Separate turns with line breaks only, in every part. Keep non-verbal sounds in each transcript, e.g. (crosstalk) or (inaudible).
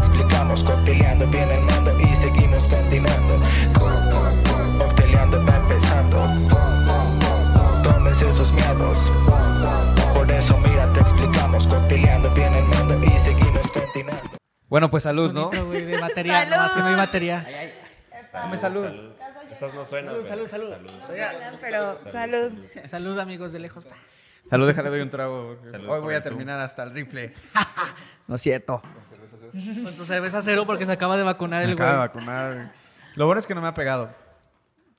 seguimos cocteleando, bien armando y seguimos continuando. Cocteleando va empezando. Tómense esos miedos. Por eso, mira, te explicamos. Cocteleando, bien armando y seguimos continuando.
Bueno, pues salud, ¿no?
Bonito, güey, de batería, no más que no hay batería.
Dame salud.
Estas no suenan.
Salud,
pero-
salud,
Pero salud.
Salud, amigos de lejos.
Salud, déjale, doy un trago.
Salud
Hoy
por
voy a
el Zoom.
terminar hasta el rifle. no es cierto.
Con tu cerveza cero porque se acaba de vacunar
Me
el
acaba de
güey.
vacunar. güey. Lo bueno es que no me ha pegado.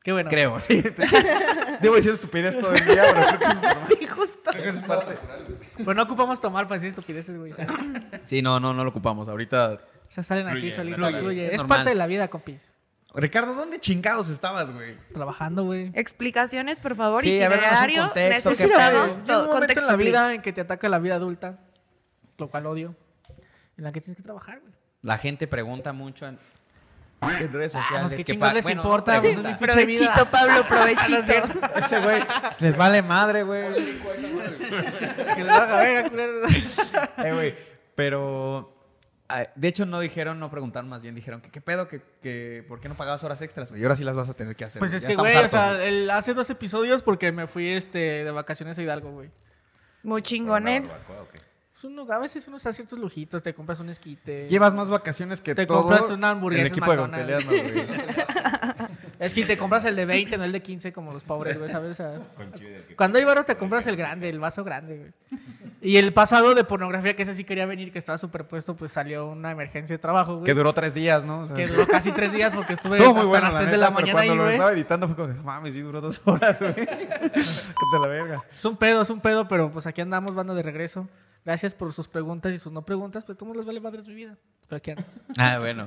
Qué bueno.
Creo, sí. (laughs) Debo decir estupidez todo el día, pero creo que es normal. Creo que eso es parte.
Pero Pues no ocupamos tomar para decir estupideces, güey. O sea,
Sí, no, no, no lo ocupamos. Ahorita.
o sea, salen así
Fluye,
solitos.
natural.
fluye.
Es
Es,
normal.
parte de la vida, compis.
Ricardo, ¿dónde chingados estabas, güey?
Trabajando, güey.
Explicaciones, por favor,
Sí, a ver, haznos un
itinerario.
contexto, ¿qué
necesitamos
pedo?
Llega
todo
un momento en la
contexto. please.
vida en que te ataca la vida adulta, lo cual odio, en la que tienes que trabajar, güey.
La gente pregunta mucho en, en redes
Ah,
sociales.
pues, ¿qué
que
chingos
pa-
les
bueno, no
importa? Pues, es
pregunta.
mi pinche
Provechito,
vida.
Pablo, provechito.
Ese güey, pues, les vale madre, güey.
Que le haga verga, culero.
Eh, güey, pero... ah, De hecho, no dijeron, no preguntaron, más bien dijeron que qué pedo, que, que por qué no pagabas horas extras, güey. Y ahora sí las vas a tener que hacer.
Pues es
Este, Ya
que,
estamos
güey, o
hartos,
sea, el- hace dos episodios porque me fui este, de vacaciones a Hidalgo, güey.
Muy ¿eh? chingonel.
Pues uno- a veces uno se da ciertos lujitos, te compras un esquite.
Llevas más vacaciones que
Te
todo
compras una hamburguesa
El
en
equipo de Gonteleas,
McDonald's. (laughs)
no, güey.
Es que te compras el de 20, no el de 15 como los pobres, güey, ¿sabes? O sea,
Con chile del que-
cuando hay barro te compras el grande, el vaso grande, güey. Y el pasado de pornografía, que ese sí quería venir, que estaba superpuesto, pues salió una emergencia de trabajo, güey.
Que duró tres días, ¿no? O sea,
que duró casi tres días porque estuve
Estuvo muy
hasta
bueno,
las
la
3
neta,
de la
pero
mañana
cuando
ahí,
lo
güey.
estaba editando fue como, de, mames, sí duró dos (laughs) horas, güey. Que te la verga.
Es un pedo, es un pedo, pero pues aquí andamos, banda de regreso. Gracias por sus preguntas y sus no preguntas, pues todos les vale madres mi vida. Pero aquí ando.
Ah, bueno.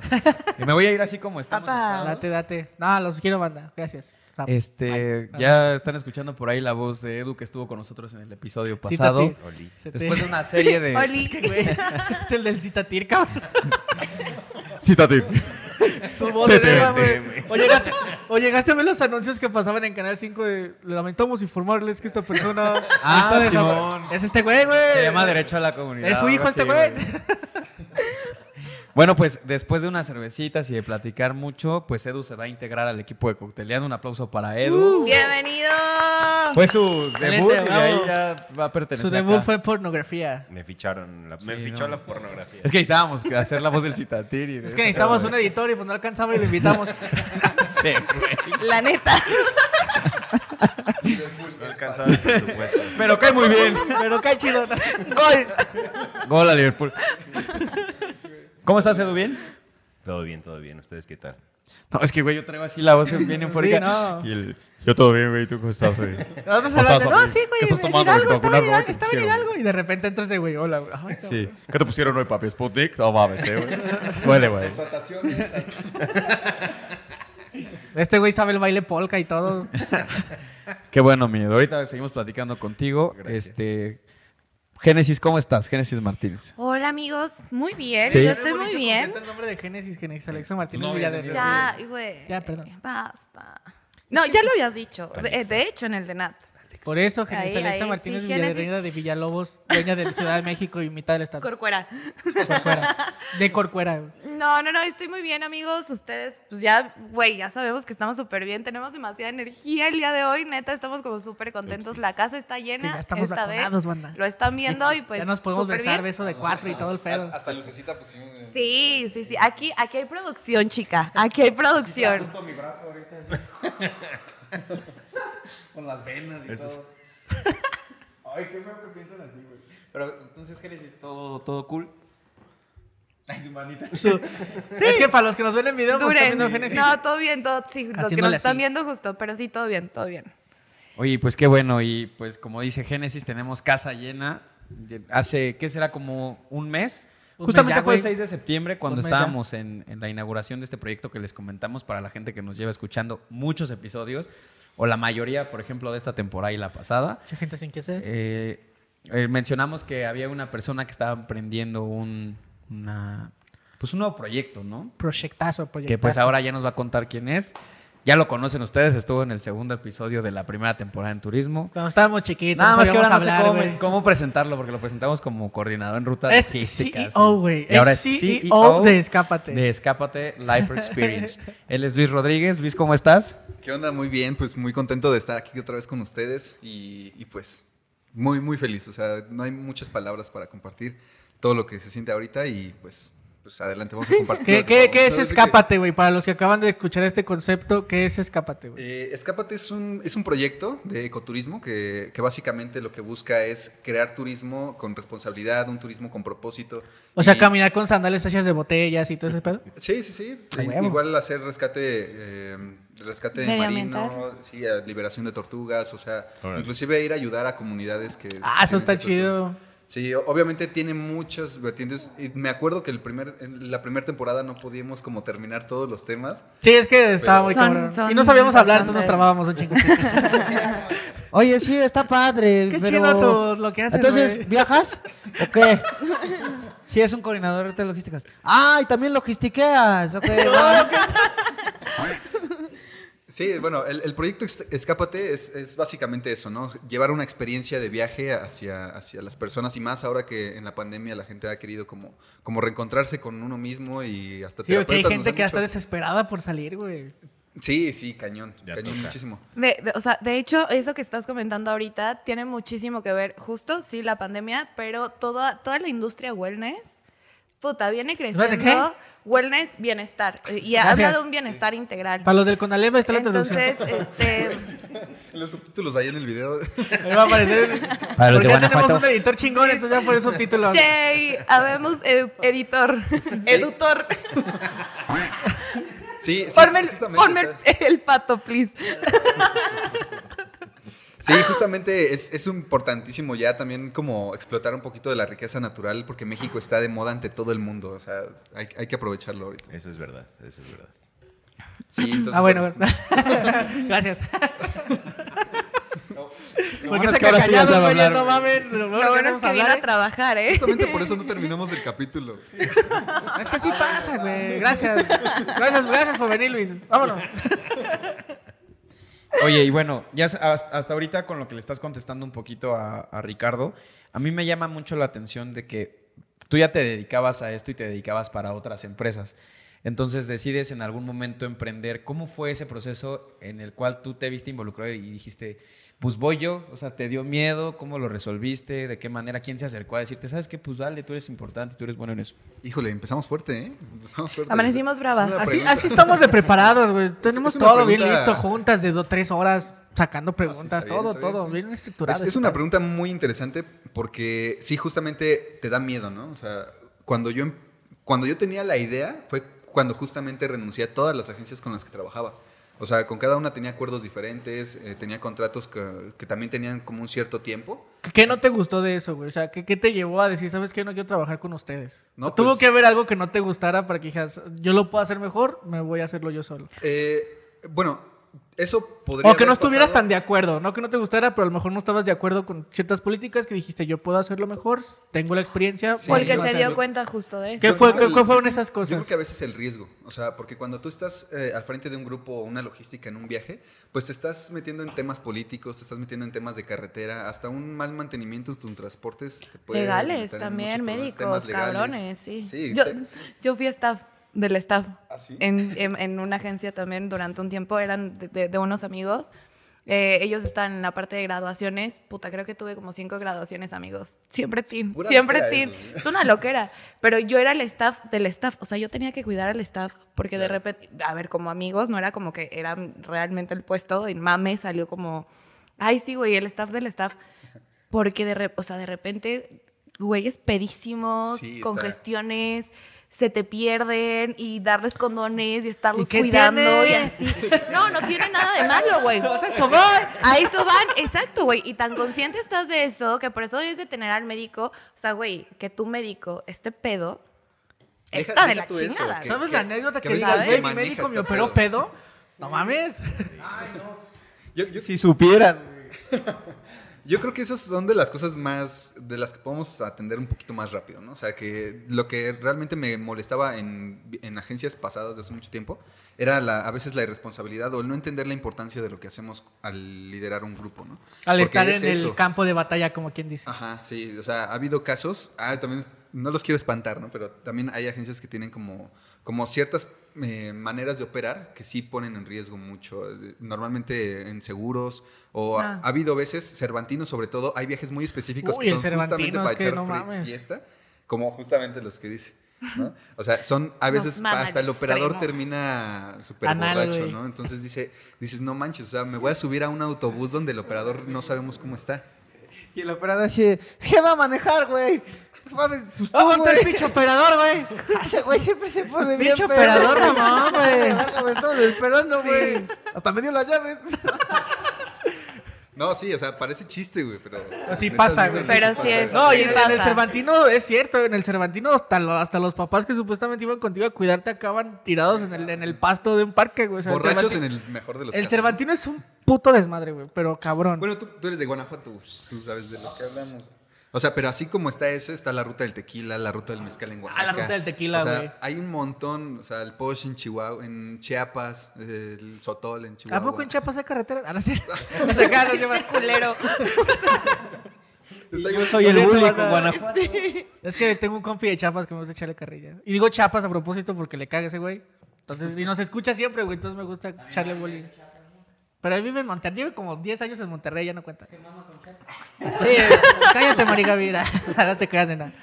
Y me voy a ir así como estamos.
Papá.
Date, date. No, los quiero, banda. Gracias. Sam.
Este, ya están escuchando por ahí la voz de Edu que estuvo con nosotros en el episodio
Sí,
pasado.
Tati.
Oli.
Se te-
Después de una serie de...
Oli.
(laughs) es el del citatir, cabrón.
Cítate.
Su voz
Se
de
te
Eva,
ve,
güey. O llegaste, o llegaste a ver los anuncios que pasaban en Canal 5 de lamentamos informarles que esta persona
Ah,
está desa-
Simón.
es este güey, güey.
Se llama Derecho a la Comunidad.
Es su hijo
algo
este
así,
güey.
Bueno, pues después de unas cervecitas y de platicar mucho, pues Edu se va a integrar al equipo de Cocteleando. Un aplauso para Edu.
Bienvenido.
Fue su debut y de ahí
Uh, bravo.
ya va a pertenecer
Su debut
acá.
fue pornografía.
Me ficharon. La, me
Sí,
fichó
no.
la pornografía.
Es que necesitábamos que hacer la voz del citatir y de
Es
esta
que necesitamos un
madre.
editor y pues no alcanzaba y
(laughs)
lo invitamos.
Sí, güey.
La neta.
No alcanzaba el presupuesto.
Pero cae muy bien.
Pero qué chido.
Gol.
Gol a Liverpool. ¿Cómo estás, Edu? ¿Bien?
Todo bien, todo bien. ¿Ustedes qué tal?
No, es que, güey, yo traigo así la voz bien eufórica.
no.
Y el, yo todo bien, güey. ¿Tú cómo estás, güey?
Nosotros
¿Cómo
hablando,
estás,
no,
papi?
sí, güey.
¿Qué estás
en
tomando?
Hidalgo,
ahorita? ¿Con algo que
estaba en Hidalgo,
te
estaba en
pusieron,
Hidalgo. Y de repente entras de güey, hola, güey. Ay, cabrón.
Sí. ¿Qué te pusieron hoy, papi? ¿Sputnik? No mames, eh, güey. Duele, güey.
Este güey sabe el baile polka y todo.
Qué bueno, mi Edu. Ahorita seguimos platicando contigo. Este... Génesis, ¿cómo estás? Génesis Martínez.
Hola, amigos. Muy bien.
Sí.
Yo estoy muy bien.
el nombre de Génesis, Génesis Alexa Martínez
No,
Villadero.
bien,
Ya, güey.
Ya, perdón.
Basta. No, ya lo habías dicho. De, de hecho, en el de Nat.
Por eso, Génesis
Ahí,
Alexa
ahí,
Martínez
sí,
Villadero,
Génesis.
reina de Villalobos, dueña de Ciudad de México y mitad del estado.
Corcuera.
Corcuera. De Corcuera. güey.
No, no, no, estoy muy bien, amigos. Ustedes, pues ya, güey, ya sabemos que estamos súper bien. Tenemos demasiada energía el día de hoy. Neta, estamos como súper contentos. La casa está
Que
llena.
ya estamos
esta vez.
vacunados, banda.
Lo están viendo y
(laughs)
pues.
ya nos podemos
súper
besar,
bien.
beso de cuatro y todo el pedo.
Hasta lucecita pusimos. en-
Sí, sí, sí. Aquí, aquí hay producción, chica. Aquí
(laughs)
hay producción.
mi brazo ahorita. (laughs) Con las venas y todo. Ay, qué feo que piensan así, güey. Pero entonces, Génesis, todo, todo cool. Ay, su manita.
Es que para los que nos ven en video, pues
Duren.
están viendo Génesis.
No, todo bien, todo. Sí, los que nos
Haciéndole así.
están viendo justo, pero sí, todo bien, todo bien.
Oye, pues qué bueno. Y pues como dice Génesis, tenemos casa llena. De- Hace, ¿qué será? Como un mes.
Un
Justamente
mes ya,
fue el
güey.
6 de septiembre cuando
Un mes ya.
estábamos en, en la inauguración de este proyecto que les comentamos para la gente que nos lleva escuchando muchos episodios, o la mayoría, por ejemplo, de esta temporada y la pasada.
Mucha gente sin qué hacer.
Eh, eh, mencionamos que había una persona que estaba emprendiendo un, una- pues un nuevo proyecto, ¿no? pues
Proyectazo, proyectazo.
Que pues ahora ya nos va a contar quién es.
Ya lo conocen ustedes, estuvo en el segundo episodio de la primera temporada en turismo.
Cuando estábamos chiquitos,
Nada
no
más que ahora no
sabíamos
sé
hablar,
cómo,
güey.
cómo presentarlo, porque lo presentamos como coordinador en ruta
Es
logística,
CEO,
sí.
güey.
Y ahora E
Es CEO de Escápate.
De Escápate Life Experience. (laughs) Él es Luis Rodríguez. Luis, ¿cómo estás?
¿Qué onda? Muy bien, pues muy contento de estar aquí otra vez con ustedes y, y, pues muy, muy feliz. O sea, no hay muchas palabras para compartir todo lo que se siente ahorita y pues, pues
(laughs)
adelante, vamos a compartir.
¿Qué,
lo que
qué,
podamos.
qué es
Sabes de que-
Escápate, güey? Para los que acaban de escuchar este concepto, ¿qué es Escápate, güey?
Eh, Escápate es un, es un proyecto de ecoturismo que, que básicamente lo que busca es crear turismo con responsabilidad, un turismo con propósito.
O sea,
y-
caminar con sandales hechas de botellas y todo ese pedo.
Sí, sí, sí.
A
I-
huevo.
Igual hacer rescate, eh, rescate marino,
Medioambiental.
sí, eh, liberación de tortugas, o sea,
Órale.
inclusive ir a ayudar a comunidades que...
Ah, eso
tienen
está
estas
chido.
cosas. Sí, o- obviamente tiene muchas vertientes. y me acuerdo que el primer, en la primera temporada no podíamos como terminar todos los temas.
Sí, es que estaba muy
Son-
cabrón.
son
y no sabíamos hablar,
bastantes.
entonces nos trabábamos un chingo.
Oye, sí, está padre.
Qué
pero...
chido tu- lo que haces,
Entonces,
güey. (laughs)
¿viajas? ¿O qué? Sí, es un coordinador de rutas logísticas. Ah, y también logistiqueas. Ok, va.
Sí, bueno, el, el proyecto Ex- Escápate es, es básicamente eso, ¿no? Llevar una experiencia de viaje hacia, hacia las personas y más ahora que en la pandemia la gente ha querido como, como reencontrarse con uno mismo y hasta
Sí, güey, que hay
terapeutas nos
gente
han
que hasta
dicho-
desesperada por salir, güey.
Sí, sí, cañón,
Ya
cañón
toca.
muchísimo.
De, de- o sea, de hecho, eso que estás comentando ahorita tiene muchísimo que ver, justo, sí, la pandemia, pero toda, toda la industria wellness, puta, viene
Espérate,
creciendo. Wellness, bienestar. eh, Y
Gracias.
habla de un bienestar integral.
Para los del Conalep ahí está la traducción. (laughs)
Entonces, este,
Los subtítulos ahí en el video. (laughs)
Ahí va a aparecer.
Para los de
Porque ya tenemos
Guanajuato.
un editor chingón, entonces ya ponen subtítulos.
yay, habemos ed- editor, edutor.
Sí, sí,
(laughs) ponme el,
justamente,
ponme
o
el-
sea,
el pato, please.
Sí, justamente es, es importantísimo ya también como explotar un poquito de la riqueza natural porque México está de moda ante todo el mundo. O sea, hay, hay que aprovecharlo ahorita.
Eso es verdad, eso es verdad.
Sí, entonces,
Ah, bueno, (laughs)
(laughs)
gracias. ¿Por qué
bueno es
se
que ahora
quedan
sí ya
callados,
sabe
güey? Ya
hablar,
No
güey.
mames, lo
Lo bueno es
vamos a
que vine a
hablar.
trabajar, ¿eh?
Justamente por eso no terminamos el capítulo.
¿eh? Es que sí pasa, güey. Gracias. Gracias, gracias por venir, Luis. Vámonos.
Oye, y bueno, ya s- has- hasta ahorita con lo que le estás contestando un poquito a, a Ricardo, a mí me llama mucho la atención de que tú ya te dedicabas a esto y te dedicabas para otras empresas. Entonces decides en algún momento emprender. ¿Cómo fue ese proceso en el cual tú te viste involucrado y dijiste, pues voy yo? O sea, ¿te dio miedo? ¿Cómo lo resolviste? ¿De qué manera? ¿Quién se acercó a decirte, sabes qué? Pues dale, tú eres importante, tú eres bueno en eso?
Híjole, empezamos fuerte, ¿eh? Empezamos fuerte.
Amanecimos bravas.
Es una
Así,
pregunta.
así estamos de preparados, güey. Tenemos
es una
todo bien
pregunta- Ah,
listo, juntas de dos, tres horas, sacando preguntas,
está bien,
todo,
está bien,
todo,
sí.
bien, estructurado.
Es, es
ese
una
pedo.
pregunta muy interesante porque sí, justamente te da miedo, ¿no? O sea, cuando yo, em- cuando yo tenía la idea fue cuando justamente renuncié a todas las agencias con las que trabajaba. O sea, con cada una tenía acuerdos diferentes, eh, tenía contratos que, que también tenían como un cierto tiempo.
¿Qué no te gustó de eso, güey? O sea, ¿qué, qué te llevó a decir, sabes qué, no quiero trabajar con ustedes?
No,
Tuvo
pues-
que haber algo que no te gustara para que dijeras, yo lo puedo hacer mejor, me voy a hacerlo yo solo.
Eh, bueno, eso podría...
O que no estuvieras tan
de
de acuerdo, no que no te gustara, pero a lo mejor no estabas de acuerdo con ciertas políticas que dijiste, yo puedo hacerlo mejor, tengo la experiencia.
Sí,
voy a
Porque
yo-
se
hacerlo".
dio cuenta justo de eso.
¿Qué
Yo
fue,
creo
qué,
que-
qué fueron esas
Yo
cosas?
creo que a veces el riesgo, o sea, porque cuando tú estás eh, al frente de un grupo o una logística en un viaje, pues te estás metiendo en temas políticos, te estás metiendo en temas de carretera, hasta un mal mantenimiento de tus transportes. te puede
Legales
meter en
también,
pues, muchos problemas,
médicos,
temas legales.
cabrones, sí.
Sí,
yo,
te-
yo fui staff del staff
¿Ah, sí?
en, en- en una agencia también durante un tiempo, eran de, de- de unos amigos. Eh, ellos están en la parte de graduaciones. Puta, creo que tuve como cinco graduaciones, amigos. Siempre team,
Pura
siempre
loquera
team.
eso, ¿eh?
Es una loquera. Pero yo era el staff del staff. O sea, yo tenía que cuidar al staff porque de repente, a ver, como amigos, no era como que era realmente el puesto. Y mame salió como, ay, sí, güey, el staff del staff. Porque de, re- o sea, de repente, güeyes pedísimos,
Sí, está-
congestiones, se te pierden y darles condones y estarlos
¿Y qué
cuidando y
tiene?
así. No, no tiene nada de malo, güey.
O sea, eso voy.
A eso van, exacto, güey. Y tan consciente estás de eso que por eso debes de tener al médico. O sea, güey, que tu médico esté pedo.
Deja-
Está de
deja
la
tú eso,
chingada.
que-
¿Sabes la anécdota que,
que
dices,
dices,
güey, mi
maneja
médico me
este
operó pedo? No mames.
Yo, yo-
supieran.
(laughs) Yo creo que esas son de las cosas más, de las que podemos atender un poquito más rápido, ¿no? O sea, que lo que realmente me molestaba en, en agencias pasadas de hace mucho tiempo era la, a veces la irresponsabilidad o el no entender la importancia de lo que hacemos al liderar un grupo, ¿no?
Al
Porque
estar
es
en el
eso.
campo de batalla, como quien dice.
Ah.
Ajá, sí, o sea, ha habido casos, ah, también no los quiero espantar, ¿no? Pero también hay agencias que tienen como, como ciertas eh, maneras de operar que sí ponen en riesgo mucho, eh, normalmente en seguros, o ha,
Ah.
ha habido veces, Cervantino sobre todo, hay viajes muy específicos
Uy,
que
el
son justamente
Cervantino,
para
es que
echar
no
fri-
mames.
fiesta, como justamente los que dice. ¿no? O sea, son a
Nos
veces
maman
hasta el
al
operador
extremo.
termina súper
Anal,
borracho,
güey.
¿no? Entonces dice, dices, no manches, o sea, me voy a subir a un autobús donde el operador no sabemos cómo está.
Y el operador así, de, ¿qué va a manejar, güey? Mames, pues tú,
Ah, ¡Aguanta el
güey.
pinche operador, güey!
(laughs) Ese güey siempre se pone bien
Pinche
pedo.
operador, mamón,
(laughs)
güey.
Verga, güey, Estamos esperando,
Sí.
güey. Hasta me dio las llaves.
No, sí, o sea, parece chiste, güey, pero.
Así
neta,
pasa,
sí,
güey.
sí,
Pero
sí
sí
pasa.
es.
No, y
Sí
en,
pasa.
el Cervantino es cierto, en el Cervantino hasta, lo- hasta los papás que supuestamente iban contigo a cuidarte acaban tirados en el, en el pasto de un parque, güey. O sea, el
Borrachos en
Cervanti-
el mejor de los
El
casos.
Cervantino es un puto desmadre, güey, pero cabrón.
Bueno, tú, tú eres de Guanajuato, güey, tú sabes de lo que hablamos. O sea, pero así como está eso, está la ruta del tequila, la ruta del mezcal en Oaxaca.
Ah, la ruta del tequila,
O sea,
güey.
hay un montón, o sea, el Posh en Chihuahua, en Chiapas, el Sotol en Chihuahua.
¿A poco en Chiapas hay carretera? Ahora sí. (laughs)
O sea, cada vez más culero.
Está
Yo soy el bully
(laughs)
con Guanajuato.
Es que tengo un compi de Chiapas que me gusta echarle carrilla. Y digo Chiapas a propósito porque le caga ese güey. Entonces, y nos escucha siempre, güey, entonces me gusta echarle bullying. Pero él vive en Monterrey, lleve como 10 años en Monterrey, ya no cuenta. (laughs) Sí, cállate, Marica Vira. Ahora te creas, nena.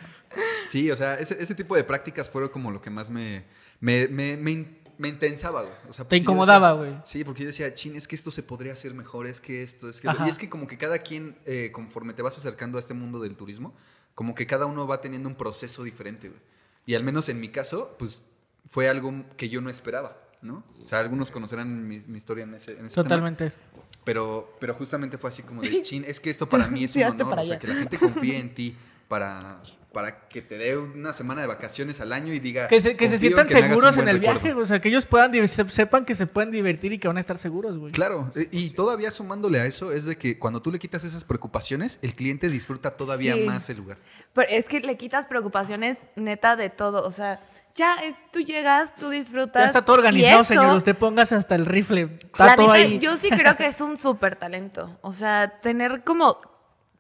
Sí, o sea, ese, ese tipo de prácticas fueron como lo que más me, me, me, me in- me intensaba, güey. O sea, porque yo
incomodaba,
decía-
güey.
Sí, porque yo decía, chin, es que esto se podría hacer mejor, es que esto, es que...
Ajá.
Y es que como que cada quien, eh, conforme te vas acercando a este mundo del turismo, como que cada uno va teniendo un proceso diferente, güey. Y al menos en mi caso, pues fue algo que yo no esperaba, ¿no? O sea, algunos conocerán mi, mi historia en ese, en ese tema.
Totalmente.
Pero, pero justamente fue así como de chin, es que esto para mí es un
Tiraste
honor,
para
o sea,
allá.
que la gente confíe en ti para, para que te dé una semana de vacaciones al año y diga...
Que se, que se
"Confío en
sientan
que me hagas un
seguros en
buen
el
recuerdo".
viaje, o sea, que ellos puedan, div- se- sepan que se pueden divertir y que van a estar seguros, güey.
Claro, e- y todavía sumándole a eso es de que cuando tú le quitas esas preocupaciones, el cliente disfruta todavía
Sí.
más el lugar.
Pero es que le quitas preocupaciones neta de todo. O sea, ya es, tú llegas, tú disfrutas.
Ya está todo
y
organizado,
eso,
señor. Usted póngase hasta el rifle. Está
la
todo
neta,
ahí.
Yo sí creo que es un súper talento. O sea, tener como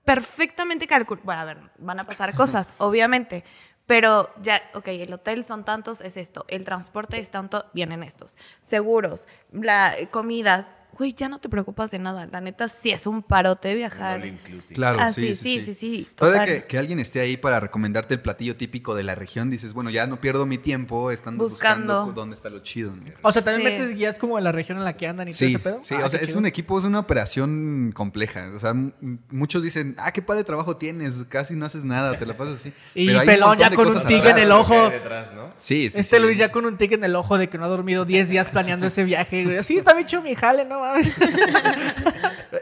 perfectamente calculado. Bueno, a ver, van a pasar cosas,
(laughs)
obviamente. Pero ya, ok, el hotel son tantos, es esto. El transporte es tanto, vienen estos. Seguros, la, comidas. Güey, ya no te preocupas de nada. La neta, sí es un parote viajar.
All inclusive.
Claro,
Ah, sí,
sí, sí,
sí, sí, sí,
Todavía
total.
que, que alguien esté ahí para recomendarte el platillo típico de la región, dices, bueno, ya no pierdo mi tiempo estando buscando,
Buscando.
cu- dónde está lo chido. ¿no?
O sea, también
Sí.
metes guías como de la región en la que andan y
Sí,
todo ese pedo.
sí,
Ah,
o sea,
qué
es
chido.
un equipo, es una operación compleja. O sea, m- m- muchos dicen, ah, qué padre trabajo tienes, casi no haces nada, te la pasas así.
(laughs) Y
Pero hay un
pelón
montón
ya
de
con
cosas
un tigre en
atrás.
el ojo.
Detrás, ¿no?
Sí, sí.
Este
sí.
Luis ya con un tic en el ojo de que no ha dormido 10 días planeando ese viaje. Güey. Sí, está bien chido mi jale, no mames.
Eh,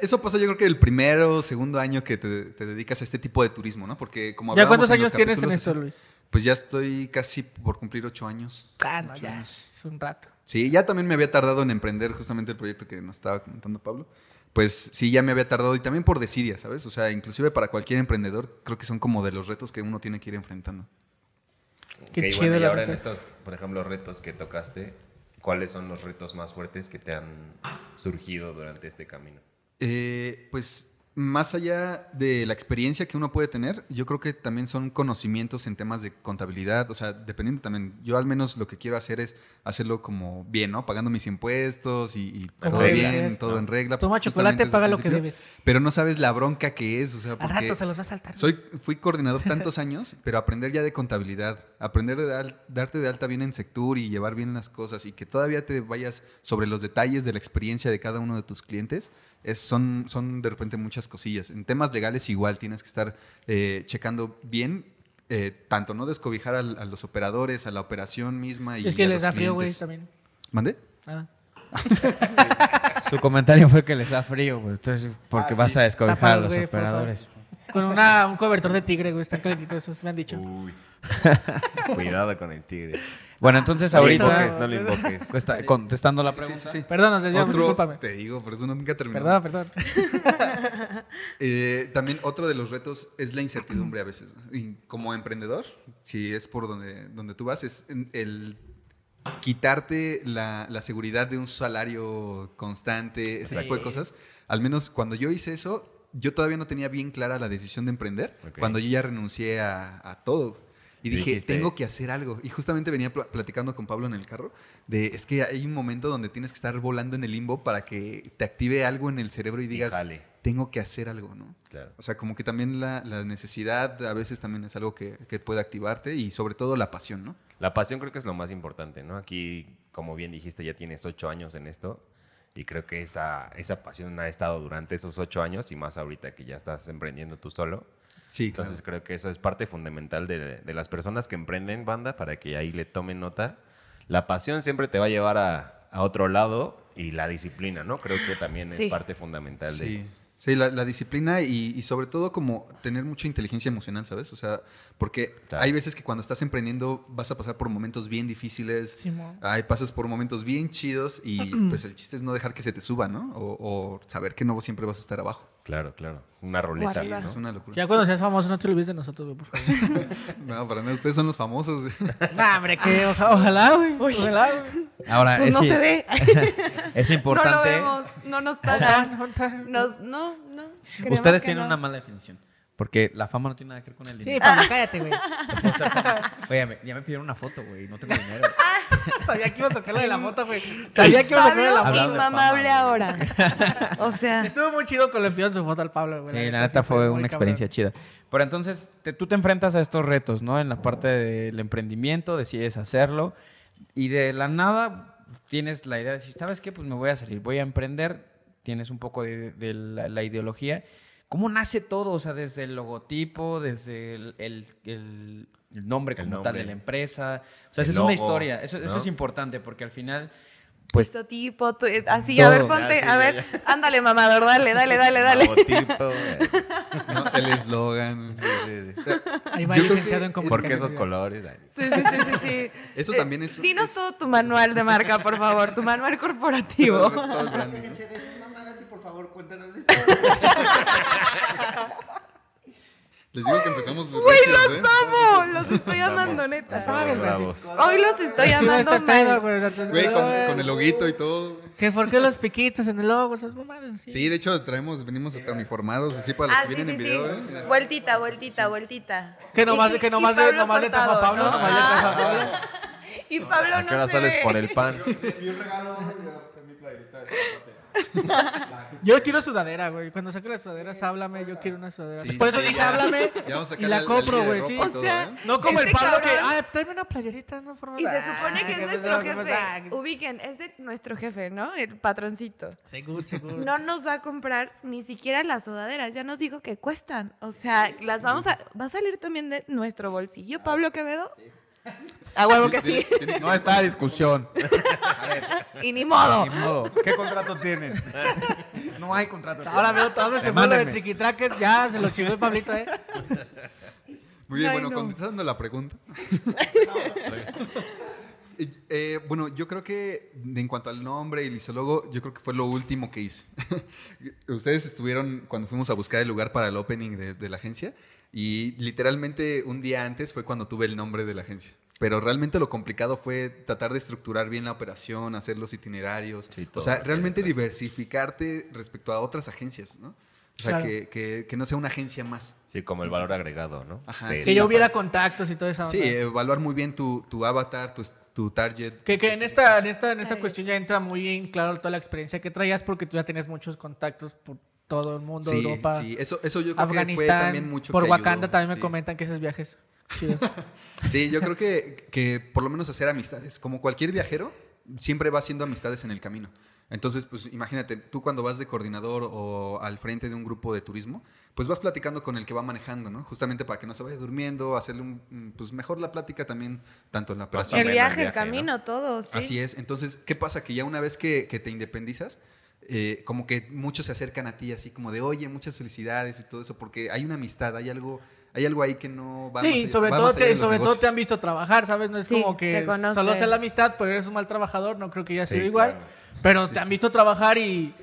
Eso pasa yo creo que el primero, segundo año que te, te dedicas a este tipo de turismo, ¿no? Porque como
¿Ya
hablábamos
cuántos
en los
años tienes en
capítulos,
esto, Luis?
Pues ya estoy casi por cumplir ocho años.
Ah, no,
Ocho
ya.
años.
Es un rato.
Sí, ya también me había tardado en emprender justamente el proyecto que nos estaba comentando Pablo. Pues sí, ya me había tardado y también por desidia, ¿sabes? O sea, inclusive para cualquier emprendedor, creo que son como de los retos que uno tiene que ir enfrentando.
Qué
Ok,
chido,
bueno, y
la
ahora en
neta.
estos, por ejemplo, retos que tocaste, ¿cuáles son los retos más fuertes que te han surgido durante este camino?
Eh, pues más allá de la experiencia que uno puede tener, yo creo que también son conocimientos en temas de contabilidad, o sea, dependiendo también, yo al menos lo que quiero hacer es hacerlo como bien, ¿no? Pagando mis impuestos y, y
Como
todo
debe
bien,
ser.
todo en regla.
Toma
porque
chocolate,
justamente desde
paga
el
lo que
principio-
debes.
Pero no sabes la bronca que es, o sea,
Al
porque
rato se los va a saltar.
soy, fui
(laughs)
coordinador tantos años, pero aprender ya de contabilidad, aprender de al- darte de alta bien en sector y llevar bien las cosas y que todavía te vayas sobre los detalles de la experiencia de cada uno de tus clientes, es, son, son de repente muchas cosillas. En temas legales igual tienes que estar eh, checando bien, eh, tanto no descobijar al- a los operadores, a la operación misma y
es que
a
les
los
da frío, güey,
clientes.
también.
¿Mande?
Ah,
Su comentario fue que les da frío, güey. Entonces, porque vas a descobijar a
Tapados,
los
Ah, güey, por
operadores.
Con una, un cobertor de tigre, güey. Están calentitos esos, me han
Uh.
dicho.
Uy. (laughs) Cuidado con el tigre.
Bueno, entonces
No le
ahorita,
invoques, no le invoques.
cuesta- contestando la
Sí, sí,
pregunta,
sí.
Perdón, nos desviamos,
Otro,
discúlpame.
te digo, por eso no nunca terminó.
Perdón, perdón.
Eh, también otro de los retos es la incertidumbre a veces. ¿no? Y como emprendedor, si es por donde, donde tú vas, es en- el quitarte la, la seguridad de un salario constante, ese tipo de cosas. Al menos cuando yo hice eso, yo todavía no tenía bien clara la decisión de emprender,
Ok.
cuando yo ya renuncié a, a todo. Y dije,
Dijiste-
tengo que hacer algo. Y justamente venía pla- platicando con Pablo en el carro de, es que hay un momento donde tienes que estar volando en el limbo para que te active algo en el cerebro y digas,
jale.
tengo que hacer algo, ¿no?
Claro.
O sea, como que también la, la necesidad a veces también es algo que, que puede activarte y sobre todo la pasión, ¿no?
La pasión creo que es lo más importante, ¿no? Aquí, como bien dijiste, ya tienes ocho años en esto y creo que esa, esa pasión ha estado durante esos ocho años y más ahorita que ya estás emprendiendo tú solo.
Sí,
Entonces creo que eso es parte fundamental de, de las personas que emprenden banda para que ahí le tomen nota. La pasión siempre te va a llevar a, a otro lado y la disciplina, ¿no? Creo que también
Sí.
es eh. parte fundamental de...
Sí, sí la, la disciplina y, y sobre todo como tener mucha inteligencia emocional, ¿sabes? O sea, porque
Claro.
hay veces que cuando estás emprendiendo vas a pasar por momentos bien difíciles,
Simón.
ay, pasas por momentos bien chidos y
(clears throat)
pues el chiste es no dejar que se te suba, ¿no? O, o saber que no siempre vas a estar abajo.
Claro, claro. Una ruleta,
arriba.
¿no?
Es una locura.
Ya cuando seas famoso, no te olvides de nosotros, güey, por favor.
(laughs) No, para nada, ustedes son los famosos.
(laughs) nah, hombre, que oja- ojalá, güey. Ojalá, güey.
ahora
Pues
es,
no
i-
se ve. (laughs)
es
No lo
importante.
vemos. No nos
Ojalá,
pagan.
ojalá.
Nos, no, no. creemos
Ustedes
que
tienen
no.
una mala definición, porque la fama no tiene nada que ver con el
Sí,
dinero.
(laughs) Pablo, cállate, güey.
O sea, fama-
(laughs)
Oye, me- ya me pidieron una foto, güey, no tengo dinero.
Sabía que iba a sacar la de la moto, güey. Sabía que iba a sacar la de la moto.
Hablando
Pablo,
de
inmamable
fama,
ahora. O sea,
Estuvo muy chido con le enviaron su foto al Pablo, güey.
Sí, la
sí
neta fue
muy
una experiencia chida. Pero entonces te- tú te enfrentas a estos retos, ¿no? En la parte del emprendimiento, decides hacerlo y de la nada tienes la idea de decir, ¿sabes qué? Pues me voy a salir, voy a emprender, tienes un poco de, de la, la ideología. ¿Cómo nace todo? O sea, desde el logotipo, desde el, el- el- el nombre
El
como tal
nombre.
de la empresa. O sea,
El
esa es
logo,
una historia, eso, eso
¿no?
es importante porque al final... Pues-
pues, tipo, tú- así,
Todo.
a ver,
Ah,
ponte,
Ya,
a
sí, ya,
ver, ándale, mamador, dale, dale, dale, dale.
Logotipo,
(laughs)
eh,
¿no? El eslogan.
sí, sí, sí.
Ahí va
Yo
el
creo
licenciado
que-
en
¿Por
¿Por
qué
qué
comunicación.
esos colores? Ay,
(laughs) Sí, sí, sí, sí, sí.
Eso
Eh,
también es-
Dinos
es-
todo tu manual de marca, por favor, tu manual
(laughs)
corporativo.
Todo el branding, ¿no?
Déjense de esas mamadas y por favor cuéntanos la historia.
(laughs) Les digo que empezamos.
Güey,
recios,
los
¿eh?
amo, los estoy
Vamos,
amando, neta.
Sabes, güey.
bravos.
Hoy los estoy
Así va a
amando
estar este pedo,
mal.
güey. o sea, te-
Güey, con, con el loguito y todo.
Que por qué los piquitos en el logo, esas mamadas.
Sí, de hecho traemos, venimos hasta uniformados así para los
Ah,
que
sí,
vienen
sí,
en
sí.
video, ¿eh? Mira.
Vueltita, vueltita, vueltita.
Que nomás,
Y-
que
y
nomás, de-
Pablo
nomás le tajo a
cortado,
Pablo,
¿no?
nomás le tajo a Pablo.
Ah. (laughs) Y Pablo
¿A
no
qué hora
se
sales
ve.
por el pan?
Y un regalo, güey, yo también clarita de esa parte.
Yo quiero sudadera, güey. Cuando saque las sudaderas, háblame. Yo quiero una sudadera.
Sí,
Por eso
sí,
dije,
ya.
háblame.
(laughs) Ya vamos a
Y
sacar
la
al-
compro,
al
güey.
líder
Sí.
ropa
O
y todo,
sea,
¿eh?
No como el
Este
Pablo que,
cabrón.
ah, tráeme una playerita, no forma.
Y se
Ah,
supone que es
¿qué
nuestro
pasó? ¿Qué Ah,
jefe.
pasó?
Ubiquen, es el- nuestro jefe, ¿no? El patroncito.
Seguro, seguro.
No nos va a comprar ni siquiera las sudaderas. Ya nos dijo que cuestan. O sea, las vamos a. Va a salir también de nuestro bolsillo, Pablo Quevedo. A huevo que sí.
No está a discusión.
Y ni modo.
Ni modo. ¿Qué contrato
(laughs)
tienen? No hay contrato.
Ahora veo todo ese mundo de
Mándenme.
triquitraques. Ya se lo chivó el Pablito,
(laughs)
eh.
Muy bien,
Ay,
bueno,
no.
contestando
(laughs)
la pregunta. (laughs) Eh, eh, bueno, yo creo que de- en cuanto al nombre y el isólogo, yo creo que fue lo último que hice. (laughs) Ustedes estuvieron cuando fuimos a buscar el lugar para el opening de, de la agencia y literalmente un día antes fue cuando tuve el nombre de la agencia. Pero realmente lo complicado fue tratar de estructurar bien la operación, hacer los itinerarios.
Sí,
o
todo,
sea,
porque
realmente
estás-
diversificarte respecto a otras agencias, ¿no? O sea,
Claro.
que, que- que no sea una agencia más.
Sí, como el valor agregado, ¿no?
Ajá,
De-
sí.
Que yo hubiera contactos y todo eso.
Sí, eh. evaluar muy bien tu, tu avatar, tu, tu target.
Que, que en esta, en esta, en esta
Ay.
cuestión ya entra muy en claro toda la experiencia que traías porque tú ya tenías muchos contactos por todo el mundo,
Sí,
Europa,
sí, eso, eso yo creo que fue
Afganistán,
también mucho
por
que
Wakanda
ayudó,
también me
sí.
comentan que esos viajes. chidos.
Sí, yo creo que, que por lo menos hacer amistades. Como cualquier viajero, siempre va haciendo amistades en el camino. Entonces, pues imagínate, tú cuando vas de coordinador o al frente de un grupo de turismo, pues vas platicando con el que va manejando, ¿no? Justamente para que no se vaya durmiendo, hacerle un, mm, pues mejor la plática también, tanto en la operación.
El
También el
viaje, el
viaje, ¿no?
camino, todo. Sí.
Así es. Entonces, ¿qué pasa? Que ya una vez que, que te independizas, eh, como que muchos se acercan a ti así como de, oye, muchas felicidades y todo eso, porque hay una amistad, hay algo, hay algo ahí que no va más
Sí,
allá-
sobre,
va
todo
más allá de
te,
los
sobre todo
negocios.
te han visto trabajar, ¿sabes? No es
Sí,
como que
te conocen.
solo sea la amistad, pero eres un mal trabajador, no creo que haya
Sí,
sido igual.
claro.
Pero te han visto trabajar y,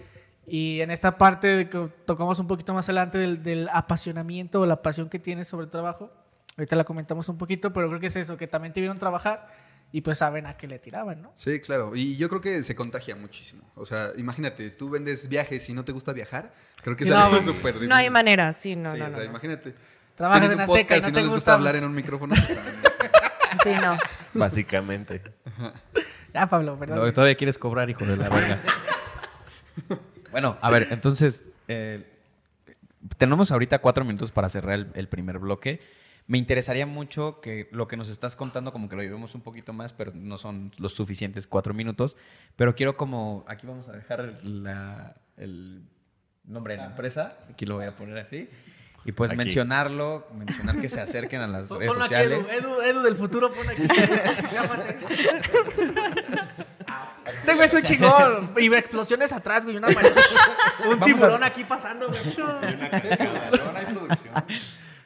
y en esta parte de que tocamos un poquito más adelante del, del apasionamiento o la pasión que tienes sobre el trabajo. Ahorita la comentamos un poquito, pero creo que es eso, que también te vieron trabajar y pues saben a qué le tiraban, ¿no?
Sí, claro. Y yo creo que se contagia muchísimo. O sea, imagínate, tú vendes viajes y no te gusta viajar. Creo que es
No,
algo
güey.
súper difícil.
No hay manera, sí, no,
sí,
no,
o
no,
sea,
no.
imagínate.
Trabajas
Tienen
en
un
Azteca y
podcast
no te
y no les
gusta,
gusta hablar
pues.
en un micrófono. pues, también.
Sí, no.
(laughs) Básicamente.
Ya, Pablo, ¿verdad?
Lo que todavía quieres cobrar, hijo de la verga. bueno, a ver, entonces, eh, tenemos ahorita cuatro minutos para cerrar el, el primer bloque. Me interesaría mucho que lo que nos estás contando, como que lo llevemos un poquito más, pero no son los suficientes cuatro minutos. Pero quiero como, aquí vamos a dejar el, la- el nombre de la empresa, aquí lo voy a poner así. Y pues
Aquí.
mencionarlo, mencionar que se acerquen a las
Pon-
redes
ponlo aquí,
sociales.
Edu, Edu, Edu del futuro, pon aquí. Llámate. este güey es un chingón. Y explosiones atrás, güey. Una pared. Un
Vamos
tiburón
a-
aquí pasando, güey.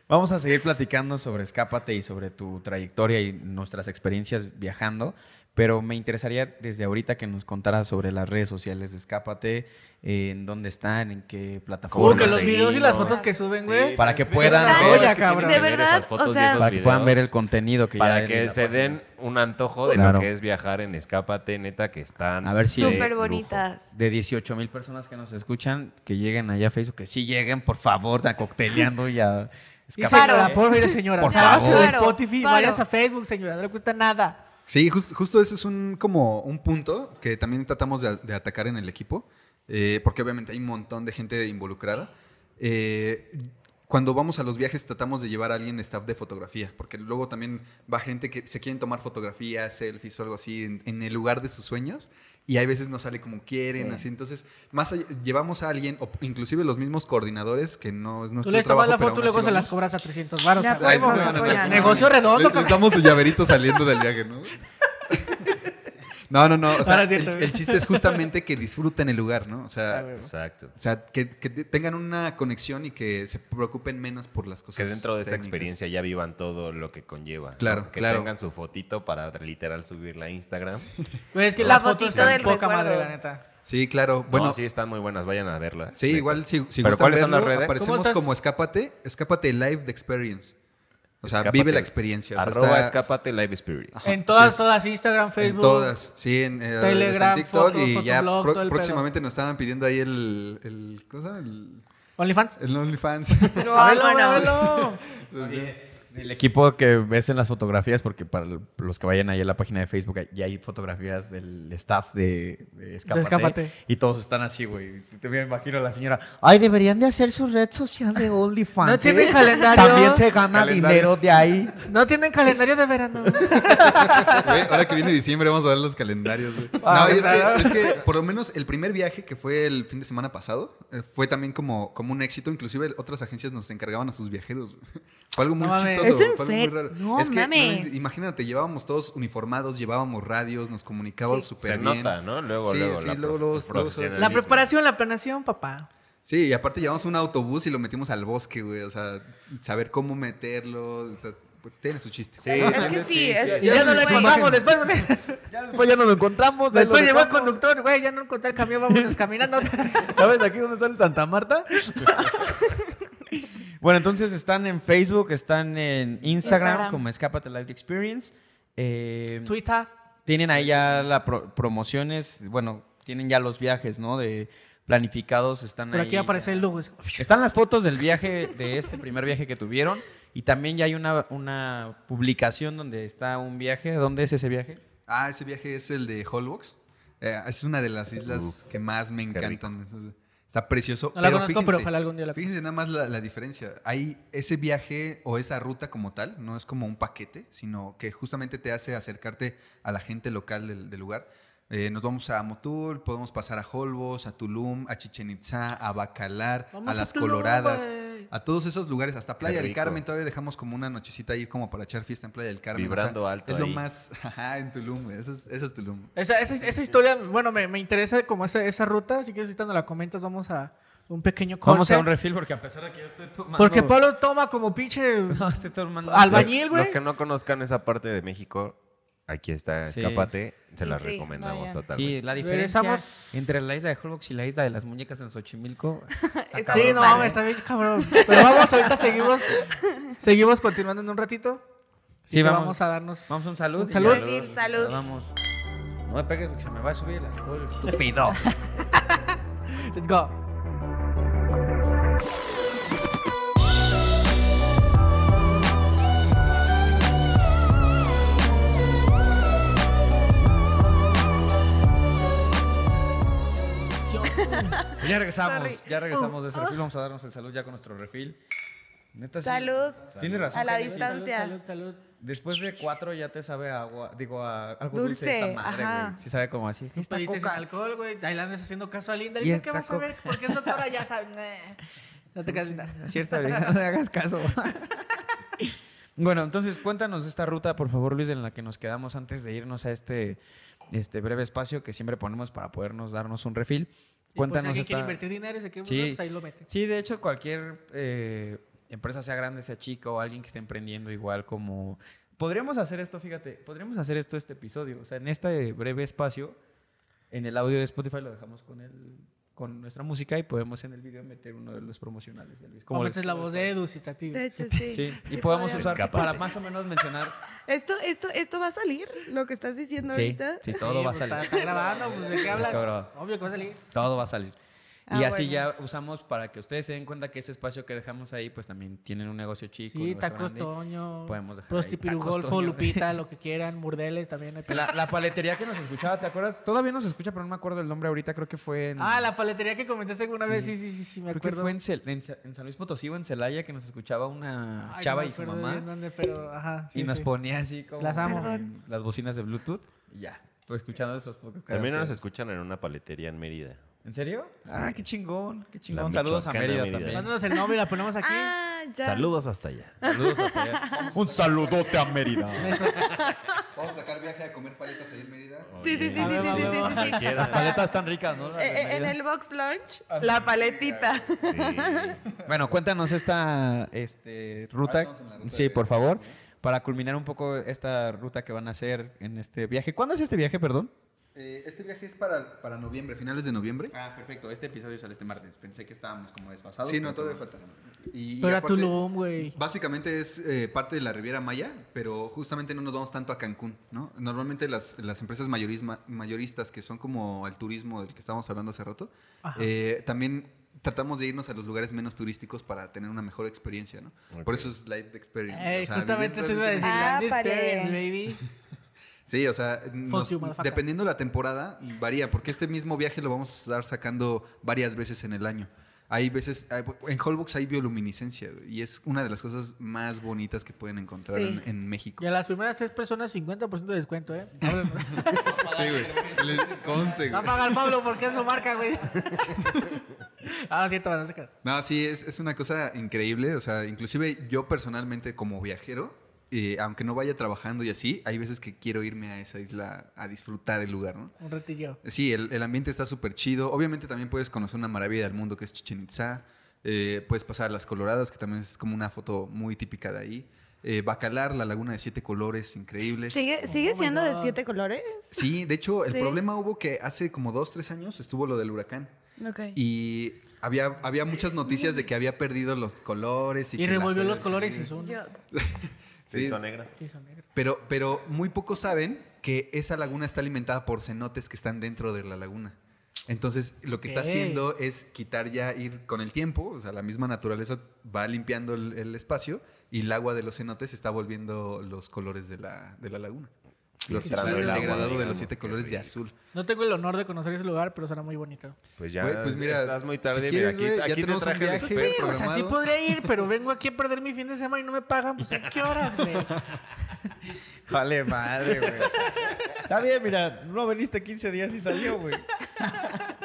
Vamos a seguir platicando sobre Escápate y sobre tu trayectoria y nuestras experiencias viajando, pero me interesaría desde ahorita que nos contaras sobre las redes sociales de Escápate, eh, en dónde están, en qué plataformas.
Porque los
seguimos.
videos y las fotos que suben, güey.
Para que puedan
Está
ver,
joya,
es que
cabrón.
De
Ver esas
verdad,
fotos
o
y
sea,
esos
para que puedan ver el
videos.
contenido que ya
para
hay
que
en la
se
página.
den un antojo de
Claro.
lo que es viajar en Escápate, neta, que están
A ver si-
de
Súper
lujo.
bonitas.
de 18 mil personas que nos escuchan, que lleguen allá a Facebook, que sí lleguen, por favor, a cocteleando y a
Y
Escápate.
señora, por favor, señora.
Por
Sálgase
favor.
de Spotify y
Paro, paro.
vayas a Facebook, señora. No le cuesta nada.
Sí, jus- justo ese es un, como un punto que también tratamos de, de atacar en el equipo, eh, porque obviamente hay un montón de gente involucrada. Eh, cuando vamos a los viajes tratamos de llevar a alguien de staff de fotografía, porque luego también va gente que se quieren tomar fotografías, selfies o algo así en, en el lugar de sus sueños. Y hay veces no sale como quieren, así. Entonces, más allá- llevamos a alguien, o inclusive los mismos coordinadores, que no es
Tú
nuestro
les tomas
trabajo.
la
pero
foto y
aún así
luego se
vamos.
las cobras a 300 baros. o
Ya,
sea,
pues,
Ahí sí
nos
me van a
apoyan.
andar-
Negocio redondo,
Les, les damos su llaverito saliendo del
(laughs)
viaje, ¿no? No, no, no. O sea,
Ahora
el,
sí, Ah, está bien.
el chiste es justamente que disfruten el lugar, ¿no? O sea,
Exacto.
o sea que, que te- tengan una conexión y que se preocupen menos por las cosas.
Que dentro de esa
técnicas.
experiencia ya vivan todo lo que conlleva. ¿no?
Claro,
Que
claro.
tengan su fotito para literal subirla a Instagram.
Güey, es que
La
las fotos
fotito
están
del
poca madre,
recuerdo.
la neta.
Sí, claro. Bueno,
No, sí
sí.
están muy buenas, vayan a verla. neta.
igual si, si
¿Pero
gustan
cuáles son las
verlo,
redes?
¿Cómo
Aparecemos
estás?
como Escápate, Escápate Live de Experience. O sea,
Escápate.
vive la experiencia. O sea,
Arroba
está-
Escápate Live Spirit.
Ajá,
En todas,
sí.
todas. Instagram, Facebook.
En todas, sí, en, eh, está en
Telegram,
TikTok
fotos,
y ya
fotoblog,
pro-
todo el pedo.
próximamente nos estaban pidiendo ahí el, el ¿cómo se llama? El,
OnlyFans.
el OnlyFans. (laughs)
No,
Ábrelo,
bueno.
ábrelo.
El equipo que ves en las fotografías, porque para los que vayan ahí a la página de Facebook, ya hay fotografías del staff de, de Escápate,
De Escápate.
Y todos están así, güey. Te me imagino a la señora.
Ay, deberían de hacer su red social de OnlyFans.
No
¿eh?
tienen calendario.
También se gana
Calendario.
dinero de ahí.
No tienen calendario de verano.
Güey, ahora que viene diciembre vamos a ver los calendarios, güey.
Ah,
no, y es
¿verdad?
que, es que por lo menos el primer viaje que fue el fin de semana pasado eh, fue también como, como un éxito. Inclusive otras agencias nos encargaban a sus viajeros. güey. (laughs) Fue algo muy
No mames.
chistoso,
¿Es
güey,
en
fue algo muy
serio?
raro.
No
es que,
mames.
no, imagínate, llevábamos todos uniformados, llevábamos radios, nos comunicábamos
Sí.
súper
Se
bien.
nota, ¿no? Luego,
Sí,
luego.
sí,
la
luego,
prof- el
luego, luego se-
profesionalismo.
La preparación, la planeación, papá.
Sí, y aparte llevamos un autobús y lo metimos al bosque, güey. O sea, saber cómo meterlo. O sea, pues, tiene su chiste.
Sí,
Es que sí, es
Y ya no le
güey.
contamos después.
Después (laughs) ya nos lo encontramos.
(laughs)
ahí
Después
lo
llegó el
dejamos.
conductor, güey, ya no encontré el camión, vámonos caminando.
¿Sabes aquí dónde está el
(laughs)
Santa Marta?
Bueno, entonces están en Facebook, están en Instagram,
Instagram.
como Escápate Live Experience. Eh,
Twitter.
tienen ahí ya las promociones, bueno, tienen ya los viajes, ¿no? De planificados, están
Por
ahí.
aquí aparece el logo.
Están las fotos del viaje, de este primer viaje que tuvieron. Y también ya hay una, una publicación donde está un viaje. ¿Dónde es ese viaje?
Ah, ese viaje es el de Holbox. Eh, es una de las islas que más me encantan. Está precioso.
No la conozco, pero ojalá algún día la-
Fíjense nada más la, la diferencia. Hay ese viaje o esa ruta como tal, no es como un paquete, sino que justamente te hace acercarte a la gente local del, del lugar. Eh, nos vamos a Motul, podemos pasar a Holbox, a Tulum, a Chichen Itza, a Bacalar,
Vamos
a las
Tulum,
Coloradas,
güey.
a todos esos lugares, hasta Playa del
rico.
Carmen, todavía dejamos como una nochecita ahí como para echar fiesta en Playa del Carmen.
Vibrando alto
Es lo
ahí.
más, (laughs) ajá, en Tulum, güey, eso es, eso es Tulum.
Esa, esa, esa historia, bueno, me, me interesa como esa, esa ruta. Así que ahorita nos la comentas, vamos a un pequeño corte.
Vamos a un refil porque a pesar de que yo estoy tomando.
Porque Pablo toma como pinche
No, estoy tomando.
Los,
albañil, güey.
los que no conozcan esa parte de México, aquí está
Sí.
Escápate, se la
Sí,
recomendamos
vayan.
totalmente.
Sí, la diferencia
Regresamos.
entre la isla de Holbox y la isla de las muñecas en Xochimilco.
Está
Sí, no,
brutal,
me
¿eh?
está bien cabrón. Pero vamos, ahorita seguimos. Seguimos continuando en un ratito. Así
Sí,
que
vamos.
vamos. a darnos.
Vamos a un salud.
Un
y
salud.
ya luego
Refil, salud.
Vamos. No me pegues porque se me va a subir el alcohol.
Estúpido.
Let's go.
Ya regresamos,
Sorry. Oh.
ya regresamos de ese refil. Vamos a darnos el salud ya con nuestro refil. Neta, sí.
Salud.
Tienes razón.
A la
Genesis.
distancia.
salud.
Después de cuatro ya te sabe a agua, digo, a algo dulce,
Dulce,
esta madre,
ajá.
güey. Sí sabe como así. ¿Qué está
Pediste sin
coca?
alcohol, güey. Ahí la andas haciendo caso a Linda.
Y
Dice,
esta
¿qué vas a
coca.
ver? Porque es doctora, ya eh. sabes. Nah. No te creas, Linda.
(laughs) Cierta
(laughs)
vieja, no le hagas caso. (laughs) bueno, entonces cuéntanos esta ruta, por favor, Luis, en la que nos quedamos antes de irnos a este, este breve espacio que siempre ponemos para podernos darnos un refil.
Y por si
Cuéntanos
alguien quiere
esta-
invertir dinero y se quiere
Sí.
burlar, pues ahí lo mete.
Sí, de hecho, cualquier eh, empresa, sea grande, sea chica, o alguien que esté emprendiendo igual como... Podríamos hacer esto, fíjate, podríamos hacer esto este episodio. O sea, en este breve espacio, en el audio de Spotify lo dejamos con el con nuestra música y podemos en el video meter uno de los promocionales de Luis.
Como
les-
Ah,
pues,
metes la voz de Edu, si te
De
activas.
hecho, sí.
Sí, y
Sí,
podemos
podríamos.
usar
Escápate.
para más o menos mencionar.
Esto, esto, esto va a salir, lo que estás diciendo
Sí,
ahorita.
sí, todo
Sí,
va a
pues,
salir.
Está, está grabando, pues
(laughs)
de qué hablas.
cabrón.
Obvio que va a salir.
Todo va a salir. y
Ah,
así
bueno.
ya usamos para que ustedes se den cuenta que ese espacio que dejamos ahí, pues también tienen un negocio chico. un
Sí,
negocio
tacos
grande.
Toño.
podemos dejar ahí.
Prosti
Tacos
Pirugolfo,
Toño. (laughs)
Lupita, lo que quieran, Burdeles también. hay
La, la paletería que nos escuchaba, ¿te acuerdas? Todavía nos escucha, pero no me acuerdo el nombre ahorita. Creo que fue en.
Ah, la paletería que comentaste alguna vez, sí, sí, sí, sí, me
Mm. Creo que
acuerdo.
fue en, Cel- en Sa- en San Luis Potosí o en Celaya que nos escuchaba una
Ay,
chava
no me
y su
acuerdo
mamá.
bien dónde, pero, ajá,
y
sí,
nos
sí.
ponía así como.
Las amo.
en Las bocinas de Bluetooth. Y ya. Pues escuchando esos podcasts.
También nos
Sí.
escuchan en una paletería en Mérida.
¿En serio? Ah, qué chingón, qué chingón.
La
Saludos a
Michoacana
Mérida,
Mérida.
también.
Mándanos el nombre y la ponemos aquí.
Ah, ya.
Saludos hasta allá.
Saludos hasta allá.
Un saludote a Mérida.
Besos.
Vamos a sacar viaje a comer paletas ahí en Mérida.
Oh.
Sí, sí, sí, sí, sí, sí, sí, sí, sí.
Cualquiera.
Las paletas están ricas, ¿no? Las de
Eh, eh, en
Mérida.
el box lunch, la paletita.
Sí.
Bueno, cuéntanos esta este, ruta.
Ahora estamos en la ruta
Sí,
de-
por favor. Para culminar un poco esta ruta que van a hacer en este viaje. ¿Cuándo es este viaje, perdón?
Eh, este viaje es para, para noviembre, finales de noviembre.
Ah, perfecto. Este episodio sale este martes. Pensé que estábamos como desfasados.
Sí, no, todavía falta. Y, y
Pero a
aparte-
Tulum, güey.
Básicamente es eh, parte de la Riviera Maya, pero justamente no nos vamos tanto a Cancún, ¿no? Normalmente las, las empresas mayorisma- mayoristas, que son como el turismo del que estábamos hablando hace rato, eh, también tratamos de irnos a los lugares menos turísticos para tener una mejor experiencia, ¿no? Por eso es Live Experience.
Eh,
o sea,
justamente
vivir
se iba a decir,
realmente-
Ah,
Land
pare.
Experience, baby.
Sí, o sea, nos-
you, motherfucker.
dependiendo la temporada varía, porque este mismo viaje lo vamos a estar sacando varias veces en el año. Hay veces, hay- en Holbox hay bioluminiscencia güey, y es una de las cosas más bonitas que pueden encontrar
Sí.
en, en México.
Y a las primeras tres personas, 50% de descuento, ¿eh?
(laughs) Sí, güey. Les conste,
Va a
güey.
pagar Pablo porque es su
(laughs)
marca, güey. ah, no es cierto, no sé qué.
No, sí, es, es una cosa increíble. O sea, inclusive yo personalmente como viajero, eh, aunque no vaya trabajando y así, hay veces que quiero irme a esa isla a disfrutar el lugar, ¿no?
Un ratillo.
Sí, el, el ambiente está súper chido. Obviamente también puedes conocer una maravilla del mundo que es Chichen Itza. Eh, puedes pasar a las Coloradas, que también es como una foto muy típica de ahí. Eh, Bacalar, la laguna de siete colores, increíbles.
¿Sigue, sigue siendo de siete colores?
Sí, de hecho, el
Sí.
problema hubo que hace como dos, tres años estuvo lo del huracán.
Ok.
Y había, había muchas noticias de que había perdido los colores. Y,
Y
que la
revolvió
fe-
los colores y son.
Yo-
Sí,
Son negra.
Sí, son negros.
pero, pero muy pocos saben que esa laguna está alimentada por cenotes que están dentro de la laguna. Entonces, lo que está
Ok.
haciendo es quitar ya, ir con el tiempo, o sea, la misma naturaleza va limpiando el, el espacio y el agua de los cenotes está volviendo los colores de la, de la laguna. Los,
Filtrando
el
el agua,
degradado de los
digamos,
siete
qué
colores de
rico.
azul.
No tengo el honor de conocer ese lugar, pero suena muy bonito.
Pues ya,
Güey, pues mira,
estás muy
si
tarde.
quieres,
mira,
güey,
aquí,
ya
aquí te
tenemos un
traje de
viaje.
expert.
Sí,
O sea, sí
programado.
podría ir, pero vengo aquí a perder mi fin de semana y no me pagan. Pues, ¿a qué
(laughs)
horas, güey?
Vale, madre, güey. Está bien, mira, no veniste 15 días y salió, güey.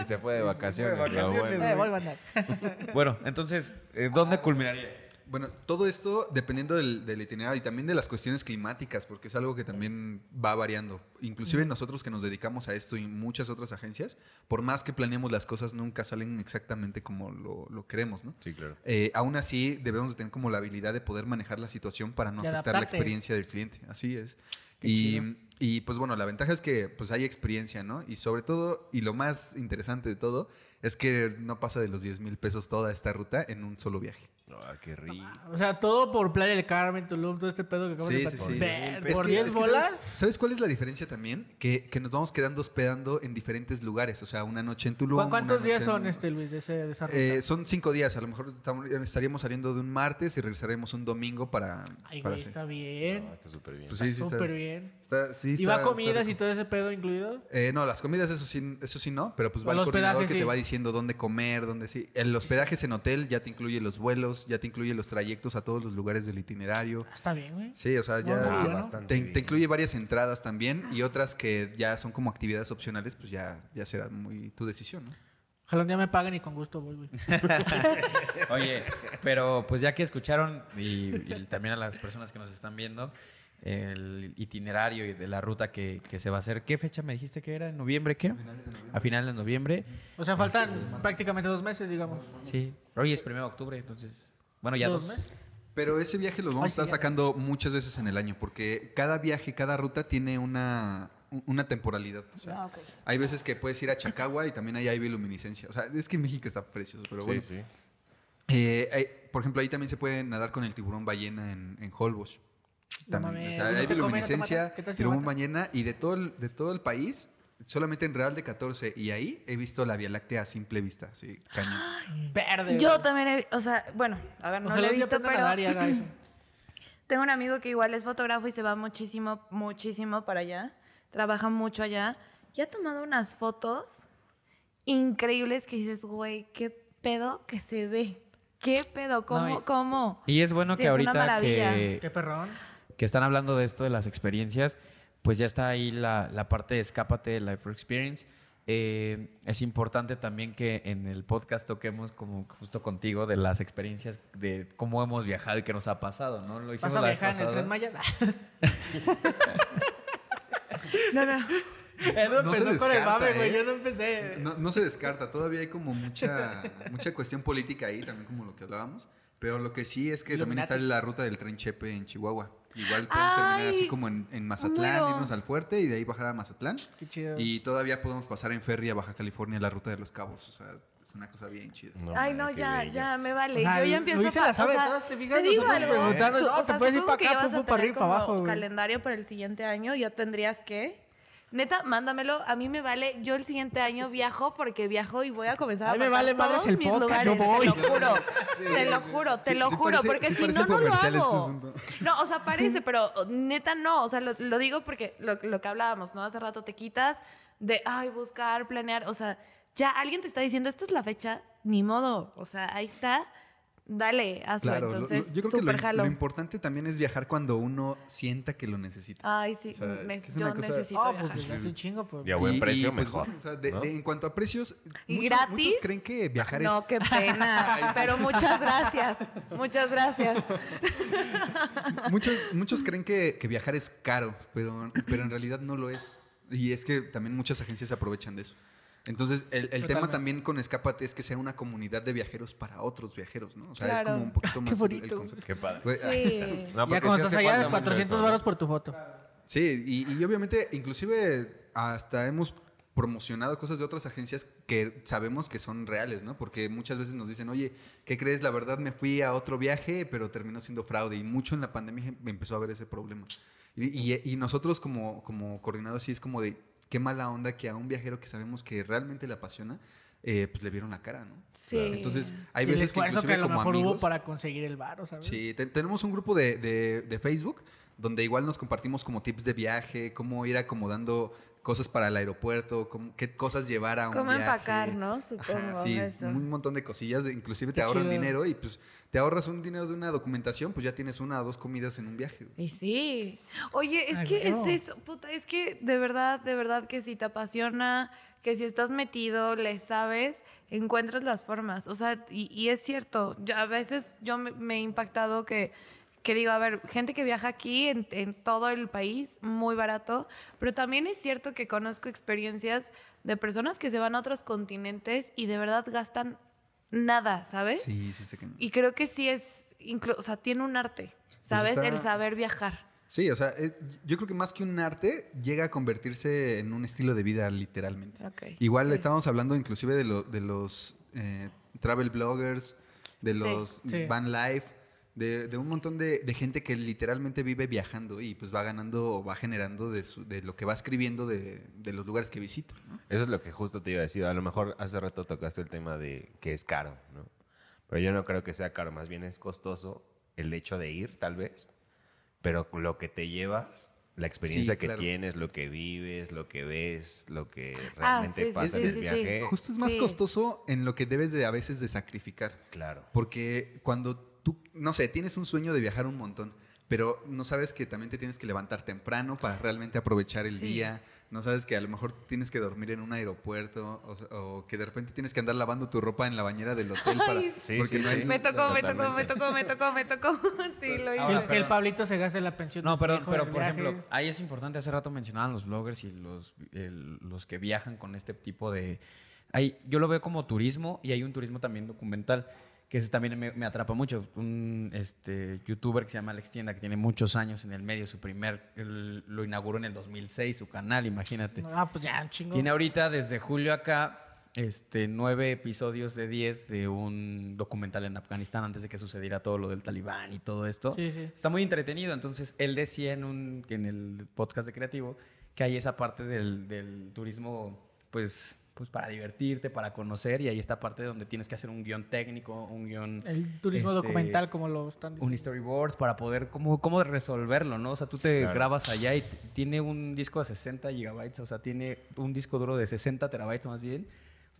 Y se fue de vacaciones.
fue de
pero bueno.
vacaciones.
Eh, voy a mandar.
Bueno, entonces, eh, ¿dónde culminaría?
Bueno, todo esto dependiendo del, del itinerario y también de las cuestiones climáticas, porque es algo que también va variando. Inclusive
Mm.
nosotros que nos dedicamos a esto y muchas otras agencias, por más que planeemos las cosas, nunca salen exactamente como lo, lo queremos, ¿no?
Sí, claro.
Eh, aún así, debemos de tener como la habilidad de poder manejar la situación para no
Y
afectar la
adaptarte.
experiencia del cliente. Así es. Y, y, pues bueno, la ventaja es que pues hay experiencia, ¿no? Y sobre todo, y lo más interesante de todo, es que no pasa de los 10 mil pesos toda esta ruta en un solo viaje.
Ah, qué rico.
O sea, todo por Playa del Carmen, Tulum, todo este pedo que acabamos de platicar.
Es
Por
que-
10
es que
bolas.
¿sabes, ¿Sabes cuál es la diferencia también? Que, que nos vamos quedando hospedando en diferentes lugares. O sea, una noche en Tulum.
¿Cu- ¿Cuántos
una
días
noche en-
son, este, Luis, de, ese, de esa ruta?
Eh, son cinco días. A lo mejor estamos- estaríamos saliendo de un martes y regresaremos un domingo para.
Ay,
para
güey,
hacer-
está bien.
No, está súper bien.
Pues sí, sí está-
Súper bien.
está- sí,
¿Y
está-
va
está
comidas
rico.
y todo ese pedo incluido?
Eh, no, las comidas, eso sí, eso sí no, pero pues
O
va
el
el coordinador
hospedaje,
que
sí.
te va diciendo dónde comer, dónde sí. El hospedaje es en hotel, ya te incluye los vuelos, ya te incluye los trayectos a todos los lugares del itinerario.
Ah, Está bien, güey.
Sí, o sea, Pues, ya
Ah,
te-
bastante
te, te incluye varias entradas también y otras que ya son como actividades opcionales, pues ya, ya será muy tu decisión, ¿no?
Ojalá un día me paguen y con gusto voy, güey.
Oye, pero pues ya que escucharon y, y también a las personas que nos están viendo el itinerario y de la ruta que, que se va a hacer, ¿qué fecha me dijiste que era? ¿En noviembre qué? A finales de noviembre.
O sea, faltan prácticamente dos meses, digamos.
Sí. Hoy es primero de octubre, entonces. Bueno, ya
¿Dos
dos.
meses?
Pero ese viaje los vamos a estar sacando muchas veces en el año, porque cada viaje, cada ruta tiene una, un- una temporalidad. o sea,
Ah, ok.
Hay veces que puedes ir a Chacagua y también ahí hay bioluminiscencia. O sea, es que México está precioso, pero bueno.
Sí, sí.
Eh, hay- por ejemplo, ahí también se puede nadar con el tiburón ballena en, en Holbox.
No
También,
mames,
o sea,
¿no te come, no
hay
te
bioluminiscencia,
mata? ¿Qué tal si
tiburón
lo mata?
ballena y de todo, el, de todo el país, solamente en Real de 14. Y ahí he visto la Vía Láctea a simple vista. Sí,
(gasps)
cañón.
Verde.
Yo
güey.
también he, o sea, bueno, a ver, no
Ojalá
lo he
un día
visto,
aprenda a nadar y
pero
haga
(laughs)
eso.
tengo un amigo que igual es fotógrafo y se va muchísimo, muchísimo para allá. Trabaja mucho allá y ha tomado unas fotos increíbles que dices, güey, qué pedo que se ve. Qué pedo, cómo,
No, y-
cómo.
Y es bueno
Sí,
que
es una
ahorita
maravilla.
que,
Qué perrón.
que están hablando de esto, de las experiencias, pues ya está ahí la, la parte de escápate de Life Experience. Eh, es importante también que en el podcast toquemos como justo contigo de las experiencias de cómo hemos viajado y qué nos ha pasado, ¿no? Lo hicimos
¿Vas a
la vez
viajar en el
pasada.
Tren Maya? (laughs)
No, no.
Él no
No se
empezó con el
descarta,
mame, güey.
¿eh?
Yo no empecé.
No, no se descarta, todavía hay como mucha, mucha cuestión política ahí, también como lo que hablábamos. Pero lo que sí es que también está la ruta del tren Chepe en Chihuahua. Igual podemos terminar
Ay,
así como en, en Mazatlán,
muero.
irnos al fuerte y de ahí bajar a Mazatlán.
Qué chido.
Y todavía podemos pasar en ferry a Baja California la ruta de los cabos. O sea, es una cosa bien chida.
No,
Ay,
man,
no,
qué
ya,
bello.
ya, me vale.
Ajá,
Yo ya
Luis
empiezo
se la
pa-
sabe todas, te fijas,
digo
nosotros
algo.
preguntando, no,
o
te
sea,
puedes ir
supongo
pa'
que
acá,
ya vas
pum,
a
pum, pa'
tener
arriba y pa'
como
abajo, güey.
calendario para el siguiente año, ya tendrías que... Neta, mándamelo, a mí me vale. Yo el siguiente año viajo porque viajo y voy a comenzar a
A mí me
marcar
vale madres
todos
el
mis
podcast,
lugares,
yo voy.
Te lo juro, te lo juro, te
Sí,
lo
sí
juro,
parece-
porque
sí
si
parece
no, no lo
comercial este
hago.
asunto.
no, o sea, parece, pero neta no, o sea, lo, lo digo porque lo, lo que hablábamos, ¿no? Hace rato te quitas de, ay, buscar, planear, o sea, ya alguien te está diciendo, esta es la fecha, ni modo, o sea, ahí está, dale, hazlo,
Claro, lo- lo-
entonces,
yo creo que
súper
lo,
jalo.
lo importante también es viajar cuando uno sienta que lo necesita.
Ay, sí,
O sea, es
me-
que es
yo
una cosa-
necesito
Oh,
viajar.
pues desde hace un chingo, pues.
Y a buen
Y- y,
precio,
pues,
mejor.
bueno, o sea, de-
¿no?
de- en cuanto a precios,
¿Y
muchos,
gratis?
muchos creen que viajar
No,
es...
qué
(laughs)
pena, pero muchas gracias, muchas gracias.
Muchos, muchos creen que, que viajar es caro, pero, pero en realidad no lo es. Y es que también muchas agencias se aprovechan de eso. Entonces, el, el tema
Totalmente.
también con Escápate es que sea una comunidad de viajeros para otros viajeros, ¿no? O sea, es
Claro.
como un poquito más el- el
bonito.
concepto.
Qué padre.
Güey, ay,
Sí.
Ah,
No, porque
ya cuando
sí
estás
hace
allá,
falta mucho
400
eso,
varos por tu foto.
Sí, y, y obviamente, inclusive hasta hemos promocionado cosas de otras agencias que sabemos que son reales, ¿no? Porque muchas veces nos dicen, oye, ¿qué crees? La verdad me fui a otro viaje, pero terminó siendo fraude. Y mucho en la pandemia (laughs) em- empezó a haber ese problema. Y, y- y nosotros como, como coordinadores sí es como de, qué mala onda que a un viajero que sabemos que realmente le apasiona, eh, pues le vieron la cara, ¿no?
Sí.
Entonces, hay
Y el
veces que
esfuerzo que,
inclusive
a lo
como
mejor
amigos...
hubo para conseguir el varo, ¿sabes?
Sí, te- tenemos un grupo de, de- de Facebook donde igual nos compartimos como tips de viaje, cómo ir acomodando cosas para el aeropuerto, cómo- qué cosas llevar a un
Cómo
viaje.
empacar, ¿no? Supongo,
Ajá, sí,
eso.
un montón de cosillas. de- Inclusive
Qué
te ahorran
chido.
dinero y pues te ahorras un dinero de una documentación, pues ya tienes una o dos comidas en un viaje. güey.
Y sí. Oye, es
Ay,
que
no.
es eso, puta, es que de verdad, de verdad que si te apasiona, que si estás metido, le sabes, encuentras las formas. O sea, y, y es cierto, yo- a veces yo me, me he impactado que, que digo, a ver, gente que viaja aquí en, en todo el país, muy barato, pero también es cierto que conozco experiencias de personas que se van a otros continentes y de verdad gastan nada, ¿sabes?
Sí, sí, está cañón.
Y creo que sí es, inclu- o sea, tiene un arte, ¿sabes?
Pues está-
El saber viajar.
Sí, o sea, eh, yo creo que más que un arte, llega a convertirse en un estilo de vida, literalmente.
Ok,
Igual estábamos hablando inclusive de, lo- de los eh, travel bloggers, de
Sí.
los
Sí.
van life, de, de un montón de, de gente que literalmente vive viajando y pues va ganando o va generando de, su- de lo que va escribiendo de, de los lugares que visita. ¿no?
Eso es lo que justo te iba a decir. A lo mejor hace rato tocaste el tema de que es caro, ¿no? Pero yo no creo que sea caro, más bien es costoso el hecho de ir, tal vez, pero lo que te llevas, la experiencia
Sí,
que
claro.
tienes, lo que vives, lo que ves, lo que
Ah,
realmente
sí, sí,
pasa
sí,
en
sí,
el
sí.
viaje.
Justo es más
Sí.
costoso en lo que debes de a veces de sacrificar.
Claro.
Porque cuando tú, no sé, tienes un sueño de viajar un montón, pero no sabes que también te tienes que levantar temprano para realmente aprovechar el
Sí.
día, no sabes que a lo mejor tienes que dormir en un aeropuerto o, sea, o que de repente tienes que andar lavando tu ropa en la bañera del hotel para...
sí, sí,
porque no hay
sí.
Me tocó, me tocó, me
Totalmente.
tocó, me tocó, me tocó. (laughs) Sí, lo
Que
Ahora,
el,
hice.
que el
perdón.
Pablito se gaste la pensión. de
No,
su
perdón,
hijo,
pero
el
por
viaje.
ejemplo, ahí es importante, hace rato mencionaban los bloggers y los, el- los que viajan con este tipo de... Hay, yo lo veo como turismo y hay un turismo también documental, que ese también me, me atrapa mucho. Un este, youtuber que se llama Alex Tienda, que tiene muchos años en el medio, su primer, él lo inauguró en el 2006, su canal, imagínate.
Ah, pues ya, un chingo.
Tiene ahorita desde julio acá este, nueve episodios de 10 de un documental en Afganistán antes de que sucediera todo lo del talibán y todo esto.
Sí, sí.
Está muy entretenido. Entonces, él decía en, un, en el podcast de Creativo que hay esa parte del, del turismo, pues, pues para divertirte, para conocer, y hay esta parte donde tienes que hacer un guión técnico, un guión...
El turismo
este,
documental, como lo están diciendo.
un storyboard para poder cómo, cómo resolverlo, ¿no? O sea, tú te
Claro.
grabas allá y t- tiene un disco de 60 gigabytes, o sea, tiene un disco duro de 60 terabytes más bien.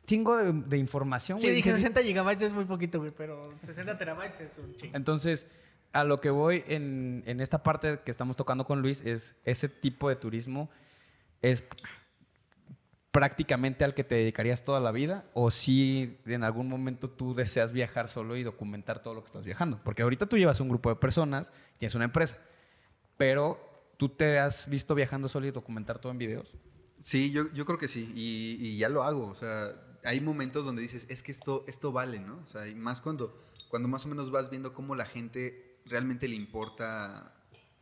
Chingo de, de información,
Sí,
güey.
dije
Dices,
60 gigabytes es muy poquito, güey, pero 60 terabytes es un chingo.
Entonces, a lo que voy en, en esta parte que estamos tocando con Luis es ese tipo de turismo es prácticamente al que te dedicarías toda la vida o si en algún momento tú deseas viajar solo y documentar todo lo que estás viajando. Porque ahorita tú llevas un grupo de personas, tienes una empresa, pero tú te has visto viajando solo y documentar todo en videos.
Sí, yo, yo creo que sí, y, y ya lo hago. O sea, hay momentos donde dices, es que esto, esto vale, ¿no? O sea, y más cuando, cuando más o menos vas viendo cómo la gente realmente le importa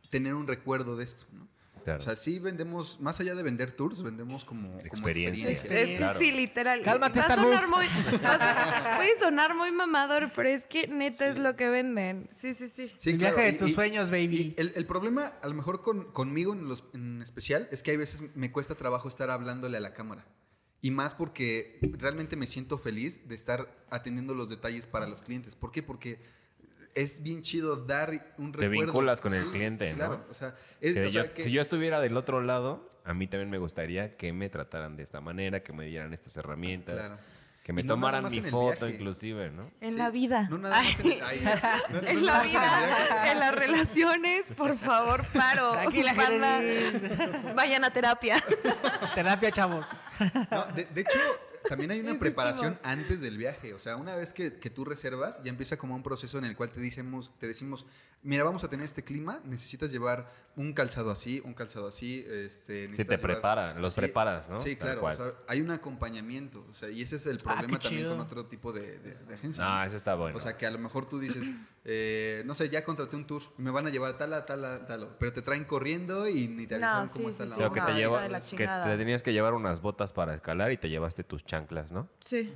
tener un recuerdo de esto, ¿no?
Claro.
O sea, sí vendemos, más allá de vender tours, vendemos como, como
Experiencias.
Es,
experiencias.
es que
Claro.
sí, literal.
Cálmate,
va a
Starbucks.
sonar muy, va
(laughs)
a- Puede sonar muy mamador, pero es que neta es lo que venden. Sí, sí, sí.
Sí,
El viaje de tus sueños, baby.
y el, el problema, a lo mejor con- conmigo en, los- en especial, es que hay veces me cuesta trabajo estar hablándole a la cámara. Y más porque realmente me siento feliz de estar atendiendo los detalles para los clientes. ¿Por qué? Porque es bien chido dar un
Te
recuerdo.
vinculas con el cliente, ¿no?
Claro, o sea, es-
Si
o sea
yo-
que-
Si yo estuviera del otro lado, a mí también me gustaría que me trataran de esta manera, que me dieran estas herramientas,
Claro.
que me
Y no nada
tomaran
más
mi
en el
foto
viaje.
inclusive, ¿no?
En
sí.
la vida.
No nada más
(laughs)
en el-
Ay,
ay, ¿eh? no- no
en
nada
la
más en el viaje.
vida, en las relaciones, por favor, paro.
Aquí la gente
Banda, Vayan a terapia.
(laughs)
Terapia, chavos.
No, de, de hecho,
(laughs)
también hay una preparación antes del viaje. O sea, una vez que, que tú reservas, ya empieza como un proceso en el cual te, decimos, te decimos, mira, vamos a tener este clima, necesitas llevar un calzado así, un calzado así. Este, necesitas
te prepara, los preparas, ¿no?
Sí,
Tal
claro.
cual.
O sea, hay un acompañamiento. O sea, y ese es
Ah,
el problema
qué
también
chido.
con otro tipo de, de- de agencia.
Ah,
¿no?
eso está bueno.
O sea, que a lo mejor tú dices, eh, no sé, ya contraté un tour, me van a llevar a tal, a tal, a tal, pero te traen corriendo y ni te
No,
avisan
sí,
cómo está
sí,
la
sí.
Lo que
No,
te
está
lleva,
de la
que
chingada.
te tenías que llevar unas botas para escalar y te llevaste tus chanclas, ¿no?
Sí.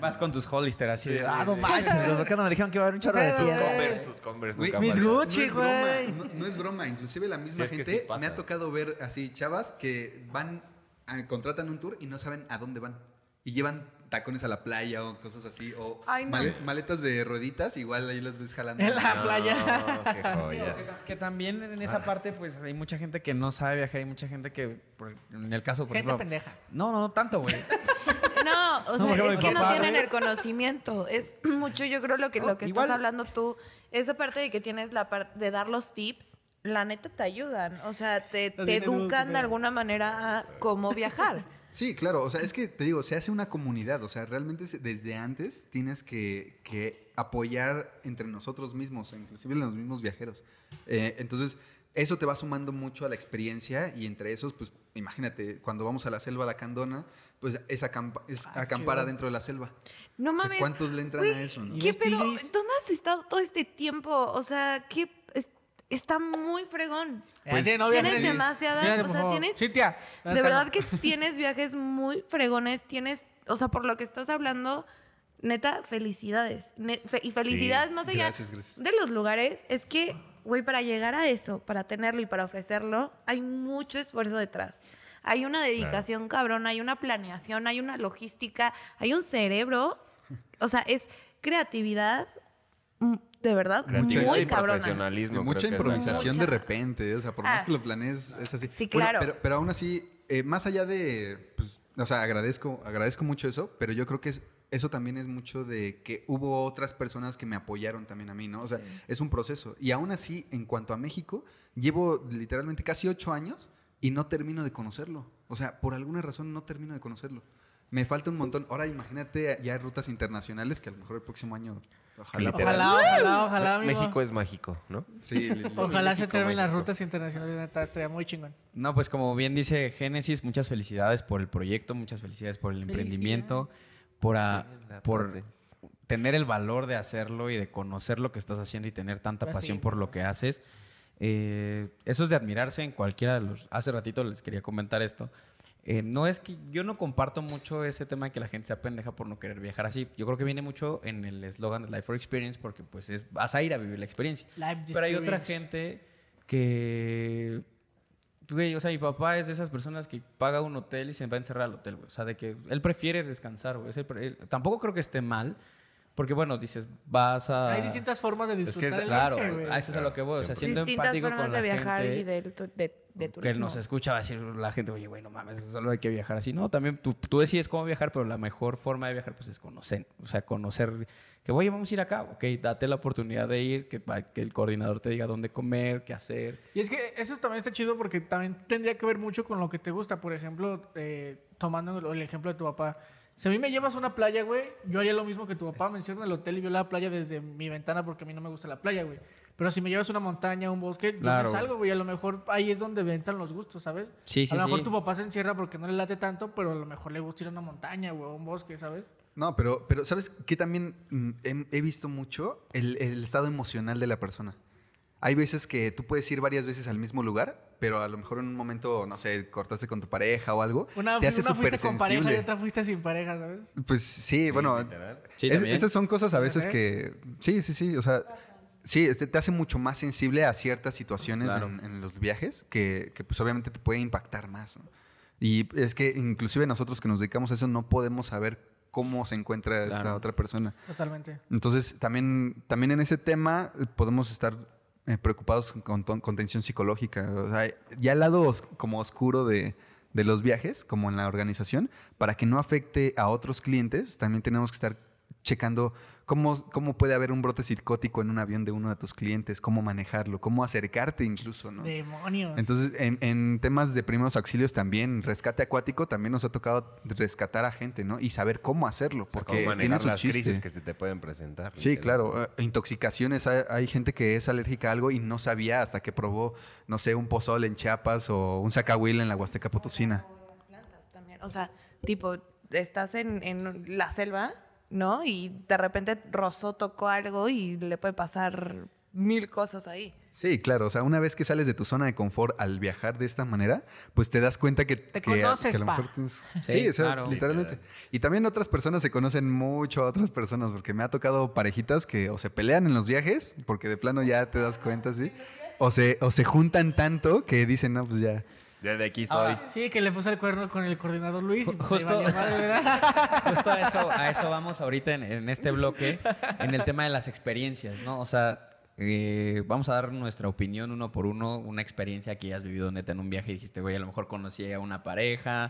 Vas con tus Hollister así. de,
Ah, no manches, los mexicanos me dijeron que iba a haber un chorro de
Pero,
piedra.
güey.
tus Converse
Güey,
nunca
mis
más.
Gucci.
No es
güey.
broma, no- no es broma. Inclusive la misma
Sí, es que
gente
sí pasa.
me ha tocado ver así chavas que van, a- contratan un tour y no saben a dónde van. y llevan tacones a la playa o cosas así, o
Ay, no.
male- maletas de rueditas, igual ahí las ves jalando.
En la playa.
No, qué
Que
joya.
tam- Que también en esa parte, pues hay mucha gente que no sabe viajar, hay mucha gente que, por- en el caso, por
Gente
ejemplo-
pendeja.
No, no, no tanto,
(laughs)
güey.
No, o sea,
porque mi
es que no
papá-
tienen el conocimiento. Es mucho, yo creo, lo que, lo que
igual.
estás hablando tú. Esa parte de que tienes la parte de dar los tips, la neta te ayudan. O sea, te, te
tienen un
educan de
tutorial.
alguna manera a cómo viajar.
Sí, claro, o sea, es que te digo, se hace una comunidad, o sea, realmente se- desde antes tienes que, que apoyar entre nosotros mismos, inclusive los mismos viajeros. Eh, entonces, eso te va sumando mucho a la experiencia y entre esos, pues imagínate, cuando vamos a la selva, a la candona, pues es, acampa- es
Ah,
acampar adentro de la selva.
No
O sea,
mames.
¿cuántos le entran
Güey,
a eso, no?
¿Qué
¿Y los
pedo?
tigres?
¿Dónde has estado todo este tiempo? O sea, ¿qué? es- está muy fregón.
Pues,
Ay, sí, no,
tienes
obviamente.
demasiadas-
Mírate,
o
por
sea,
favor.
tienes-
Cintia,
De verdad que tienes viajes muy fregones, tienes, o sea, por lo que estás hablando, neta, felicidades. Ne- fe- y felicidades
Sí,
más allá
gracias, gracias.
de los lugares, es que, güey, para llegar a eso, para tenerlo y para ofrecerlo, hay mucho esfuerzo detrás. Hay una dedicación cabrón, hay una planeación, hay una logística, hay un cerebro. O sea, es creatividad, mm, de verdad,
Creatividad
muy
y
cabrona.
profesionalismo.
mucha
creo que es la
improvisación
clave.
de repente, o sea, por más
Ah.
que lo planees, es así.
Sí,
Bueno,
claro.
pero, pero aún así, eh, más allá de, pues, o sea, agradezco, agradezco mucho eso, pero yo creo que es- eso también es mucho de que hubo otras personas que me apoyaron también a mí, ¿no? O sea, es un proceso. Y aún así, en cuanto a México, llevo literalmente casi ocho años y no termino de conocerlo. O sea, por alguna razón no termino de conocerlo. Me falta un montón. Ahora imagínate ya rutas internacionales que a lo mejor el próximo año... Ojalá.
Literal.
Ojalá, ojalá, ojalá, amigo.
México es mágico, ¿no?
Sí, li- li-
Ojalá se
México,
terminen las
México.
rutas internacionales, neta, estaría muy chingón.
No, pues como bien dice Génesis, muchas felicidades por el proyecto, muchas felicidades por el emprendimiento, por, a- por tener el valor de hacerlo y de conocer lo que estás haciendo y tener tanta
Ahora
pasión
sí.
por lo que haces. Eh, eso es de admirarse en cualquiera de los... Hace ratito les quería comentar esto. Eh, no es que yo no comparto mucho ese tema de que la gente sea pendeja por no querer viajar así. Yo creo que viene mucho en el eslogan de Life for Experience porque pues es, vas a ir a vivir la experiencia.
Life
Pero hay otra
experience.
gente que Güey, o sea, mi papá es de esas personas que paga un hotel y se va a encerrar al hotel, güey. O sea, de que él prefiere descansar, güey. Es el pre- él- Tampoco creo que esté mal, porque bueno, dices, vas a...
Hay distintas formas de
Ah, Es que
disfrutar
es-
el
claro,
viaje,
güey,
güey.
a eso es a lo que voy. O sea, siendo
Distintas
empático
formas
con la
de viajar
gente
y del tu- de, de
que
turismo.
nos escucha va a decir la gente, oye, güey, no mames, solo hay que viajar así. No, también tú, tú decides cómo viajar, pero la mejor forma de viajar pues es conocer. O sea, conocer que, oye, vamos a ir acá. Ok, date la oportunidad de ir, que, pa- que el coordinador te diga dónde comer, qué hacer.
Y es que eso también está chido porque también tendría que ver mucho con lo que te gusta. Por ejemplo, eh, tomando el- el ejemplo de tu papá. Si a mí me llevas a una playa, güey, yo haría lo mismo que tu papá. Menciona el hotel y veo la playa desde mi ventana porque a mí no me gusta la playa, güey. Pero si me llevas a una montaña, un bosque, yo
Claro.
me salgo, güey. A lo mejor ahí es donde entran los gustos, ¿sabes?
Sí, sí,
A lo mejor
sí.
tu papá se encierra porque no le late tanto, pero a lo mejor le gusta ir a una montaña, güey, a un bosque, ¿sabes?
No, pero, pero ¿sabes qué también mm, he, he visto mucho? El, el estado emocional de la persona. Hay veces que tú puedes ir varias veces al mismo lugar, pero a lo mejor en un momento, no sé, cortaste con tu pareja o algo,
Una,
te hace
una
súper
fuiste con pareja y
sensible.
otra fuiste sin pareja, ¿sabes?
Pues sí, bueno,
literal.
Sí,
es-
también.
esas son cosas a veces
Ajá.
que... Sí, sí, sí, o sea, sí, este, te, te hace mucho más sensible a ciertas situaciones en, en los viajes que, que, pues obviamente te puede impactar más. ¿no? Y es que inclusive nosotros que nos dedicamos a eso no podemos saber cómo se encuentra esta
Claro.
otra persona.
Totalmente.
Entonces, también, también en ese tema eh, podemos estar eh, preocupados con, ton- con tensión psicológica. O sea, ya el lado os- como oscuro de, de los viajes, como en la organización, para que no afecte a otros clientes, también tenemos que estar checando cómo, cómo puede haber un brote psicótico en un avión de uno de tus clientes, cómo manejarlo, cómo acercarte incluso, ¿no?
Demonios.
Entonces, en, en temas de primeros auxilios también, rescate acuático, también nos ha tocado rescatar a gente, ¿no? Y saber cómo hacerlo,
O sea,
porque
cómo
tiene
manejar
su
las
chiste.
crisis que se te pueden presentar.
Sí,
literal.
claro. eh, Intoxicaciones. Hay, hay gente que es alérgica a algo y no sabía hasta que probó, no sé, un pozol en Chiapas o un sacahuil en la Huasteca Potosina.
las plantas también. O sea, tipo, estás en, en la selva, ¿no? Y de repente rozó, tocó algo y le puede pasar mil cosas ahí.
Sí, claro. O sea, una vez que sales de tu zona de confort al viajar de esta manera, pues te das cuenta que... Te
conoces, pa.
tienes...
Sí,
Sí, o sea,
claro.
literalmente. Y también otras personas se conocen mucho a otras personas porque me ha tocado parejitas que o se pelean en los viajes, porque de plano ya te das cuenta, ¿sí? O se, o se juntan tanto que dicen, no, pues ya...
Desde aquí soy.
Ah, Sí, que le puso el cuerno con el coordinador Luis. y pues ahí
Justo.
valió madre,
(laughs)
¿verdad?
Justo a eso, a eso vamos ahorita en, en este bloque, en el tema de las experiencias, ¿no? O sea, eh, vamos a dar nuestra opinión uno por uno, una experiencia que hayas vivido neta en un viaje y dijiste, güey, a lo mejor conocí a una pareja,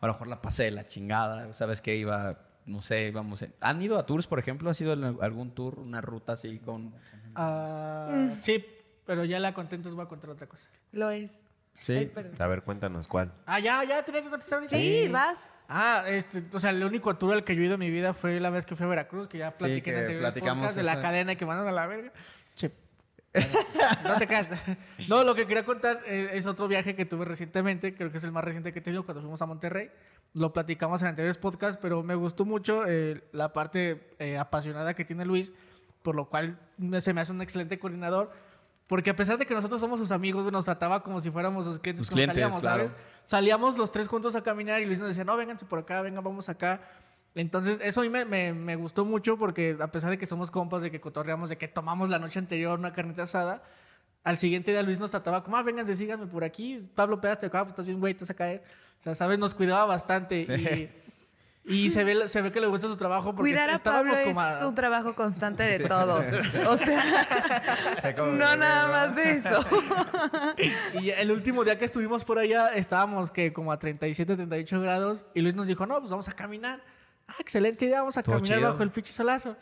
a lo mejor la pasé de la chingada, ¿sabes qué? Iba, no sé, vamos. ¿Han ido a tours, por ejemplo? ¿Ha sido algún tour, una ruta así con...?
Ah, sí, pero ya la contentos voy a contar otra cosa.
Lo es. Ay,
Sí.
perdón.
A ver, cuéntanos cuál.
Ah, ya, ya tenía que contestar ahorita.
Sí, vas.
Ah, este, o sea, el único tour al que yo he ido en mi vida fue la vez que fui a Veracruz, que ya platiqué
que
en anteriores
platicamos
podcasts de la
eso.
cadena que mandan a la verga. Che. no te creas. (laughs) No, lo que quería contar eh, es otro viaje que tuve recientemente, creo que es el más reciente que he tenido cuando fuimos a Monterrey. Lo platicamos en anteriores podcasts, pero me gustó mucho eh, la parte eh, apasionada que tiene Luis, por lo cual me- se me hace un excelente coordinador, porque a pesar de que nosotros somos sus amigos, güey, nos trataba como si fuéramos sus clientes.
Sus
cuando
clientes,
salíamos,
claro.
¿sabes? salíamos los tres juntos a caminar y Luis nos decía, no, vénganse por acá, venga, vamos acá. Entonces, eso a mí me, me- me gustó mucho porque a pesar de que somos compas, de que cotorreamos, de que tomamos la noche anterior una carnita asada, al siguiente día Luis nos trataba como, ah, vénganse, síganme por aquí. Pablo, pedaste acá, pues estás bien, güey, te vas a caer. O sea, ¿sabes? Nos cuidaba bastante y, y se, ve, se ve que le gusta su trabajo porque
Cuidar a Pablo
estábamos
es
como a-
un trabajo constante de todos. O sea, no nada más de eso.
Y el último día que estuvimos por allá estábamos que como a 37, 38 grados y Luis nos dijo, no, pues vamos a caminar. Ah, excelente idea, vamos a
Estuvo
caminar
chido.
bajo el pinche solazo.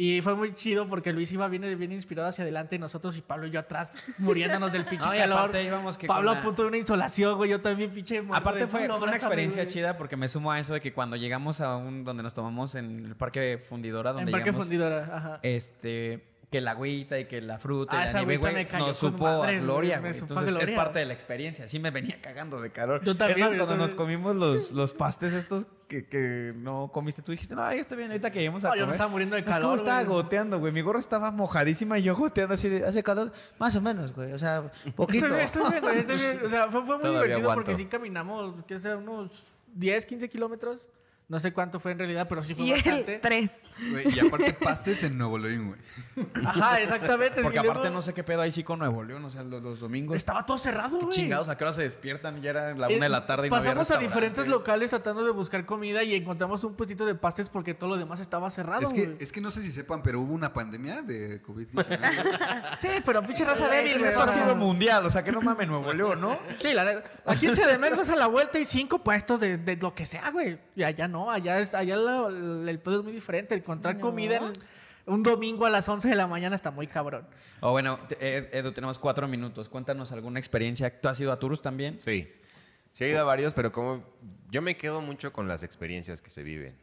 Y fue muy chido porque Luis iba bien, bien inspirado hacia adelante y nosotros y Pablo y yo atrás muriéndonos del
(laughs)
pinche
No, y
calor.
aparte íbamos que
Pablo
con
a
la-
punto de una insolación, güey, yo también pinche muerto
Aparte
de
fue,
culo,
fue una
abrázame,
experiencia
güey.
chida porque me sumo a eso de que cuando llegamos a un donde nos tomamos en el parque fundidora donde
En Parque
llegamos,
Fundidora, ajá.
este que la agüita y que la fruta
Ah,
y
esa
la nieve
agüita
güey,
me cayó
nos
con
supo
madres,
a gloria,
güey, me
güey.
supo a
Entonces, es
gloria.
parte de la experiencia. Sí me venía cagando de calor.
Yo también,
Es más,
yo
cuando nos
también.
comimos los, los pastes estos que, que no comiste, tú dijiste, no, yo estoy bien, ahorita que lleguemos a
No, yo me
comer".
estaba muriendo de
No, es como
calor,
estaba
güey.
goteando, güey. Mi gorra estaba mojadísima y yo goteando así de...
Hace calor, más o menos, güey. O
(laughs)
sea, poquito.
Estoy bien, estoy bien, güey, estoy bien. O sea, fue, fue muy
Todavía
divertido porque
aguanto.
sí caminamos, qué sé, unos 10, 15 kilómetros. No sé cuánto fue en realidad, pero sí fue
Y
bastante.
(laughs) él, tres.
Güey, y aparte pastes en Nuevo León, güey.
Ajá, exactamente.
Porque
Y luego
aparte no sé qué pedo ahí sí con Nuevo León, o sea, los, los domingos...
Estaba todo cerrado, güey.
Chingados, ¿a qué hora se despiertan? Ya era la
Eh,
una de la tarde y no había
Pasamos a diferentes
restaurante.
locales tratando de buscar comida y encontramos un puestito de pastes porque todo lo demás estaba cerrado,
Es que,
güey.
es que no sé si sepan, pero hubo una pandemia de
(laughs)
COVID-19. güey.
Sí, pero pinche raza débil.
Eso ha
güey.
sido mundial, o sea, que no mames
(laughs)
Nuevo León, ¿no?
Sí, la neta. Aquí en
(laughs)
CDMX vas a la vuelta y cinco puestos de, de lo que sea, güey. Y allá no, allá es allá la- la- el pedo es muy diferente. Encontrar
No.
comida en- un domingo a las 11 de la mañana está muy cabrón.
Oh, bueno, te- Ed- Edu, tenemos cuatro minutos. Cuéntanos alguna experiencia. ¿Tú has ido a Turus también?
Sí. Sí he ido a varios, pero como yo me quedo mucho con las experiencias que se viven.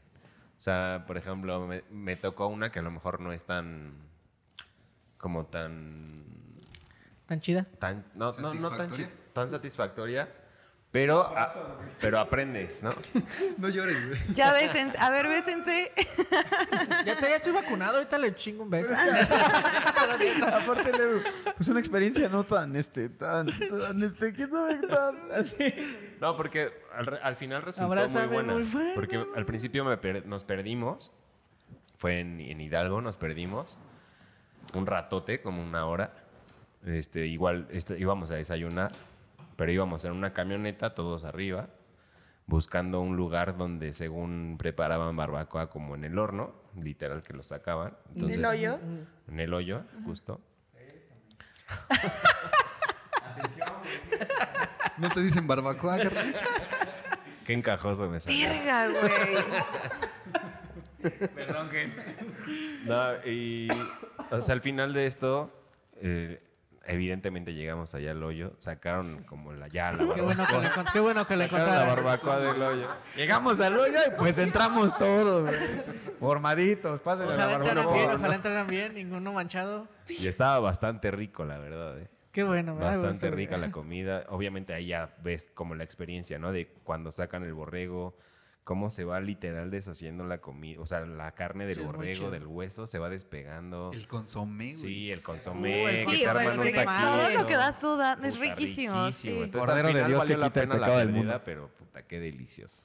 O sea, por ejemplo, me, me tocó una que a lo mejor no es tan como tan
Tan chida.
tan no, no, no tan chi-
¿Satisfactoria?
tan satisfactoria, pero a- pero aprendes, ¿no?
No llores, güey.
Ya bésense. A ver, bésense.
Ya, te- ya estoy vacunado, ahorita le chingo
(laughs)
un beso.
(laughs) Aparte, Ledu, pues una experiencia no tan, este, tan, tan, este, que no tan, así.
No, porque al, re- al final resultó
Abrázame
muy buena.
muy fuerte.
porque al principio me per- nos perdimos. Fue en, en Hidalgo, nos perdimos. Un ratote, como una hora. Este, igual este, íbamos a desayunar, pero íbamos en una camioneta, todos arriba, buscando un lugar donde según preparaban barbacoa como en el horno, literal que lo sacaban. Entonces,
Del hoyo.
en el hoyo, justo.
No te dicen
(laughs)
barbacoa, carnal.
Qué encajoso me salió.
Verga, güey.
No, y o sea, al final de esto, eh, evidentemente llegamos allá al hoyo, sacaron como la ya la
(laughs) Qué bueno
barbacoa,
que le, cont- qué bueno que le
sacaron la
contaron.
barbacoa del hoyo.
Llegamos al hoyo y pues entramos todos, güey. Formaditos, pásenle la
Ojalá entraran bien,
barbacoa.
ojalá entraran bien, ninguno manchado.
Y estaba bastante rico, la verdad. eh.
Qué bueno, me da gusto,
Bastante
güey.
rica la comida. Obviamente ahí ya ves como la experiencia, ¿no? De cuando sacan el borrego, cómo se va literal deshaciendo la comida, o sea, la carne del
Sí, es muy
borrego,
chido.
del hueso, se va despegando.
El consomé, güey.
Sí, el
Uh,
consomé,
el
que
Sí,
se
consomé,
arman un
porque
taquito.
todo lo que
taquito.
vas sudando es
Puta,
riquísimo. sí.
Entonces,
Cordero
al
de
final
Dios que
valió la
quita el
pena la
pecado del
pérdida,
mundo.
Pero puta, qué delicioso.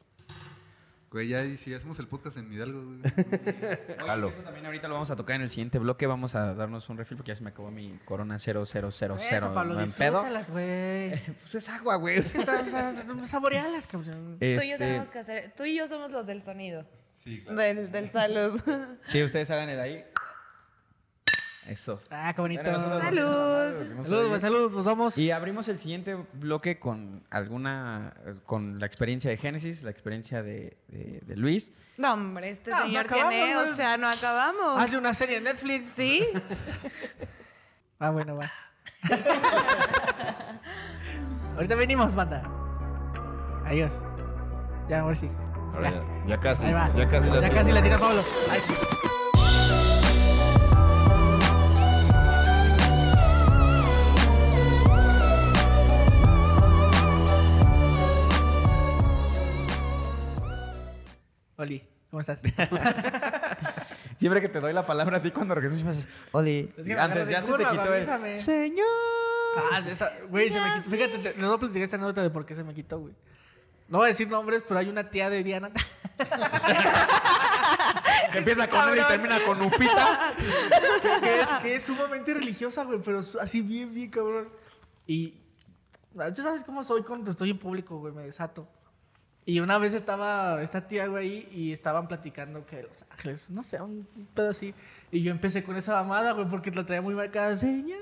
Güey, ya, y si hacemos el podcast en Hidalgo,
(laughs)
güey.
Oye,
Jalo.
que Eso también ahorita lo vamos a tocar en el siguiente bloque. Vamos a darnos un refil porque ya se me acabó mi corona 0000.
Eso, Pablo,
¿no? en pedo.
disfrútalas, güey.
Pues es agua, güey.
Saborealas, cabrón.
Tú y
Este,
yo tenemos que hacer. Tú y yo somos los del sonido. Del, del salud.
Sí, ustedes hagan el ahí. Eso. pues,
Ah, qué bonito.
salud.
Saludos, güey, saludos, nos vamos.
Y abrimos el siguiente bloque con alguna, con la experiencia de Génesis, la experiencia de, de- de Luis.
(laughs) No, hombre, este
No, no
señor
Ah, acabamos,
tiene,
güey.
o sea, no acabamos.
Hazle Ah, una serie en Netflix.
¿Sí?
(laughs) Ah, bueno, va. (laughs) Ahorita venimos, banda. Adiós. Ya, ahora sí.
Ahora ya, ya casi.
Ahí va.
Ya casi la
ya
tengo.
casi la tira Pablo. Ahí. Oli, ¿cómo estás?
Siempre que te doy la palabra a ti cuando regresas, me haces, Oli.
Es que me
(laughs)
agarras
Antes
de
ya se te
curva,
quitó
avísame.
el. Señor.
Ah, esa, güey, se me quitó. Fíjate, te- les voy a platicar esta anécdota de por qué se me quitó, güey. No voy a decir nombres, pero hay una tía de Diana. (laughs)
Que empieza con Oli y termina con Upita.
que, es, que es sumamente religiosa, güey, pero su- así bien, bien, cabrón. Y ah, tú sabes cómo soy cuando estoy en público, güey, me desato. Y una vez estaba esta tía, güey, ahí y estaban platicando que de Los Ángeles, no sé, un pedo así. Y yo empecé con esa mamada, güey, porque la traía muy marcada, señor.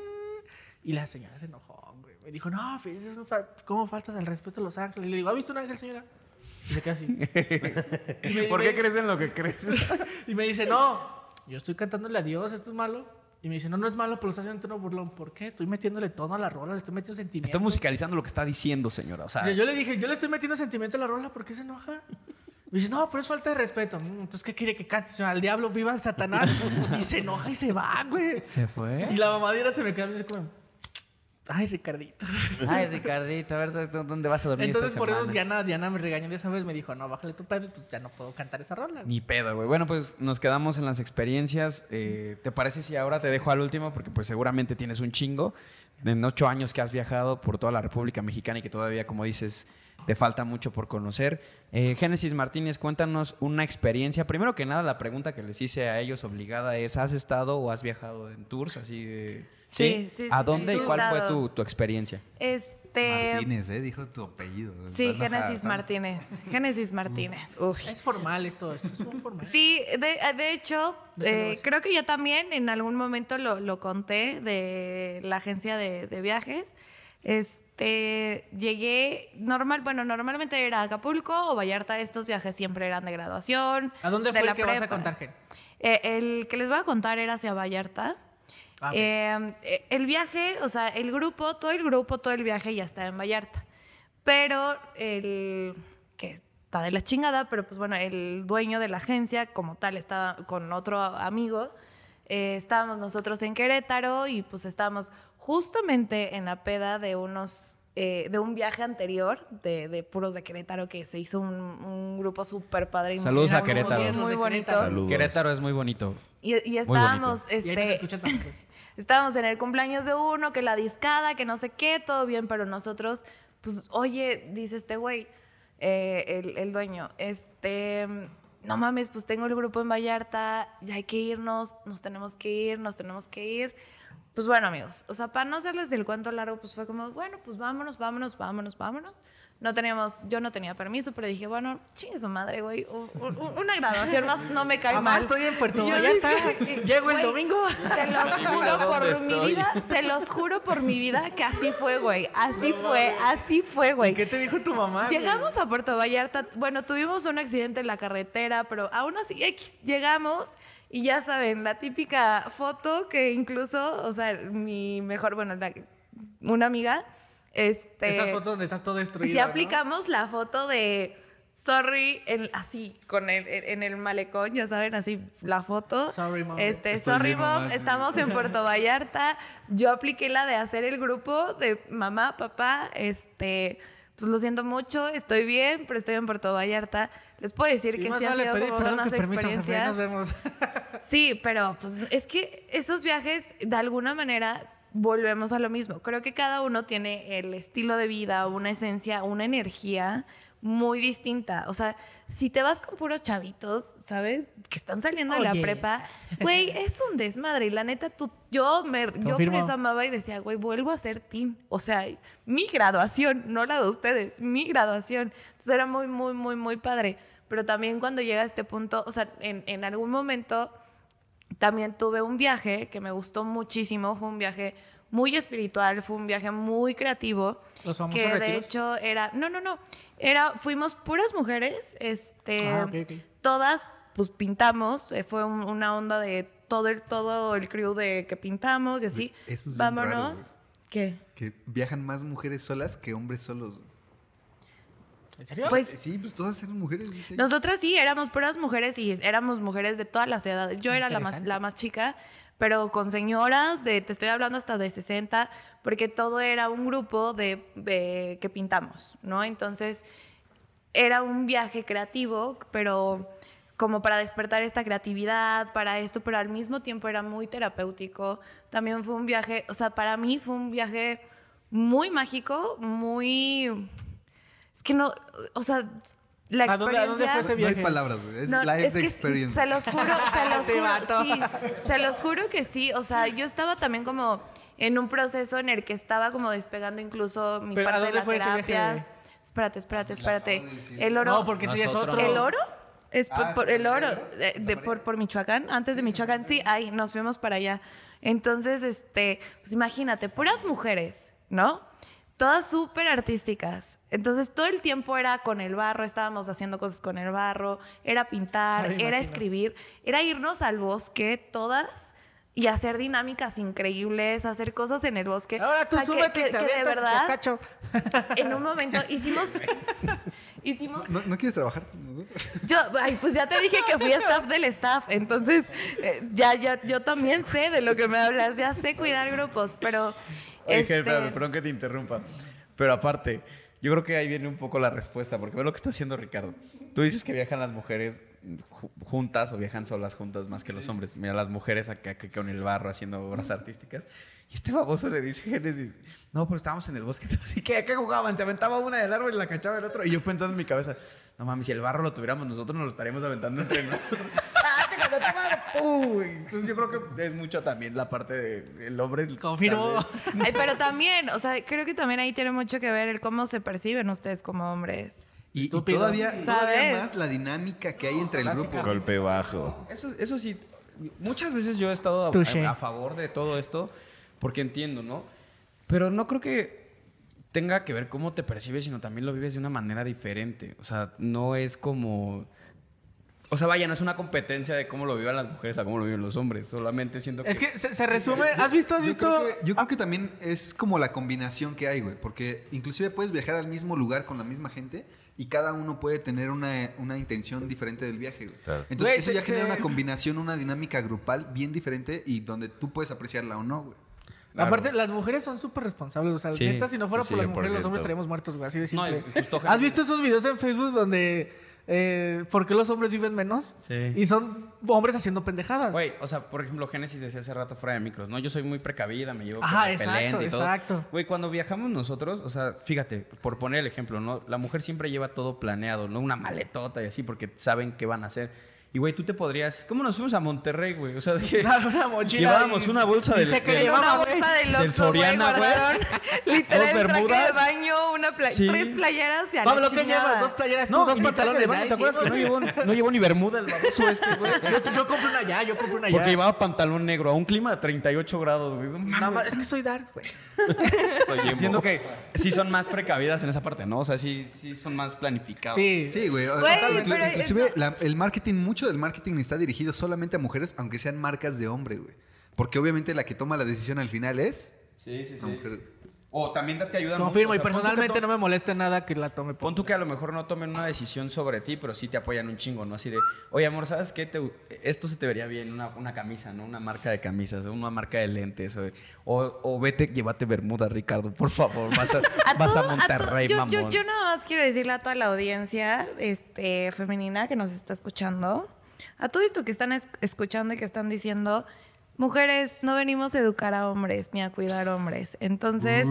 Y la señora se enojó, güey. Me dijo, no, Feliz, es un fa- ¿cómo faltas al respeto a Los Ángeles? Y le digo, ¿ha visto un ángel, señora? Y se queda
(laughs)
así. Y me-
¿Por
me-
qué crees en lo que crees?
(laughs) y me dice, no, yo estoy cantándole a Dios, esto es malo. Y me dice, no, no es malo, pero lo estás haciendo en tono burlón. ¿Por qué? Estoy metiéndole tono a la rola, le estoy metiendo
(laughs)
sentimiento.
Estoy musicalizando lo que está diciendo, señora. O sea,
Yo, yo le dije, yo le estoy metiendo sentimiento a la rola, ¿por qué se enoja? Me dice, no, pero es falta de respeto. Mm, Entonces, ¿qué quiere que cante? señora? Al diablo, viva el Satanás. Y se enoja y se va, güey.
se fue.
¿Eh?
Y la mamá de Ira se me queda y dice, como, ay, Ricardito.
Ay, Ricardito, a ver ¿dó- dónde vas a dormir.
Entonces,
esta
por eso
semana?
Diana, Diana me regañó de esa vez, me dijo, no, bájale tu pedo, tú ya no puedo cantar esa rola.
Ni pedo, güey. Bueno, pues nos quedamos en las experiencias. Eh, ¿Te parece si ahora te dejo al último? Porque pues seguramente tienes un chingo. En ocho años que has viajado por toda la República Mexicana y que todavía, como dices, te falta mucho por conocer. Eh, Génesis Martínez, cuéntanos una experiencia. Primero que nada, la pregunta que les hice a ellos obligada es, ¿has estado o has viajado en tours? Así de...
Sí, sí, sí,
¿A
sí,
dónde
sí.
y cuál fue
Estado.
tu, tu experiencia?
Este.
Martínez, ¿eh? Dijo tu apellido.
Sí,
Está enojada,
Génesis
está
Martínez. Génesis Martínez. Uy.
Es formal esto, esto es muy formal.
(laughs) Sí, de, de hecho,
Déjalo
eh,
así.
creo que ya también en algún momento lo, lo conté de la agencia de, de viajes. Este, llegué normal, bueno, normalmente era Acapulco o Vallarta, estos viajes siempre eran de graduación.
¿A dónde
de
fue
la
el que vas a
prepa.
contar, Gen?
Eh, el que les voy a contar era hacia Vallarta.
Ah, ok.
Eh, eh, el viaje, o sea, el grupo, todo el grupo, todo el viaje ya estaba en Vallarta. Pero el que está de la chingada, pero pues bueno, el dueño de la agencia como tal estaba con otro amigo. Eh, estábamos nosotros en Querétaro y pues estábamos justamente en la peda de unos eh, de un viaje anterior de, de puros de Querétaro que se hizo un, un grupo súper padre y
Saludos
era
a
un
Querétaro.
grupo
Saludos
Muy
de
bonito.
Querétaro.
Saludos.
Querétaro es muy bonito.
Y, y
bonito.
estábamos,
Y ahí nos
este,
escuchan también.
estábamos en el cumpleaños de uno, que la discada, que no sé qué, todo bien, pero nosotros, pues, oye, dice este güey, eh, el, el dueño, este, no mames, pues tengo el grupo en Vallarta, ya hay que irnos, nos tenemos que ir, nos tenemos que ir. Pues bueno, amigos, o sea, para no hacerles el cuento largo, pues fue como, bueno, pues vámonos, vámonos, vámonos, vámonos. No teníamos, yo no tenía permiso, pero dije, bueno, chingue su madre, güey, u- u- una graduación más no me cae
Mamá,
mal.
estoy en Puerto
Y yo
Vallarta.
dije,
Llego el
güey,
domingo.
Se los juro por mi vida, se los juro por mi vida que así fue, güey. Así fue, así fue, güey.
¿Qué te dijo tu mamá? güey?
Llegamos a Puerto Vallarta, bueno, tuvimos un accidente en la carretera, pero aún así X, llegamos y ya saben, la típica foto que incluso, o sea, mi mejor, bueno, la- una amiga, este...
Esas fotos donde estás todo destruido.
Si
¿no?
aplicamos la foto de sorry, en- así, con el, en, en el malecón, ya saben, así la foto.
Sorry, mom.
Este,
Estoy
sorry,
bien,
mom,
mamá, sí.
estamos en Puerto Vallarta. Yo apliqué la de hacer el grupo de mamá, papá, este. Pues lo siento mucho, estoy bien, pero estoy en Puerto Vallarta. Les puedo decir
Y
que
más
sí ha
vale
sido
pedir
como
perdón
unas
que permiso, jefe, ahí
experiencias.
Nos vemos.
Sí, pero pues es que esos viajes, de alguna manera, volvemos a lo mismo. Creo que cada uno tiene el estilo de vida, una esencia, una energía muy distinta. O sea, si te vas con puros chavitos, ¿sabes? Que están saliendo de la
Oye.
prepa, güey, es un desmadre. Y la neta, tú, yo, me, yo por
Confirmo.
eso amaba y decía, güey, vuelvo a ser team. O sea, mi graduación, no la de ustedes, mi graduación. Entonces era muy, muy, muy, muy padre. Pero también cuando llega a este punto, o sea, en, en algún momento también tuve un viaje que me gustó muchísimo. Fue un viaje muy espiritual, fue un viaje muy creativo.
Los famosos
que de
retiros.
hecho era, no, no, no, era, fuimos puras mujeres, este,
Ah, ok, ok.
todas pues pintamos, eh, fue un- una onda de todo el, todo el crew de que pintamos y así.
Güey, eso es bien raro,
Vámonos.
güey.
¿Qué?
Que viajan más mujeres solas que hombres solos. güey.
¿En serio?
Pues
Sí, pues todas eran mujeres. dice.
Nosotras sí, éramos puras mujeres y éramos mujeres de todas las edades. Yo era la más,
Interesante.
la más chica, pero con señoras, de, te estoy hablando hasta de 60, porque todo era un grupo de, de- que pintamos, ¿no? Entonces, era un viaje creativo, pero como para despertar esta creatividad, para esto, pero al mismo tiempo era muy terapéutico. También fue un viaje, o sea, para mí fue un viaje muy mágico, muy... Es que no, o sea, la
¿A dónde- a
experiencia...
dónde fue ese
No hay
viaje.
palabras, güey. Es
No,
life
es que
experience.
Se los
(laughs)
juro, se los
Te
juro,
mató.
sí, se los juro que sí. O sea, yo estaba también como en un proceso en el que estaba como despegando incluso mi
Pero, ¿a
parte de
dónde
la
fue ese
terapia.
viaje?
Espérate, espérate, espérate.
acabo de decir.
El oro.
No, porque ese ya es
Nosotros.
otro.
¿El oro? Es por,
Ah,
por-
sí,
el
el
oro,
oro,
eh, de- de- por, por Michoacán, antes de Michoacán, sí, ahí nos fuimos para allá. Entonces, este, pues imagínate, puras mujeres, ¿no? Todas súper artísticas. Entonces, todo el tiempo era con el barro, estábamos haciendo cosas con el barro, era pintar,
Ya me
era
imagino.
escribir, era irnos al bosque todas y hacer dinámicas increíbles, hacer cosas en el bosque.
Ahora tú
O sea, que-
súbete y
que-
te
que de
avientas y te
verdad,
cacho.
en un momento
(laughs)
hicimos, (laughs) hicimos
¿No, no quieres trabajar con nosotros?
yo, ay, pues ya te dije que fui staff del staff, entonces eh, ya, ya, yo también sé de lo que me hablas, ya sé cuidar grupos, pero.
Oye,
este,
Ger, espérame, perdón que te interrumpa. Pero aparte, yo creo que ahí viene un poco la respuesta, porque ve lo que está haciendo Ricardo. Tú dices que viajan las mujeres ju- juntas o viajan solas juntas más que los hombres. Mira, las mujeres acá que con el barro haciendo obras artísticas. Y este baboso le dice a Génesis, no, pero estábamos en el bosque. (laughs) Así que acá jugaban, se aventaba una del árbol y la cachaba el otro. Y yo pensando en mi cabeza, no mames, si el barro lo tuviéramos nosotros, nos lo estaríamos aventando entre nosotros. ¡Ah, te cayó tu madre! ¡Pum! Entonces yo creo que es mucho también la parte del hombre. tal
Confirmo.
vez.
ay, pero también, o sea, creo que también ahí tiene mucho que ver el cómo se perciben ustedes como hombres.
Y, y
Estúpido.
todavía, todavía
¿Sabes?
más la dinámica que hay entre el grupo.
Golpe bajo.
Eso, eso sí, muchas veces yo he estado a-
Touché.
a, favor de todo esto porque entiendo, ¿no? Pero no creo que tenga que ver cómo te percibes, sino también lo vives de una manera diferente. O sea, no es como... O sea, vaya, no es una competencia de cómo lo vivan las mujeres a cómo lo viven los hombres. Solamente siento que...
(laughs) Es que se, se resume. ¿Has visto? ¿Has
Yo
visto?
creo, que, yo creo que también es como la combinación que hay, güey. Porque inclusive puedes viajar al mismo lugar con la misma gente y cada uno puede tener una, una intención diferente del viaje, güey.
Claro.
Entonces
Güey,
eso
se-
ya genera
se-
una combinación, una dinámica grupal bien diferente y donde tú puedes apreciarla o no, güey.
Claro.
Aparte, las mujeres son súper responsables. O sea,
Sí,
neta, si no fuera
sí,
por las mujeres, los
100%.
hombres estaríamos muertos, güey. Así de
No,
simple.
y justo-
¿Has visto esos videos en Facebook donde. eh, ¿Por qué los hombres viven menos?
Sí.
Y son hombres haciendo pendejadas. (laughs)
Güey, o sea, por ejemplo, Génesis decía hace rato fuera de micros, ¿no? Yo soy muy precavida, me llevo
Ajá,
con repelente
exacto,
y todo.
exacto.
Güey, cuando viajamos nosotros, o sea, fíjate, por poner el ejemplo, ¿no? La mujer siempre lleva todo planeado, ¿no? Una maletota y así, porque saben qué van a hacer. Y, güey, tú te podrías... ¿Cómo nos fuimos a Monterrey, güey? O sea,
(laughs)
dije...
Una, una mochila.
Llevábamos
y-
una bolsa
y
del-
sé que
del-
En una
llevaba, güey.
bolsa del
Del
Oxxo, güey,
Soriana, güey.
guardaron (laughs) literal
Dos
traje de
bermudas.
baño, una pla-
Sí.
tres playeras y a la
Pablo, ¿qué
chingada.
llevas? Dos playeras,
No,
tú, dos
y mi traje
pantalones.
de baño,
ay,
¿Te acuerdas
sí,
que no
güey.
llevó, no llevó ni bermuda el baboso este,
(laughs)
güey?
Yo, yo compré una ya, yo compré una
Porque
ya.
llevaba pantalón negro a un clima de 38 grados, güey. No mames.
Nada más, es que soy dark, güey. pues,
Soy emo.
Siento que sí son más precavidas en esa parte, ¿no? O sea, sí, sí son más planificados.
Sí.
Sí, güey. o-
Güey,
inclu-
pero
inclusive
esto-
la- el marketing, mucho del marketing está dirigido solamente a mujeres, aunque sean marcas de hombre, güey. Porque obviamente la que toma la decisión al final es
Sí, sí,
la mujer.
O también te ayudan
Confirmo, y
mucho, o sea, pon tú que
personalmente
to-
no me molesta nada que la tome. por-
Pon tú que a lo mejor no tomen una decisión sobre ti, pero sí te apoyan un chingo, ¿no? Así de, oye, amor, ¿sabes qué? Te- esto se te vería bien, una, una camisa, ¿no? Una marca de camisas, una marca de lentes. O, o, o vete, llévate bermuda, Ricardo, por favor. Vas a,
(laughs)
(laughs)
A
vas a
todo- a
Monterrey,
todo-
mamón.
yo, yo- yo nada más quiero decirle a toda la audiencia este, femenina que nos está escuchando, a todo esto que están es- escuchando y que están diciendo, mujeres, no venimos a educar a hombres ni a cuidar hombres. Entonces,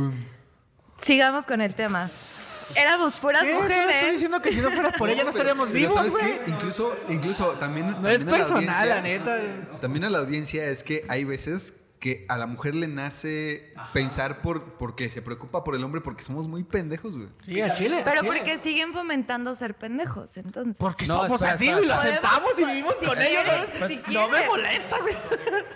sigamos con el tema. Éramos puras
¿Qué? Yo no estoy
mujeres.
diciendo que si no fuera por ella no estaríamos
Pero
vivos,
¿Sabes
güey.
qué? Incluso, incluso también.
No es
también a
personal, la
audiencia-
neta.
También a la audiencia es que hay veces que a la mujer le nace pensar por porque se preocupa por el hombre porque somos muy pendejos, güey.
Sí, a Chile.
Pero
a Chile.
porque siguen fomentando ser pendejos, entonces.
Porque
No,
somos
espera,
así,
espera,
güey. Lo
espera.
aceptamos y vivimos
Sí,
con
sí,
ella.
sí,
¿no?
sí,
No me
quieren.
molesta, güey.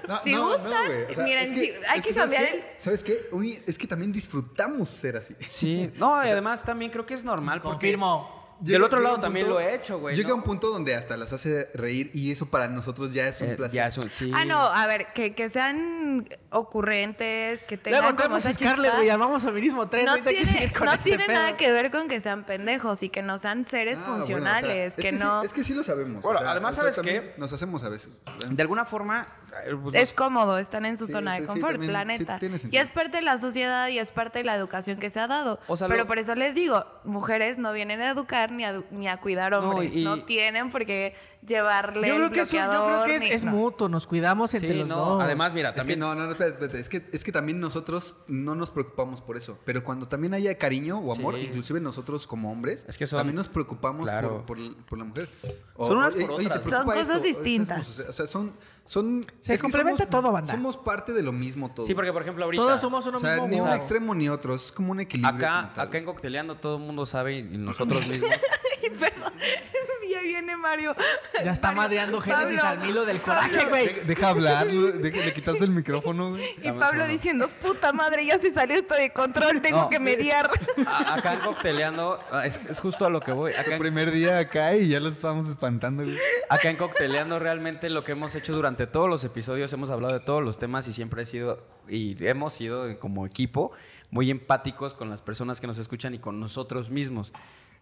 No,
Si gustan, miren, si- hay que
¿sabes
cambiar
qué?
el-
¿Sabes qué? Uy, es que también disfrutamos ser así.
(laughs)
Sí. No, y además también creo que es normal. porque-
Confirmo.
Del otro
Llega-
lado
llega un
también
punto-
lo he hecho, güey.
Llega
¿no?
un punto donde hasta las hace reír y eso para nosotros ya es un
Eh,
placer.
ya es un- sí.
Ah, no, a ver, que, que sean ocurrentes, que tengan
Luego
como
traemos
esa
a Scarlett,
chispa.
güey. Hablamos feminismo 3.
no
ahorita hay que
tiene,
seguir con
no
este
tiene
pedo.
nada que ver con que sean pendejos y que no sean seres
Ah, bueno, o sea,
funcionales,
es
que,
sí-
no...
es que sí lo sabemos.
Bueno, además, ¿sabes qué?
también Nos hacemos a veces.
De alguna forma. eh, pues,
es cómodo, están en su
Sí,
zona
sí,
de
sí,
confort,
también,
la
sí,
neta.
tiene
y
sentido.
es parte de la sociedad y es parte de la educación que se ha dado.
O sea,
Pero
lo-
por eso les digo, mujeres no vienen a educar ni a, edu- ni a cuidar hombres. No,
y-
tienen por qué llevarle
Yo
el
creo que, eso, yo creo
bloqueador
que es,
ni-
es
no.
mutuo. Nos cuidamos entre
sí,
los
no,
dos.
Además, mira,
Es que
también.
no, no, no, espérate, espérate, Es que, es que también nosotros no nos preocupamos por eso. Pero cuando también haya cariño o amor,
Sí.
inclusive nosotros como hombres,
Es que son-
también nos preocupamos
Claro.
por, por- por la mujer. O,
Son unas por
oye,
otras.
¿te preocupa
Son cosas
esto? O sea,
distintas.
somos- O sea, son. son
Se
es que
complementa
somos-
todo, banda.
Somos parte de lo mismo todos.
Sí, porque por ejemplo ahorita.
Todos somos uno
O sea,
mismo,
ni un
güey.
extremo ni otro. Es como un equilibrio.
Acá,
como tal.
Acá en Cocteleando todo el mundo sabe y nosotros mismos.
(laughs) Ay, perdón. (laughs) Ya viene Mario.
Ya está
Mario-
madreando Génesis
Pablo.
al milo del coraje, güey.
De- deja hablar, güey. Deja- le quitaste el micrófono, güey.
Y Pablo diciendo, puta madre, ya se salió esto de control, tengo que mediar.
A- acá en Cocteleando, ah, es, es justo a lo que voy. Acá en
Primer día acá y ya lo estábamos espantando, güey.
Acá en Cocteleando realmente lo que hemos hecho durante todos los episodios, hemos hablado de todos los temas y siempre he sido, y hemos sido eh, como equipo muy empáticos con las personas que nos escuchan y con nosotros mismos.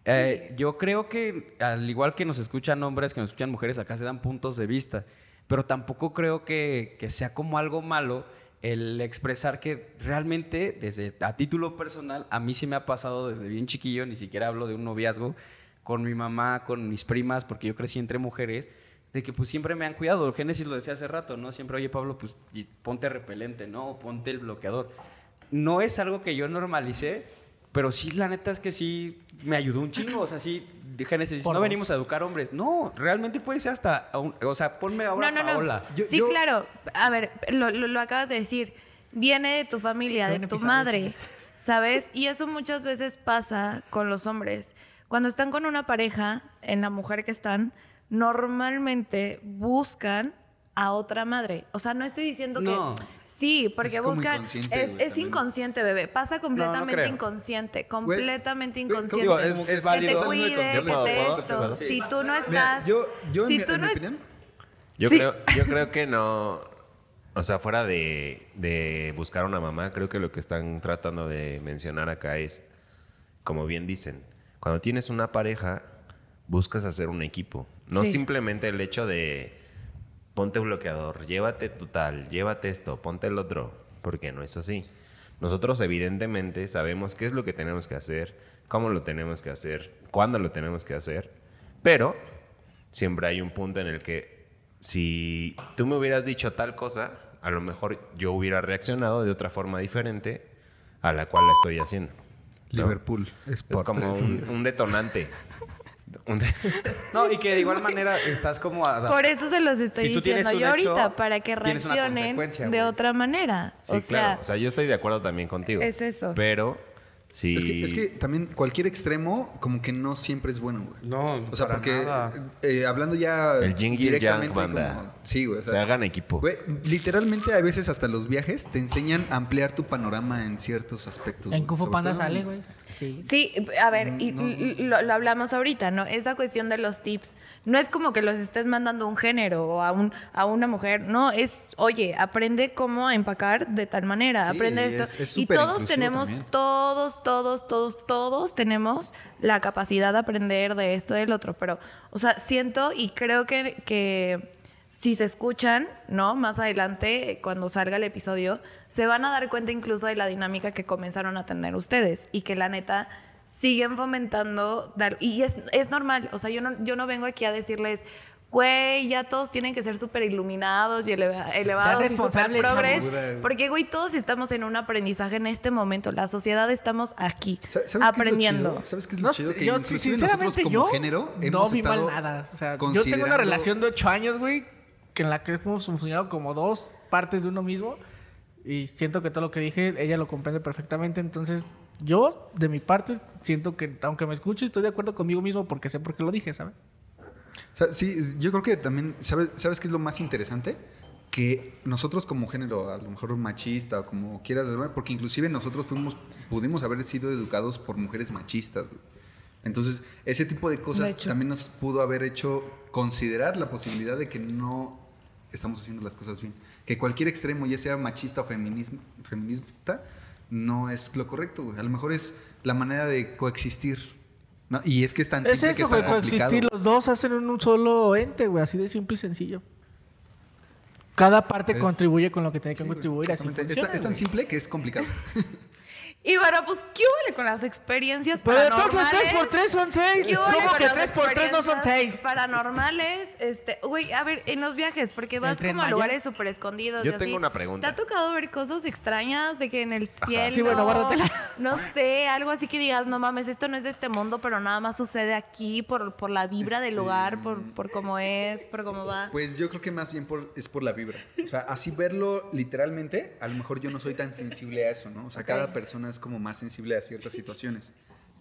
Eh, Yo creo que al igual que nos escuchan hombres, que nos escuchan mujeres, acá se dan puntos de vista, pero tampoco creo que, que sea como algo malo el expresar que realmente desde a título personal a mí sí me ha pasado desde bien chiquillo, ni siquiera hablo de un noviazgo, con mi mamá, con mis primas, porque yo crecí entre mujeres, de que pues siempre me han cuidado. Génesis lo decía hace rato, ¿no? Siempre, oye Pablo, pues y ponte repelente, ¿no? O ponte el bloqueador. No es algo que yo normalicé, pero sí, la neta es que sí me ayudó un chingo. O sea, sí, de Génesis, dice,
Por
no
dos.
venimos a educar hombres. No, realmente puede ser hasta, a un- o sea, ponme ahora
no, no, no.
Paola.
Yo-
sí,
yo-
claro. A ver, lo, lo- lo acabas de decir. Viene de tu familia,
Qué
de
buen
tu
episodio,
madre,
Chile.
¿sabes? Y eso muchas veces pasa con los hombres. Cuando están con una pareja, en la mujer que están, normalmente buscan a otra madre. O sea, no estoy diciendo
No.
que... Sí, porque
Es como
buscan...
inconsciente,
es
güey,
es
también.
inconsciente, bebé. Pasa completamente
creo.
inconsciente. Completamente
Güey,
inconsciente.
digo,
es- es
Que
válido.
te cuide, que
Yo puedo-
esté
puedo-
esto.
sí.
Si tú no
Mira,
estás...
yo, yo
si
en, mi-
tú
en
no
mi
es-
opinión,
Yo,
Sí.
creo, yo creo que no. O sea, fuera de, de buscar una mamá, creo que lo que están tratando de mencionar acá es, como bien dicen, cuando tienes una pareja, buscas hacer un equipo. No
Sí.
simplemente el hecho de ponte bloqueador, llévate tu tal, llévate esto, ponte el otro, porque no es así. Nosotros evidentemente sabemos qué es lo que tenemos que hacer, cómo lo tenemos que hacer, cuándo lo tenemos que hacer, pero siempre hay un punto en el que si tú me hubieras dicho tal cosa, a lo mejor yo hubiera reaccionado de otra forma diferente a la cual la estoy haciendo. ¿no?
Liverpool
Es como
(laughs)
un, un detonante. Un de- (laughs)
No, y que de igual manera estás como adaptado.
Por eso se los estoy
Si tú tienes
diciendo yo
un hecho,
ahorita, para que
tienes una
reaccionen
consecuencia,
de
güey.
otra manera.
Sí,
o sea,
claro. O sea, yo estoy de acuerdo también contigo.
es eso.
Pero si...
Es que, es que también cualquier extremo como que no siempre es bueno, güey.
No,
O sea,
para
porque
nada.
eh, hablando ya
El yin y el yang,
directamente
banda.
como- sí, güey, o sea,
se hagan equipo.
güey, literalmente a veces hasta los viajes te enseñan a ampliar tu panorama en ciertos aspectos.
En
güey,
Kung Fu
sobre
Panda
todo en-
sale, güey. Sí.
Sí, a ver, y
No, no
l- lo, lo hablamos ahorita, ¿no? Esa cuestión de los tips. No es como que los estés mandando a un género o a, un, a una mujer. No, es, oye, aprende cómo a empacar de tal manera.
Sí,
aprende
es-
esto.
es
y
súper
todos
inclusivo
tenemos,
también.
todos, todos, todos, todos tenemos la capacidad de aprender de esto, del otro. Pero, o sea, siento y creo que, que si se escuchan, ¿no? Más adelante, eh, cuando salga el episodio, se van a dar cuenta incluso de la dinámica que comenzaron a tener ustedes y que la neta siguen fomentando dar y es, es normal, o sea, yo no, yo no vengo aquí a decirles güey, ya todos tienen que ser súper iluminados y eleva- elevados y súper
responsable,
progres.
chavo.
Porque, güey, todos estamos en un aprendizaje en este momento. La sociedad estamos aquí
Sa- ¿Sabes Qué es
aprendiendo.
lo chido? ¿Sabes qué es lo
No
chido?
sé,
Que
yo, sí,
inclusive nosotros
sinceramente,
como
yo
género
no
hemos
vi mal
estado
nada. O sea, yo tengo una
considerando-
relación de ocho años, güey, que en la que hemos funcionado como dos partes de uno mismo. Y siento que todo lo que dije, ella lo comprende perfectamente. Entonces, yo, de mi parte, siento que, aunque me escuche, estoy de acuerdo conmigo mismo porque sé por qué lo dije, ¿sabes?
O sea, sí, yo creo que también, ¿sabes, ¿sabes qué es lo más interesante? Que nosotros como género, a lo mejor machista o como quieras llamar, porque inclusive nosotros fuimos, pudimos haber sido educados por mujeres machistas. güey. Entonces, ese tipo de
De
cosas
hecho.
también nos pudo haber hecho considerar la posibilidad de que no estamos haciendo las cosas bien. Que cualquier extremo, ya sea machista o feminismo, feminista, no es lo correcto. güey. A lo mejor es la manera de coexistir. ¿no? Y es que es tan
Es
simple que
eso,
es tan
güey,
complicado.
coexistir. Los dos hacen un, un solo ente, güey, así de simple y sencillo. Cada parte contribuye con lo que tiene que contribuir. Así
Exactamente.
funciona,
es, es tan
güey.
simple que
(laughs)
es complicado.
Y bueno, pues, ¿qué huele con las experiencias
Pero
paranormales?
entonces 3 por 3 son 6.
¿Qué huele
¿Cómo
con
que
las
3 por 3 no son
experiencias
6?
Paranormales, este, güey, a ver, en los viajes, porque vas
Tren
como a
Maya?
lugares súper escondidos. y
Yo tengo
así.
una pregunta.
¿Te ha tocado ver cosas extrañas de que en el cielo?
Sí, bueno, guárdatela.
No sé, algo así que digas, no mames, esto no es de este mundo, pero nada más sucede aquí por, por la vibra del lugar, por, por cómo es, por cómo va.
Pues yo creo que más bien por- es por la vibra. O sea, así verlo literalmente, a lo mejor yo no soy tan sensible a eso, ¿no? O sea, cada persona es como más sensible a ciertas situaciones.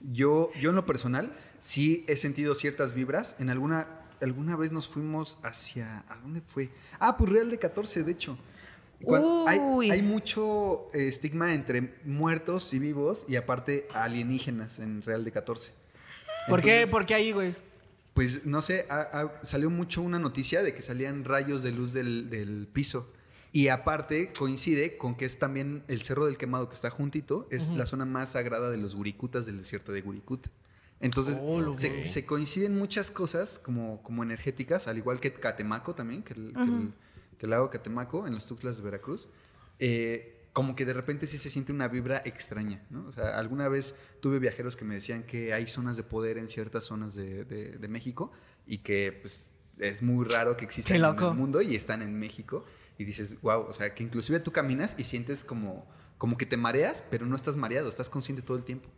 Yo, yo en lo personal, sí he sentido ciertas vibras. En alguna, alguna vez nos fuimos hacia... ¿A dónde fue? Ah, pues Real de 14, de hecho. Cuan-
Uy.
hay, hay mucho eh, estigma entre muertos y vivos y aparte alienígenas en Real de 14.
¿Por qué?
Entonces-
¿Por qué ahí, güey?
Pues no sé, ha- ha- salió mucho una noticia de que salían rayos de luz del, del piso. Y aparte coincide con que es también el Cerro del Quemado que está juntito, es la zona más sagrada de los guricutas del desierto de Guricuta. Entonces
Oh, lo
se,
güey.
se coinciden muchas cosas como, como energéticas, al igual que Catemaco también, que el, que el- que el lago Catemaco en los Tuxtlas de Veracruz. eh, como que de repente sí se siente una vibra extraña, ¿no? O sea, alguna vez tuve viajeros que me decían que hay zonas de poder en ciertas zonas de, de- de México y que pues es muy raro que existan
Qué
en
loco.
el mundo y están en México y dices, wow, o sea, que inclusive tú caminas y sientes como, como que te mareas, pero no estás mareado, estás consciente todo el tiempo.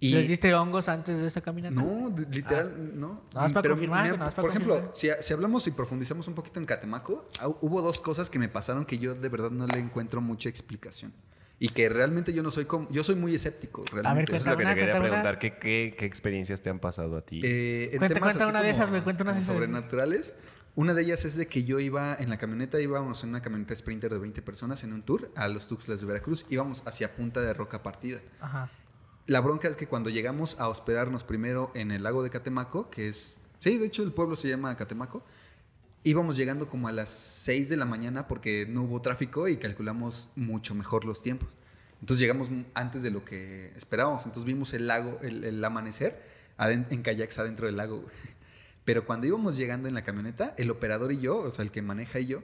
Y,
¿Les diste hongos antes de esa caminata?
no, de- literal, no.
Ah. Nada más para
Pero
confirmar,
me ha-
nada más para
por ejemplo,
confirmar.
si, si hablamos y profundizamos un poquito en Catemaco, ah, hubo dos cosas que me pasaron que yo de verdad no le encuentro mucha explicación. Y que realmente yo no soy como, yo soy muy escéptico, realmente.
ver,
Eso es lo que
Cuéntame
te
una,
quería
cuéntame una.
preguntar. ¿Qué, qué, qué experiencias te han pasado a ti?
Eh, en
Cuenta-
temas
cuenta
así
una de
como-
esas, güey, cuenta una de
como
esas.
Sobrenaturales. Una de ellas es de que yo iba en la camioneta, íbamos en una camioneta Sprinter de 20 personas en un tour a los Tuxtlas de Veracruz, íbamos hacia Punta de Roca Partida.
Ajá.
La bronca es que cuando llegamos a hospedarnos primero en el lago de Catemaco, que es. Sí, de hecho el pueblo se llama Catemaco. Íbamos llegando como a las 6 de la mañana porque no hubo tráfico y calculamos mucho mejor los tiempos. Entonces llegamos m- antes de lo que esperábamos. Entonces vimos el lago, el, el amanecer aden- en kayaks adentro del lago. Pero cuando íbamos llegando en la camioneta, el operador y yo, o sea, el que maneja y yo,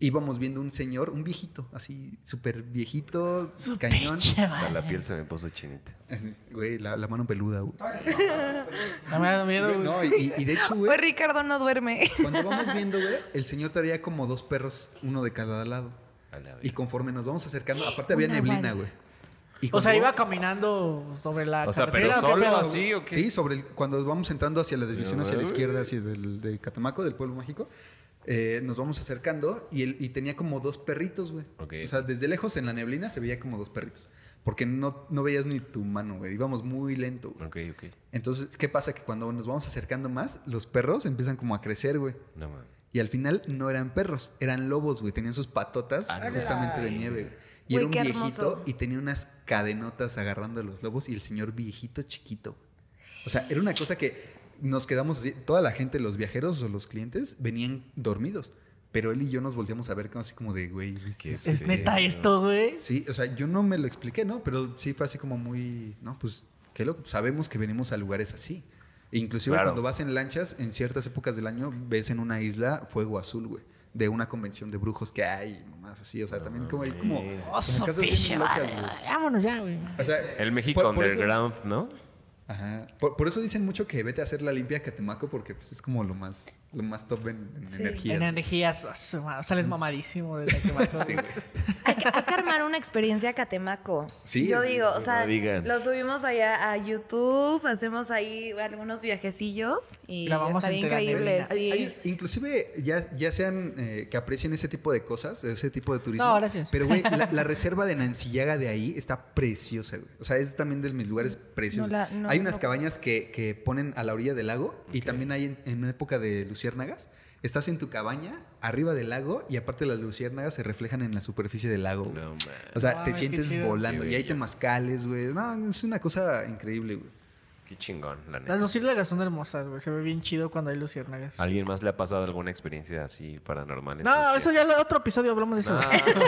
íbamos viendo un señor, un viejito, así súper viejito, cañón.
Hasta la piel se me puso chinita.
Así, Güey, la, la mano peluda, güey.
No me ha dado miedo, güey.
No, y, y de hecho,
Pues
güey,
Ricardo no duerme.
cuando vamos viendo, güey, el señor traía como dos perros, uno de cada lado.
A la verga.
Y conforme nos vamos acercando, aparte había
Una
neblina,
bala.
güey. Y
O
cuando
sea, iba
vamos-
caminando sobre la
O sea, pero
carretera, ¿o qué
solo
pedo?
así o qué?
Sí, sobre el- cuando vamos entrando hacia la desviación hacia la
Ay.
izquierda, hacia del, de Catamaco, del pueblo mágico, eh, nos vamos acercando y, él- y tenía como dos perritos, güey.
Ok.
O sea, desde lejos en la neblina se veía como dos perritos. Porque no, no veías ni tu mano, güey. Íbamos muy lento, güey.
Ok, ok.
Entonces, ¿qué pasa? Que cuando nos vamos acercando más, los perros empiezan como a crecer, güey.
No mames.
Y al final no eran perros, eran lobos, güey. Tenían sus patotas
Ah,
justamente de nieve. güey. Y
Güey,
era un
qué
viejito
hermoso.
y tenía unas cadenotas agarrando a los lobos y el señor viejito chiquito. O sea, era una cosa que nos quedamos así. Toda la gente, los viajeros o los clientes, venían dormidos. Pero él y yo nos volteamos a ver como así como de, güey, ¿viste
Qué
eso?
Es
Sí,
neta
güey.
esto, güey.
Sí, o sea, yo no me lo expliqué, ¿no? Pero sí fue así como muy, no, pues, qué loco. Sabemos que venimos a lugares así. Inclusive
Claro.
cuando vas en lanchas, en ciertas épocas del año, ves en una isla fuego azul, güey. De una convención de brujos que hay, más así. O sea, también como hay como, como
Oso,
casas bien
pinche
locas,
madre.
güey.
Vámonos ya, güey.
O sea,
El México
por- por eso-
Underground, ¿no?
ajá. Por, por eso dicen mucho que vete a hacer la limpia a Catemaco porque pues, es como lo más... Lo más top en, en
Sí.
energías.
En
güey.
energías, ah, su madre, sales mamadísimo de la quemazón.
Sí, güey.
(laughs) Hay que, hay que armar una experiencia Catemaco.
Sí,
Yo
sí,
digo, o sea,
no digan.
lo subimos allá a YouTube, hacemos ahí algunos viajecillos y
Grabamos
estaría
en Teganebrina.
increíble.
Hay-
Sí.
hay- inclusive ya, ya sean eh, que aprecien ese tipo de cosas, ese tipo de turismo.
No, gracias.
Pero, güey, la, la reserva de Nancillaga de ahí está preciosa, güey. O sea, es también de mis lugares preciosos.
No la- no,
hay unas
no.
cabañas que, que ponen a la orilla del lago y también hay en, en época de luciérnagas. Estás en tu cabaña, arriba del lago, y aparte las luciérnagas se reflejan en la superficie del lago. güey.
No, man.
o sea,
Mames,
te
qué
sientes
chido.
volando.
Qué
Y hay
bello.
temazcales, güey. No, es una cosa increíble, güey.
Qué chingón, la neta.
Las luciérnagas son hermosas, güey. Se ve bien chido cuando hay luciérnagas.
¿Alguien más le ha pasado alguna experiencia así paranormal? en
No,
sus
eso
viajes?
ya en otro episodio hablamos de eso.
No,
güey.
no, no,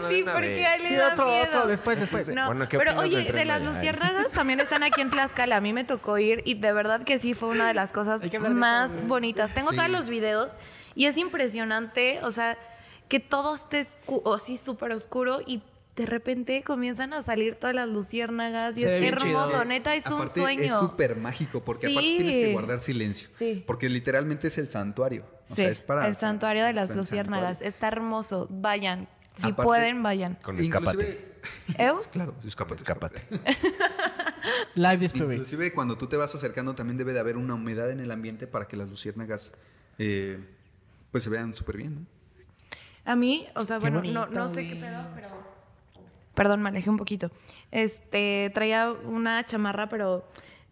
no, de
Sí,
una
porque
vez.
ahí le
Sí,
da
otro,
miedo.
otro, después, después.
No,
Bueno, ¿qué
pero
opinas del
oye, de
tren
las
Maya? Ay.
luciérnagas también están aquí en Tlaxcala. A mí me tocó ir y de verdad que sí fue una de las cosas
(laughs) Hay que hablar de
más
eso, güey.
bonitas. Tengo
Sí.
todos los videos y es impresionante, o sea, que todo esté oscu- o sí súper oscuro y de repente comienzan a salir todas las luciérnagas y
Se ve
es
bien chido.
hermoso, neta, es un
Aparte,
sueño.
Es súper mágico porque aparte
Sí.
tienes que guardar silencio.
Sí.
Porque literalmente es el santuario.
Sí,
O sea, es para-
el santuario de
es
las
el
luciérnagas.
santuario.
Está hermoso. Vayan. Si
Aparte- ¿eh?
pueden, vayan.
Con escapate.
Inclusive, (laughs)
¿Eu?
claro, escápate, escápate.
Escápate.
(laughs) Live Discovery.
Inclusive cuando tú te vas acercando también debe de haber una humedad en el ambiente para que las luciérnagas eh, pues se vean súper bien, ¿no?
A mí, o sea,
Qué
bueno, no,
bonito,
no sé qué
güey.
pedo, pero. Perdón, me alejé un poquito. Este, traía una chamarra, pero.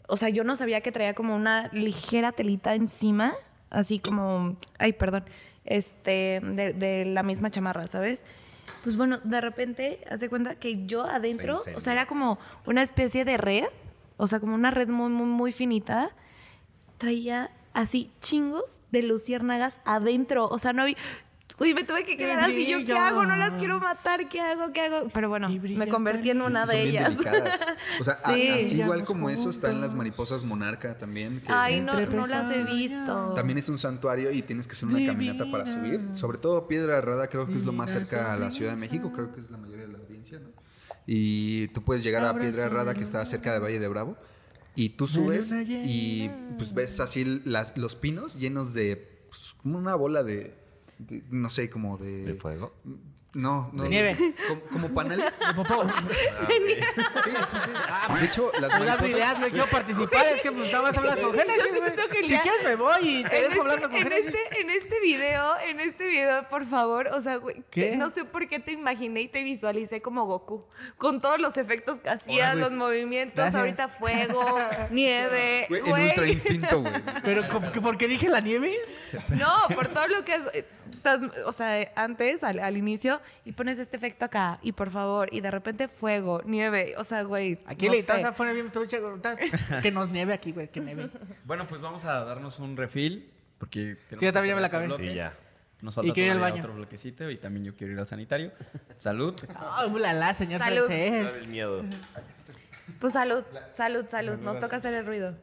O sea, yo no sabía que traía como una ligera telita encima, así como. Ay, perdón. Este, de, de la misma chamarra, ¿sabes? Pues bueno, de repente, hace cuenta que yo adentro,
Se
o sea, era como una especie de red, o sea, como una red muy, muy, muy finita traía así chingos de luciérnagas adentro. O sea, no vi. Uy, me tuve que quedar así. Yo, ¿qué
brillan.
hago? No las quiero matar. ¿Qué hago? ¿Qué hago? Pero bueno,
Y
me
brillan
convertí en
tan-
una
Es que son
de
bien
ellas.
delicadas. O sea, a-
Sí.
así igual
Brillamos
como eso están las
juntos.
mariposas monarca también.
(laughs)
que-
Ay, no,
Entre
no las he
pestañas.
visto.
También es un santuario y tienes que hacer una caminata para subir. Sobre todo Piedra Herrada creo que es lo más cerca a la Ciudad de México, creo que es la mayoría de la audiencia, ¿no? Y tú puedes llegar a Piedra Herrada que está cerca de Valle de Bravo y tú subes y pues ves así las, los pinos llenos de pues, como una bola de, de- no sé, como de...
¿De fuego?
No, no.
De
nieve.
Como, como paneles. (laughs)
Popó.
Sí, sí, sí. De hecho, las
Me da habilidad,
mariposas...
güey. Quiero participar. Es que pues nada más hablas con Génesis, güey.
siento que
Si
ya-
quieres me voy y te
En
dejo
este,
hablando con
en
Génesis.
este- en este video, en este video, por favor, o sea, güey,
¿Qué?
te- no sé por qué te imaginé y te visualicé como Goku, con todos los efectos que
Ahora,
hacías,
güey.
los movimientos,
Gracias.
ahorita fuego, nieve,
Güey, en
güey.
ultra instinto, güey.
Pero ¿cómo que- ¿por qué dije la nieve?
No, por todo lo que es. eh, estás- o sea, eh, antes, al, al inicio, y pones este efecto acá, y por favor, y de repente fuego, nieve, o sea, güey.
Aquí
no
le estás
sé.
a poner bien trucha. güey. Que nos nieve aquí, güey. Que nieve.
Bueno, pues vamos a darnos un refill. Porque tenemos
Sí, yo también
que
ya me
cerrar
la acabé.
este bloque.
Sí, ya.
Nos falta
Y quiero ir al
todavía
baño.
otro bloquecito y también yo quiero ir al sanitario. Salud.
Ah, ulala, señor
Salud.
francés.
El miedo.
Pues salud, salud, salud, nos toca hacer el ruido.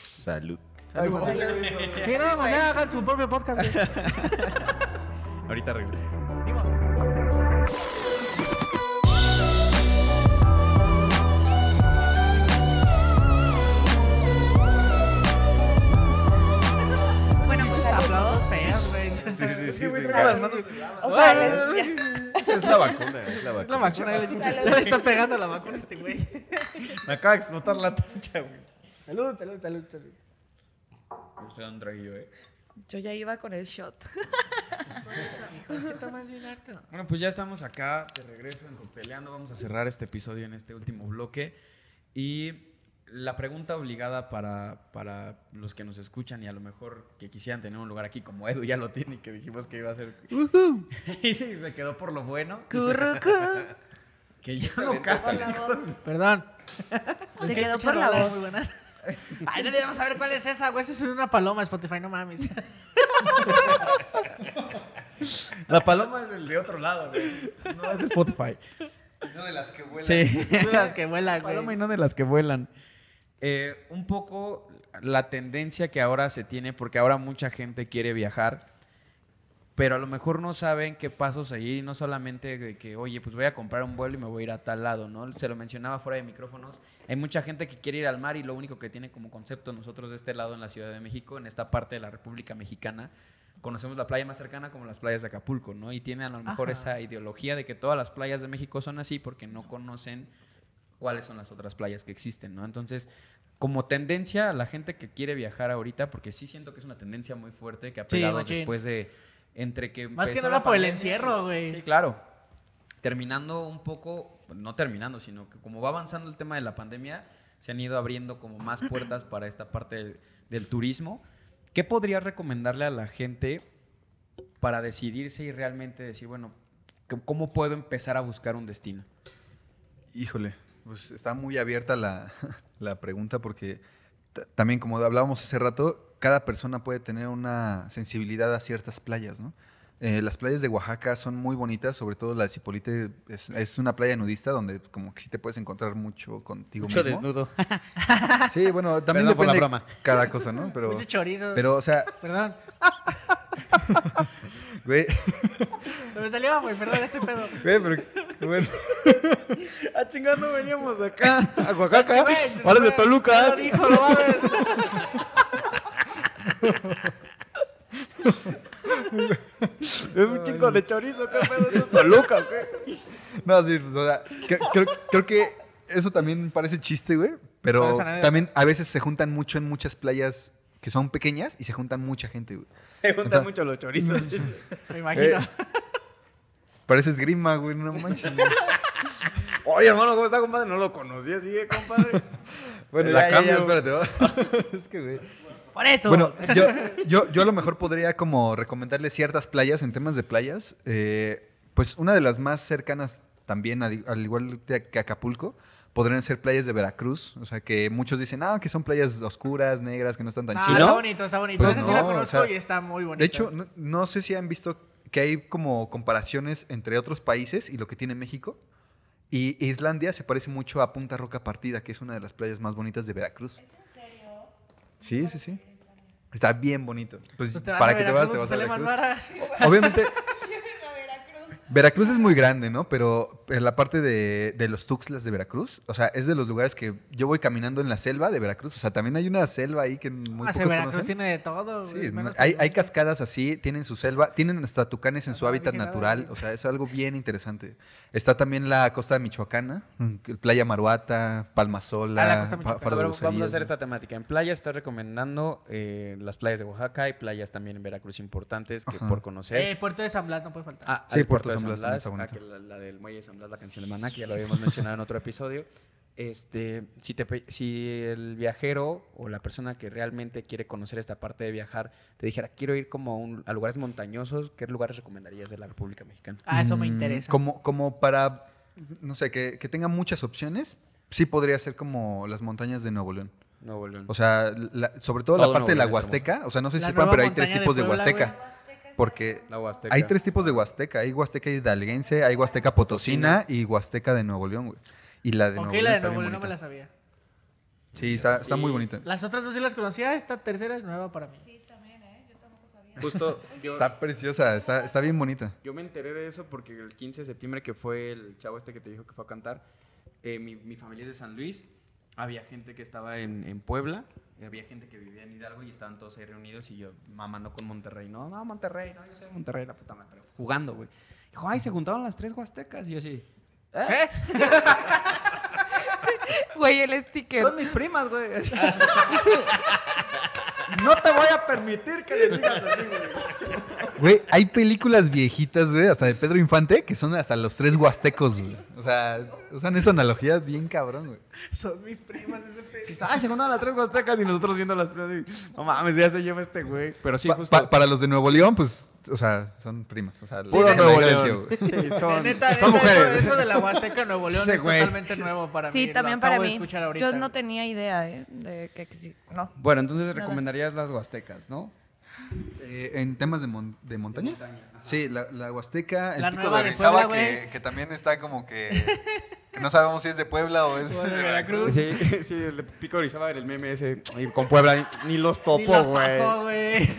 Salud.
Sí, no, mañana hagan su propio podcast, güey.
Ahorita
(laughs)
regreso.
Bueno, pues
Muchos
salud.
aplausos feos, güey. Sí, sí, sí.
O sea, les-
Es la vacuna, es la
La
vacuna.
vacuna le, le está pegando la vacuna a este güey.
Me acaba de explotar la tacha, güey.
Salud, salud, salud, salud.
Yo soy André y yo, eh.
yo ya iba con el shot.
Es que tomas bien harto.
Bueno, pues ya estamos acá, de regreso en Cocteleando. Vamos a cerrar este episodio en este último bloque. Y la pregunta obligada para, para los que nos escuchan y a lo mejor que quisieran tener un lugar aquí, como Edu ya lo tiene, que dijimos que iba a ser. (laughs) y sí, se quedó por lo bueno. Que ya no
Por
castan.
la voz.
Perdón.
Se quedó por la voz.
Ay, no debemos saber cuál es esa, güey. Esa es una paloma, Spotify, no mames.
La paloma es el de otro lado, güey. No es Spotify.
No de las que
(laughs)
vuelan.
Sí.
Las que vuela,
paloma y
güey.
no de las que vuelan. Eh, un poco la tendencia que ahora se tiene, porque ahora mucha gente quiere viajar pero a lo mejor no saben qué pasos seguir y no solamente de que, oye, pues voy a comprar un vuelo y me voy a ir a tal lado, ¿no? Se lo mencionaba fuera de micrófonos. Hay mucha gente que quiere ir al mar y lo único que tiene como concepto nosotros de este lado en la Ciudad de México, en esta parte de la República Mexicana, conocemos la playa más cercana como las playas de Acapulco, ¿no? Y tienen a lo mejor esa ideología de que todas las playas de México son así porque no conocen cuáles son las otras playas que existen, ¿no? Entonces, como tendencia, la gente que quiere viajar ahorita, porque sí siento que es una tendencia muy fuerte que ha
Sí,
pegado
machín.
después de entre que
Más que
empezó
nada
la
por el
pandemia,
encierro, güey.
Sí, claro. Terminando un poco, no terminando, sino que como va avanzando el tema de la pandemia, se han ido abriendo como
(clears throat)
más puertas para esta parte del, del turismo. ¿Qué podrías recomendarle a la gente para decidirse y realmente decir, bueno, c- ¿cómo puedo empezar a buscar un destino?
Híjole, pues está muy abierta la, (laughs) la pregunta porque ta- también como hablábamos hace rato, cada persona puede tener una sensibilidad a ciertas playas, ¿no? Eh, las playas de Oaxaca son muy bonitas, sobre todo la de Cipolite es, es una playa nudista donde como que sí te puedes encontrar mucho contigo
Mucho
mismo.
desnudo.
Sí,
(laughs)
bueno, también
Perdón por la
depende
broma.
cada cosa, ¿no? Pero,
Mucho chorizo.
pero o sea,
Perdón.
(laughs) güey,
Pero me salió, güey, perdón, este
(laughs)
pedo.
güey, pero qué bueno.
A chingar Ah, no veníamos de
(laughs)
acá.
A
Güey,
Oaxaca, ahora es pues, de
güey,
Toluca.
no Lo dijo, no mames.
Es un chingo de chorizo, qué
(laughs)
pedo.
Toluca, No, sí, pues, o sea, cre- creo, creo que eso también parece chiste, güey. Pero
Parece anécdota.
también a veces se juntan mucho en muchas playas que son pequeñas y se juntan mucha gente, güey.
Se juntan mucho los chorizos.
Me imagino.
Eh, Parece esgrima, güey, no manches. güey.
Oye, hermano, ¿cómo está, compadre? No lo conocía, sigue,
(laughs)
compadre.
(laughs) Bueno,
La
ya, ya, ya,
cambio.
espérate, va. (laughs) Es que, güey.
Por eso. Ah,
Bueno,
(laughs)
yo, yo, yo a lo mejor podría como recomendarle ciertas playas en temas de playas. eh, pues una de las más cercanas también, al al igual de- que Acapulco, podrían ser playas de Veracruz. O sea, que muchos dicen, ah, que son playas oscuras, negras, que no están tan
Ah,
chidas.
está bonito, está bonito.
Pues
Esa sí la
no, o
conozco
sea,
y está muy bonita.
De hecho, no, no sé si han visto que hay como comparaciones entre otros países y lo que tiene México. Y Islandia se parece mucho a Punta Roca Partida, que es una de las playas más bonitas de Veracruz. Sí, sí, sí. Está bien bonito. Pues,
Pues te vas
para
a
que te
Veracruz,
vas, te
sale
vas a
más
Veracruz.
vara.
(laughs)
(laughs)
Obviamente. Veracruz es muy grande, ¿no? Pero en la parte de, de los Tuxtlas de Veracruz, o sea, es de los lugares que yo voy caminando en la selva de Veracruz. O sea, también hay una selva ahí que muy
Hace
pocos
Ah, Veracruz
conocen.
tiene de todo.
Sí,
güey,
no,
menos
hay,
que-
hay cascadas así, tienen su selva, tienen hasta tucanes en su
no
hábitat
dije nada,
natural,
güey.
o sea, es algo bien interesante. Está también la costa de Michoacana, mm, Playa Maruata, Palmasola,
Ah, la costa de
Pa-
Michoacán.
Faro de
vamos a hacer
Bucerías,
esta temática. En playa está recomendando eh, las playas de Oaxaca y playas también en Veracruz importantes que
Ajá.
por conocer.
Eh, Puerto de San Blas no puede faltar.
Ah,
Sí,
al
Puerto
puerto de
San
San
Blas también
Blas,
está
ah,
bonito.
que la, la del muelle de San Blas, la canción de Maná, que ya lo habíamos mencionado en otro episodio. Este, si, te pe- si el viajero o la persona que realmente quiere conocer esta parte de viajar te dijera, quiero ir como a, un- a lugares montañosos, ¿qué lugares recomendarías de la República Mexicana?
Ah, eso me
¿no?
interesa.
Mm, Como, como para, no sé, que, que tenga muchas opciones, sí podría ser como las montañas de Nuevo León.
Nuevo León.
O sea, la- sobre todo,
Todo
la parte de
Nuevo
la
León es hermoso.
Huasteca, o sea, no sé
La
si sepan,
nueva
pero hay tres
montaña de
tipos de,
Puebla,
Huasteca. Porque
la Huasteca.
Hay tres tipos de Huasteca. Hay Huasteca hidalguense, hay Huasteca potosina y Huasteca de Nuevo León, güey. Y la de
ok,
Nuevo León
la de
está
Nuevo
bien
León no me la
bonita.
sabía.
Sí, está, está muy bonita.
Las otras dos sí las conocía, esta tercera es nueva para mí.
(laughs)
Justo yo,
Está preciosa, está, está bien bonita.
Yo me enteré de eso porque el 15 de septiembre, que fue el chavo este que te dijo que fue a cantar, eh, mi, mi familia es de San Luis. Había gente que estaba en, en Puebla, y había gente que vivía en Hidalgo y estaban todos ahí reunidos. Y yo mamando con Monterrey, no, no, Monterrey, no, yo soy de Monterrey, la puta madre, pero jugando, güey. Dijo, ay, se juntaron las tres huastecas. Y yo así,
(laughs)
¿Eh?
Güey, el sticker.
son mis primas, güey. (laughs) Así. no te voy a permitir que les digas así, güey.
Güey, hay películas viejitas, güey, hasta de Pedro Infante, que son hasta los tres huastecos, güey. O sea, usan esa analogía bien cabrón, güey.
Son mis primas ese pedo.
Ay, se juntaron las tres huastecas y nosotros viendo las primas. y, No mames, ya se lleva este güey. Pero sí,
Pa-
justo.
pa- para los de Nuevo León, pues, o sea, son primas. O sea,
Puro
la- la
Nuevo
diferencia,
León.
güey.
Sí, son,
Neta,
son
neta, eso,
mujeres.
eso de la Huasteca Nuevo León
Sí,
es
güey.
totalmente nuevo para mí.
Sí,
lo
también
acabo
para
de
mí.
escuchar ahorita.
Yo no tenía idea, ¿eh? De que exi- No.
Bueno, entonces recomendarías las huastecas, ¿no?
Eh, en temas de, mon- de montaña. sí, la, la Huasteca, el
La
pico
nueva
de
de
Orizaba,
Puebla,
que,
güey.
que también está como que, que no sabemos si es de Puebla o es
O
de Veracruz.
Sí, (laughs) sí, el de Pico Orizaba era el meme ese y con Puebla, ni los
Ni
topo,
los
güey.
tapó, güey.
(laughs)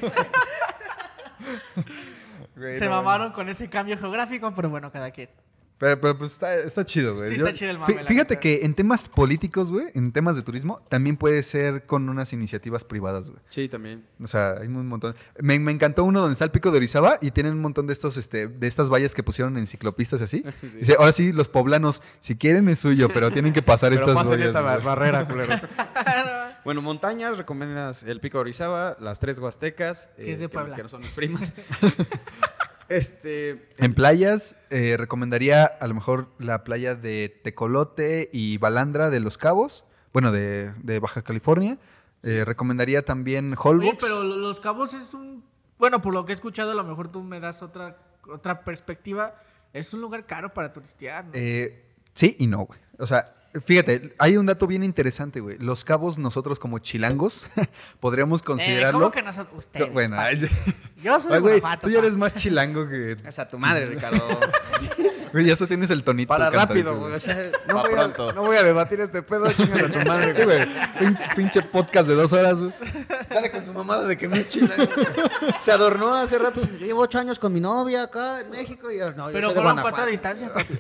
Güey,
Se
no,
mamaron con ese cambio geográfico, pero bueno, cada quien.
Pero, pero pues está, está chido, güey.
Sí,
Yo-
está chido el mame,
fí-
la
Fíjate
neta.
que en temas políticos, güey, en temas de turismo, también puede ser con unas iniciativas privadas, güey.
Sí, también.
O sea, hay un montón. Me, me encantó uno donde está el pico de Orizaba y tienen un montón de estos, este, de estas vallas que pusieron en ciclopistas y así. Dice, ahora (laughs) sí, los poblanos, si quieren es suyo, pero tienen que pasar
Pero
estas
pasen
vallas.
esta
güey".
bar- barrera, culero. bueno, montañas, recomiendas el Pico de Orizaba, las tres Huastecas. eh,
Que es de Puebla.
Que no son mis (laughs) primas. este.
En playas, eh, recomendaría a lo mejor la playa de Tecolote y Balandra de Los Cabos, bueno, de, de Baja California. Eh, recomendaría también Holbox.
Oye, pero lo- Los Cabos es un... Bueno, por lo que he escuchado, a lo mejor tú me das otra, otra perspectiva. Es un lugar caro para turistear, ¿no?
Eh, sí y no, güey. O sea, fíjate, hay un dato bien interesante, güey. Los cabos, nosotros como chilangos, (laughs) podríamos
Eh,
considerarlo.
¿Cómo que no son ustedes?
bueno,
pa?
(laughs) ay, sí.
yo soy
Ay,
de
güey,
Guanajuato,
tú ya
pa.
eres más chilango que.
Es a tu madre, Ricardo.
Güey, ya hasta tienes el
(laughs)
tonito.
Para
cantante,
rápido, güey. O sea, no,
Pa'
voy
pronto.
a, no voy a debatir este pedo. Chingas a tu madre,
Sí,
güey.
güey. Pin- pinche podcast de dos horas, güey.
Sale con su mamada de que no es chila.
Se adornó hace rato. Yo llevo ocho años con mi novia acá en México. Y, yo, no, yo
Pero
soy de
fueron cuatro
Guanajuato.
distancias, papi.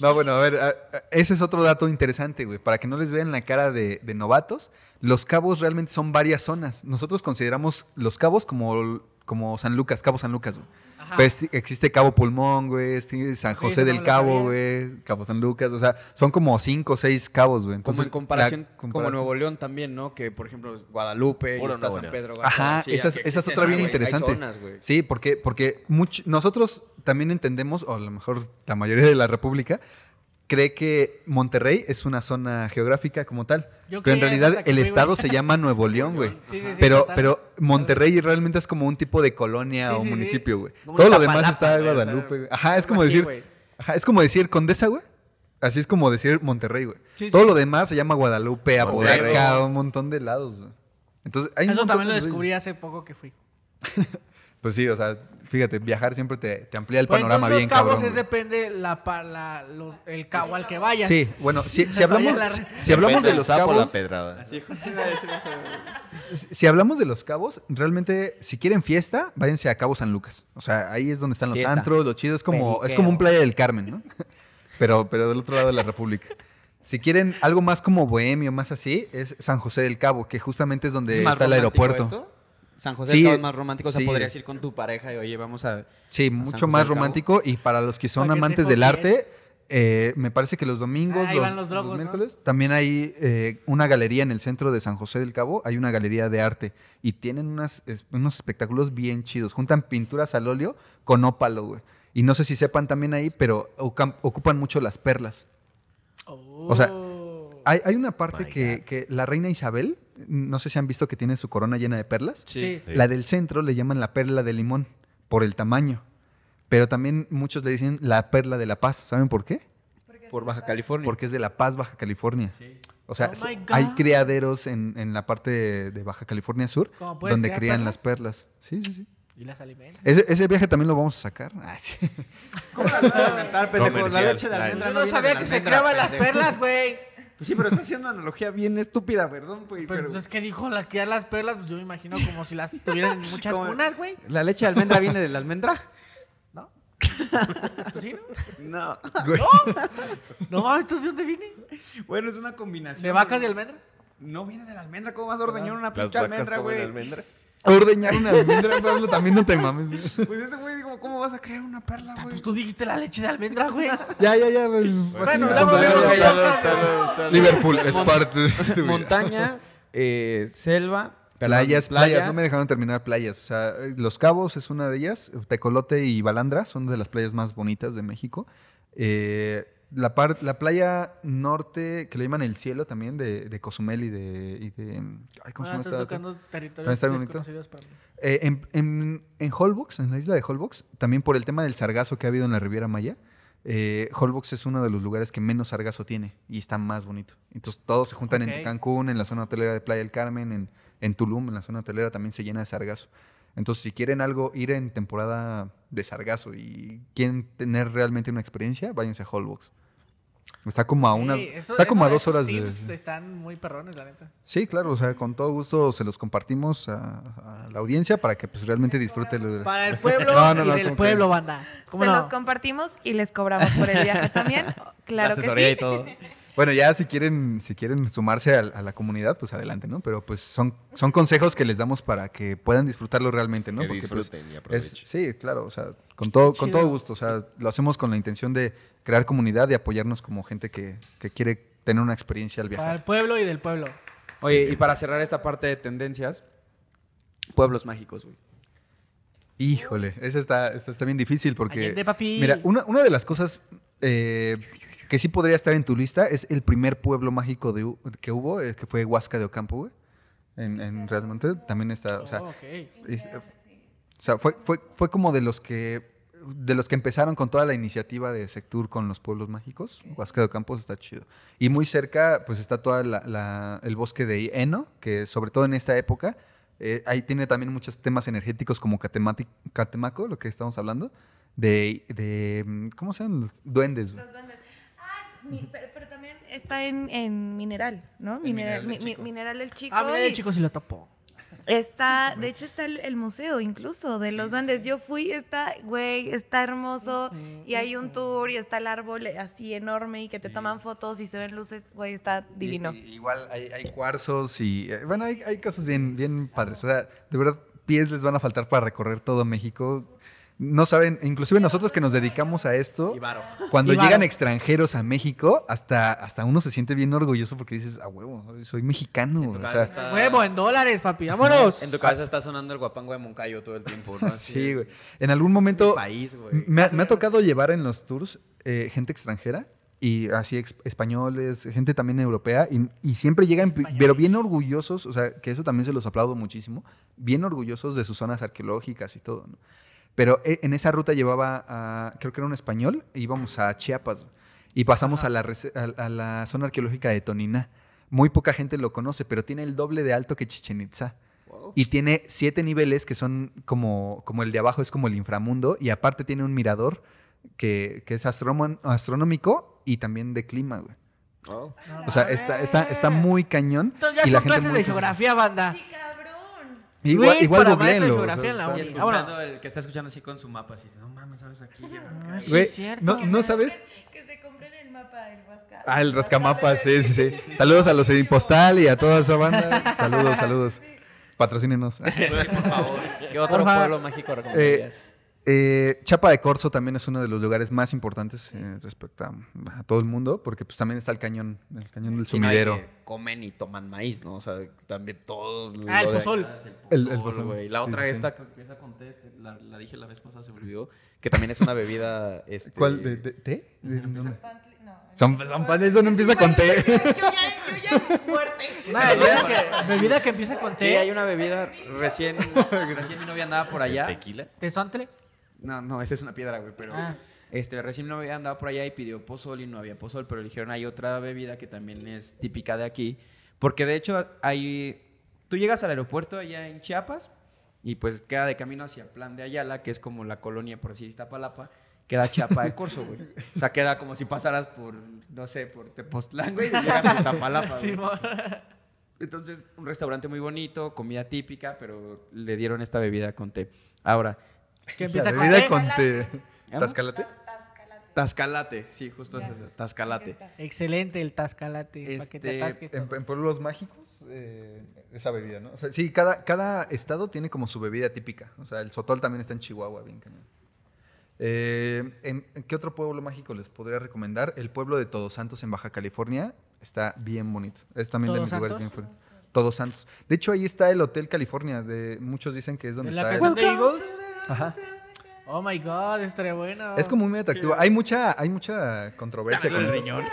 No, bueno, a ver, a- a- ese es otro dato interesante, güey. Para que no les vean la cara de, de novatos, los cabos realmente son varias zonas. Nosotros consideramos los cabos como, como San Lucas, Cabo San Lucas, güey. Pero
Pues,
esti- existe Cabo Pulmón, güey, esti- San
Oye,
José
eso no
del
me lo
Cabo,
sabía.
güey, Cabo San Lucas, o sea, son como cinco o seis cabos, güey.
Como
Entonces,
en comparación,
la
como
comparación-
Nuevo León también, ¿no? Que por ejemplo es Guadalupe y
Puro
está
Nuevo
San
León.
Pedro.
Ajá,
Garza, sí,
esa, es-
aquí
esa es
existen,
otra bien
güey. Hay
interesante.
zonas, güey.
sí, porque, porque much- nosotros también entendemos, o a lo mejor la mayoría de la República, cree que Monterrey es una zona geográfica como tal.
Yo
pero
creía
en
eso
realidad
hasta que
el
fui, güey.
estado se llama Nuevo León, güey.
Sí, sí, sí,
pero,
total.
pero Monterrey realmente es como un tipo de colonia
Sí,
o
sí, sí.
municipio, güey.
Como
Todo
una
lo demás
Tapalapa,
está de
güey, o sea,
Guadalupe, güey. Ajá, es
algo
como
así,
decir,
güey.
ajá, es como decir Condesa, güey. Así es como decir Monterrey, güey.
Sí,
Todo
sí.
lo demás se llama Guadalupe,
Sombrero.
Apodaca, un montón de lados, güey. Entonces, hay un
Eso
montón
también lo
de reyes.
descubrí hace poco que fui.
Pues sí, o sea, fíjate, viajar siempre te, te amplía el
Pues
panorama
entonces,
bien
Los Cabos
cabrón.
es
güey.
depende la, pa- la- los- el cabo al que vayas.
Sí, bueno,
(laughs)
si, si
Se falla
hablamos,
la
si-
re-
si hablamos
Depende
de
del
los
sapo o la
cabos,
Ah,
pedrada.
si hablamos de los cabos, realmente, si quieren fiesta, váyanse a Cabo San Lucas. O sea, ahí es donde están los
Fiesta.
antros, lo chido, es como, es como un playa del Carmen, ¿no? (laughs) Pero, pero del otro lado de la República. Si quieren algo más como bohemio, más así, es San José del Cabo, que justamente es donde
¿Es más
está el
romántico
aeropuerto.
esto? San José
Sí,
del Cabo es más romántico. O sea,
sí.
podrías ir con tu pareja y oye, vamos a.
Sí,
San
mucho
José
más
del Cabo.
romántico. Y para los que son
Para que te
amantes del
foques.
arte, eh, me parece que los domingos,
Ah, ahí
los,
van los drogos, ¿no?
miércoles, también hay eh, una galería en el centro de San José del Cabo. Hay una galería de arte y tienen unas, es- unos espectáculos bien chidos. Juntan pinturas al óleo con ópalo, güey. Y no sé si sepan también ahí, pero ocam- ocupan mucho las perlas. O sea,
Oh.
Hay, hay una parte que, que la reina Isabel, no sé si han visto que tiene su corona llena de perlas.
Sí.
Sí.
La del centro le llaman la perla de limón por el tamaño. Pero también muchos le dicen la perla de La Paz. ¿Saben por qué?
Por Baja California.
Porque es de La Paz, Baja California. O sea,
Oh
se-
my God.
hay criaderos en, en la parte de, de Baja California Sur
¿Cómo puedes
donde
criar
crían
perlas?
las perlas. Sí, sí, sí.
Y las alimentas.
Ese, ese viaje también lo vamos a sacar. (laughs) Ah, sí.
¿Cómo la vas a inventar, Ah,
(laughs)
pendejo? La
Comercial,
leche de
la-
almendra.
Yo no
viene de
sabía
la
que se
almendra,
creaban las
pendejo.
perlas, güey.
Pues sí, pero está haciendo una analogía bien estúpida, perdón, güey.
Pero
Pero,
entonces, ¿qué Pues dijo? La criar las perlas, pues yo me imagino como si las (laughs) tuvieran en muchas
Como-
cunas, güey.
¿La leche de almendra viene de la almendra?
Pues sí, (laughs) ¿no?
No.
No mames, ¿tú sí dónde vine?
Bueno, es una combinación.
¿De vacas de almendra?
No viene de la almendra. ¿Cómo vas a ordeñar una
Las
pinche
vacas
almendra,
comen
güey?
almendra.
Ordeñar una almendra, (laughs) Pablo, también no te
(laughs)
mames. güey.
Pues ese güey, digo, ¿cómo vas a crear una perla,
Ah,
güey?
Pues tú dijiste la leche de almendra, güey.
Ya, ya, pues, ya. güey.
Bueno,
Así,
luego
o sea,
vemos
o
el
sea,
podcast.
pues, (laughs) Liverpool es parte de este tu vida.
Montaña, eh, selva, perdón,
Playas, playas, no me dejaron terminar playas. O sea, eh, Los Cabos es una de ellas, Tecolote y Balandra son de las playas más bonitas de México. Eh, la, par- la playa norte, que le llaman el cielo también, de, de Cozumel y de... y de- ay, ¿Cómo
Ah,
se llama
estás
esta otra?
tocando
También
territorios
está bonito.
desconocidos para mí.
Eh, en, en, en Holbox, en la isla de Holbox, también por el tema del sargazo que ha habido en la Riviera Maya, eh, Holbox es uno de los lugares que menos sargazo tiene y está más bonito. Entonces todos se juntan en
Ok.
Cancún, en la zona hotelera de Playa del Carmen, en, en Tulum, en la zona hotelera también se llena de sargazo. Entonces si quieren algo, ir en temporada de sargazo y quieren tener realmente una experiencia, váyanse a Holbox. Está como a una.
Sí, eso-
está como a
eso-
dos
esos
horas
tips
de.
Están muy perrones, la neta.
Sí, claro, o sea, con todo gusto se los compartimos a, a la audiencia para que pues realmente disfrute. el-
Para el pueblo
(laughs) No, no, no,
y del
como que-
pueblo, banda. ¿Cómo
Se
no?
los compartimos y les cobramos por el
(laughs)
viaje también. Claro que sí. (laughs)
Bueno, ya si quieren, si quieren sumarse al- a, la comunidad, pues adelante, ¿no? Pero pues son, son consejos que les damos para que puedan disfrutarlo realmente, ¿no?
Que
Porque, pues,
disfruten y aprovechen.
es- sí, claro, o sea, con todo, con
Chido.
todo gusto. O sea, lo hacemos con la intención de crear comunidad y apoyarnos como gente que, que quiere tener una experiencia al
Para el
viajar.
pueblo y del pueblo.
Oye, y para cerrar esta parte de tendencias, pueblos mágicos, güey.
Híjole, esa está, esta está bien difícil porque.
Allende, papi.
Mira, una, una de las cosas eh, que sí podría estar en tu lista es el primer pueblo mágico de, hu- que hubo, eh, que fue Huasca de Ocampo, güey. En, en realmente también está, o sea,
Oh, ok.
Es- eh, o sea, fue, fue, fue como de los que de los que empezaron con toda la iniciativa de Sectur con los pueblos mágicos. Huasca de Campos está chido. Y muy cerca, pues está todo el bosque de Eno, que sobre todo en esta época, eh, ahí tiene también muchos temas energéticos como Catemati- Catemaco, lo que estamos hablando, de, de mm, ¿cómo se llaman? Los Duendes. güey.
Los duendes. Ah, mi- pero, pero también está en, en mineral, ¿no? Mineral, mi- mi- mineral el chico.
Ah, mira, de
y
chicos, si lo topo.
Está, de hecho está el, el museo incluso de los duendes. Yo fui, está, güey, está hermoso y hay un tour y está el árbol así enorme y que te toman fotos y se ven luces, güey, está divino.
Y- y- igual hay, hay cuarzos y. eh, Bueno, hay, hay cosas bien, bien padres. O sea, de verdad, pies les van a faltar para recorrer todo México. No saben, inclusive nosotros que nos dedicamos a esto, cuando
Y varo.
llegan extranjeros a México, hasta, hasta uno se siente bien orgulloso porque dices, a huevo, soy- soy mexicano. o sea,
Huevo, en dólares, papi. Vámonos.
En tu cabeza está sonando el guapango de Moncayo todo el tiempo, ¿no? Así
(laughs) sí,
de-
güey. En algún momento,
país, güey.
M- Me ha, me ha tocado llevar en los tours eh, gente extranjera y así ex- españoles, gente también europea y, y siempre llegan, pi- pero bien orgullosos, o sea, que eso también se los aplaudo muchísimo, bien orgullosos de sus zonas arqueológicas y todo, ¿no? Pero eh, en esa ruta llevaba a, creo que era un español, e íbamos a Chiapas güey, y pasamos a la, rese- a- a la zona arqueológica de Toniná. Muy poca gente lo conoce, pero tiene el doble de alto que Chichen Itza. Y tiene siete niveles que son como, como el de abajo, es como el inframundo. Y aparte tiene un mirador que, que es astromo- astronómico y también de clima, güey. O sea, está, está, está muy
Ah. eh.
cañón.
Entonces ya
y la
son
gente
clases
muy
de geografía, banda.
cabrón!
Igual,
Luis,
igual
para maestro de
googleenlo, o
geografía
sea,
en la
está-
Y
uni.
escuchando
Ahora.
el que está escuchando así con su mapa, así, no mames, ¿sabes aquí? Ya me caí".
Sí,
güey,
es cierto.
¿no, no sabes?
Que se compren el mapa del Huasca.
Ah, el rascamapas, sí, sí,
(laughs)
sí. Saludos a los Edipostal y a toda esa banda. Saludos, saludos. Patrocínenos.
(laughs)
¿Qué otro
Porfa.
pueblo mágico recomendarías?
Eh, Chapa de Corzo también es uno de los lugares más importantes eh, respecto a, a todo el mundo, porque pues también está el cañón, el cañón del
Sí, no, y
sumidero.
que comen y toman maíz, ¿no? O sea, también todo.
Ah, el
lo de-
pozol.
El-
El,
el
el
pozol,
güey. La
sí,
otra
sí, sí.
esta que empieza con té, te- la, la dije la vez pasada, se me olvidó, que también es una bebida... Este,
¿Cuál? ¿De, de- té? ¿De dónde?
Pantli- no.
San, San Pan- eso no empieza con té. (laughs)
Una bebida que-
Bebida que empieza con
Sí, hay
té.
una bebida recién, recién mi novia andaba por allá.
¿Tequila?
Tesontle.
No, no, esa es una piedra, güey, pero...
Ah.
Este, recién mi novia andaba por allá y pidió pozol y no había pozol, pero le dijeron hay otra bebida que también es típica de aquí. Porque de hecho hay... Tú llegas al aeropuerto allá en Chiapas y pues queda de camino hacia Plan de Ayala, que es como la colonia, por así Iztapalapa, queda Chiapa de Corzo, güey. O sea, queda como si pasaras por, no sé, por Tepoztlán, güey, y llegas a Iztapalapa, güey. Entonces, un restaurante muy bonito, comida típica, pero le dieron esta bebida con té. Ahora,
Que
La
empieza con E.
bebida
té.
con té.
¿Llama?
¿Tascalate?
tascalate, sí, justo es esa, tascalate.
Excelente el tascalate. Para que te
Este,
atasques.
Eh, En,
todo.
en pueblos mágicos, eh, esa bebida, ¿no? O sea, sí, cada, cada estado tiene como su bebida típica. O sea, el sotol también está en Chihuahua, bien cañón. Eh, ¿en- en ¿Qué otro pueblo mágico les podría recomendar? El pueblo de Todos Santos en Baja California está bien bonito. Es también de mis
¿Todos
lugares bien
Santos?
fuera. Todos Santos. De hecho, ahí está el Hotel California. De, muchos dicen que es donde
¿En la
está.
canción de Eagles?
Ajá.
Oh my god, estaría bueno.
Es como muy atractivo. Hay mucha, hay mucha controversia con el riñón.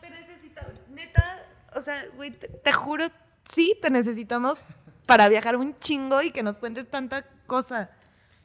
Te necesitamos, neta, o sea, güey, te, te juro, sí, te necesitamos para viajar un chingo y que nos cuentes tanta cosa.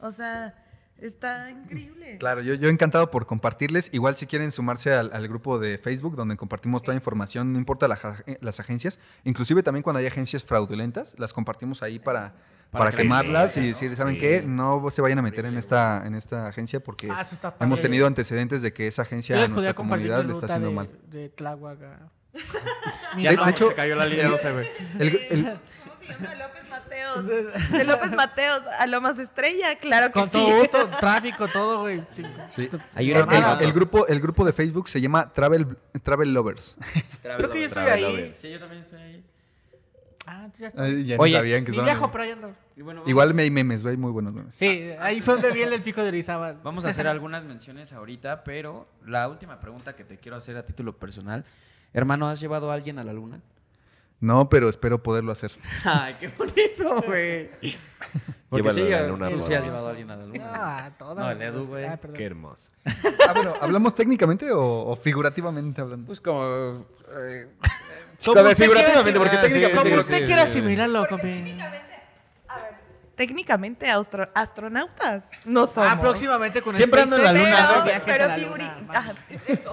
O sea, está increíble.
Claro, yo, yo encantado por compartirles. Igual si quieren sumarse al, al grupo de Facebook donde compartimos toda información, eh, no importa la ja- las agencias. Inclusive también cuando hay agencias fraudulentas, las compartimos ahí para, para, para
que-
quemarlas y
Sí,
decir, ¿saben
sí.
qué? No se vayan a meter en esta, en esta agencia porque
Ah, eso está padre.
hemos tenido antecedentes de que esa
Yo
agencia a
les
nuestra
podía compartir mi
comunidad le está
ruta
haciendo
de,
mal.
de Tláhuac ah.
(laughs)
a-
De,
Eh,
de hecho,
cayó la línea, lo sé, güey.
el- el-
Estamos siguiendo a López Mateos. De López Mateos a Lomas Estrella, claro que
Con
sí.
todo gusto, tráfico, todo, güey. Sí.
sí.
Hay
el,
una
el-
mamada.
el grupo, el grupo de Facebook se llama Travel, Travel Lovers.
(laughs)
(laughs)
Creo que yo estoy ahí.
Sí, yo también estoy ahí.
Ah, entonces ya está.
Ay, ya
Oye,
ni sabían que
Ni
estaban
viajo,
ahí.
pero ahí ando.
Y bueno, vamos,
Igual me hay memes, hay muy buenos memes.
Sí, ahí fue donde vi el del pico de Orizaba.
Vamos a hacer algunas menciones ahorita, pero la última pregunta que te quiero hacer a título personal. Hermano, ¿has llevado a alguien a la
(laughs)
luna?
No, pero espero poderlo hacer.
Ay, qué bonito, güey. Porque
Llévalo
sí,
a la
ya-
luna,
tú
por
sí has
favor.
llevado a alguien a la luna.
Ah, todas.
No, el Edu, güey.
Ah, perdón.
Qué hermoso.
Ah, bueno, ¿hablamos técnicamente o, o figurativamente hablando?
Pues como... eh,
Como
A ver,
usted
figurativamente,
quiera
porque
asimil-
técnicamente-
Como
sí, sí,
usted quiera
sí, sí.
asimilarlo, compi.
Técnicamente, a ver, técnicamente astro- astronautas no somos.
Ah, próximamente con
Siempre ando en la
Pero,
luna,
SpaceX, ¿no?
¿no?
Viajes
pero
a la
figuri-
luna,
Ajá, eso.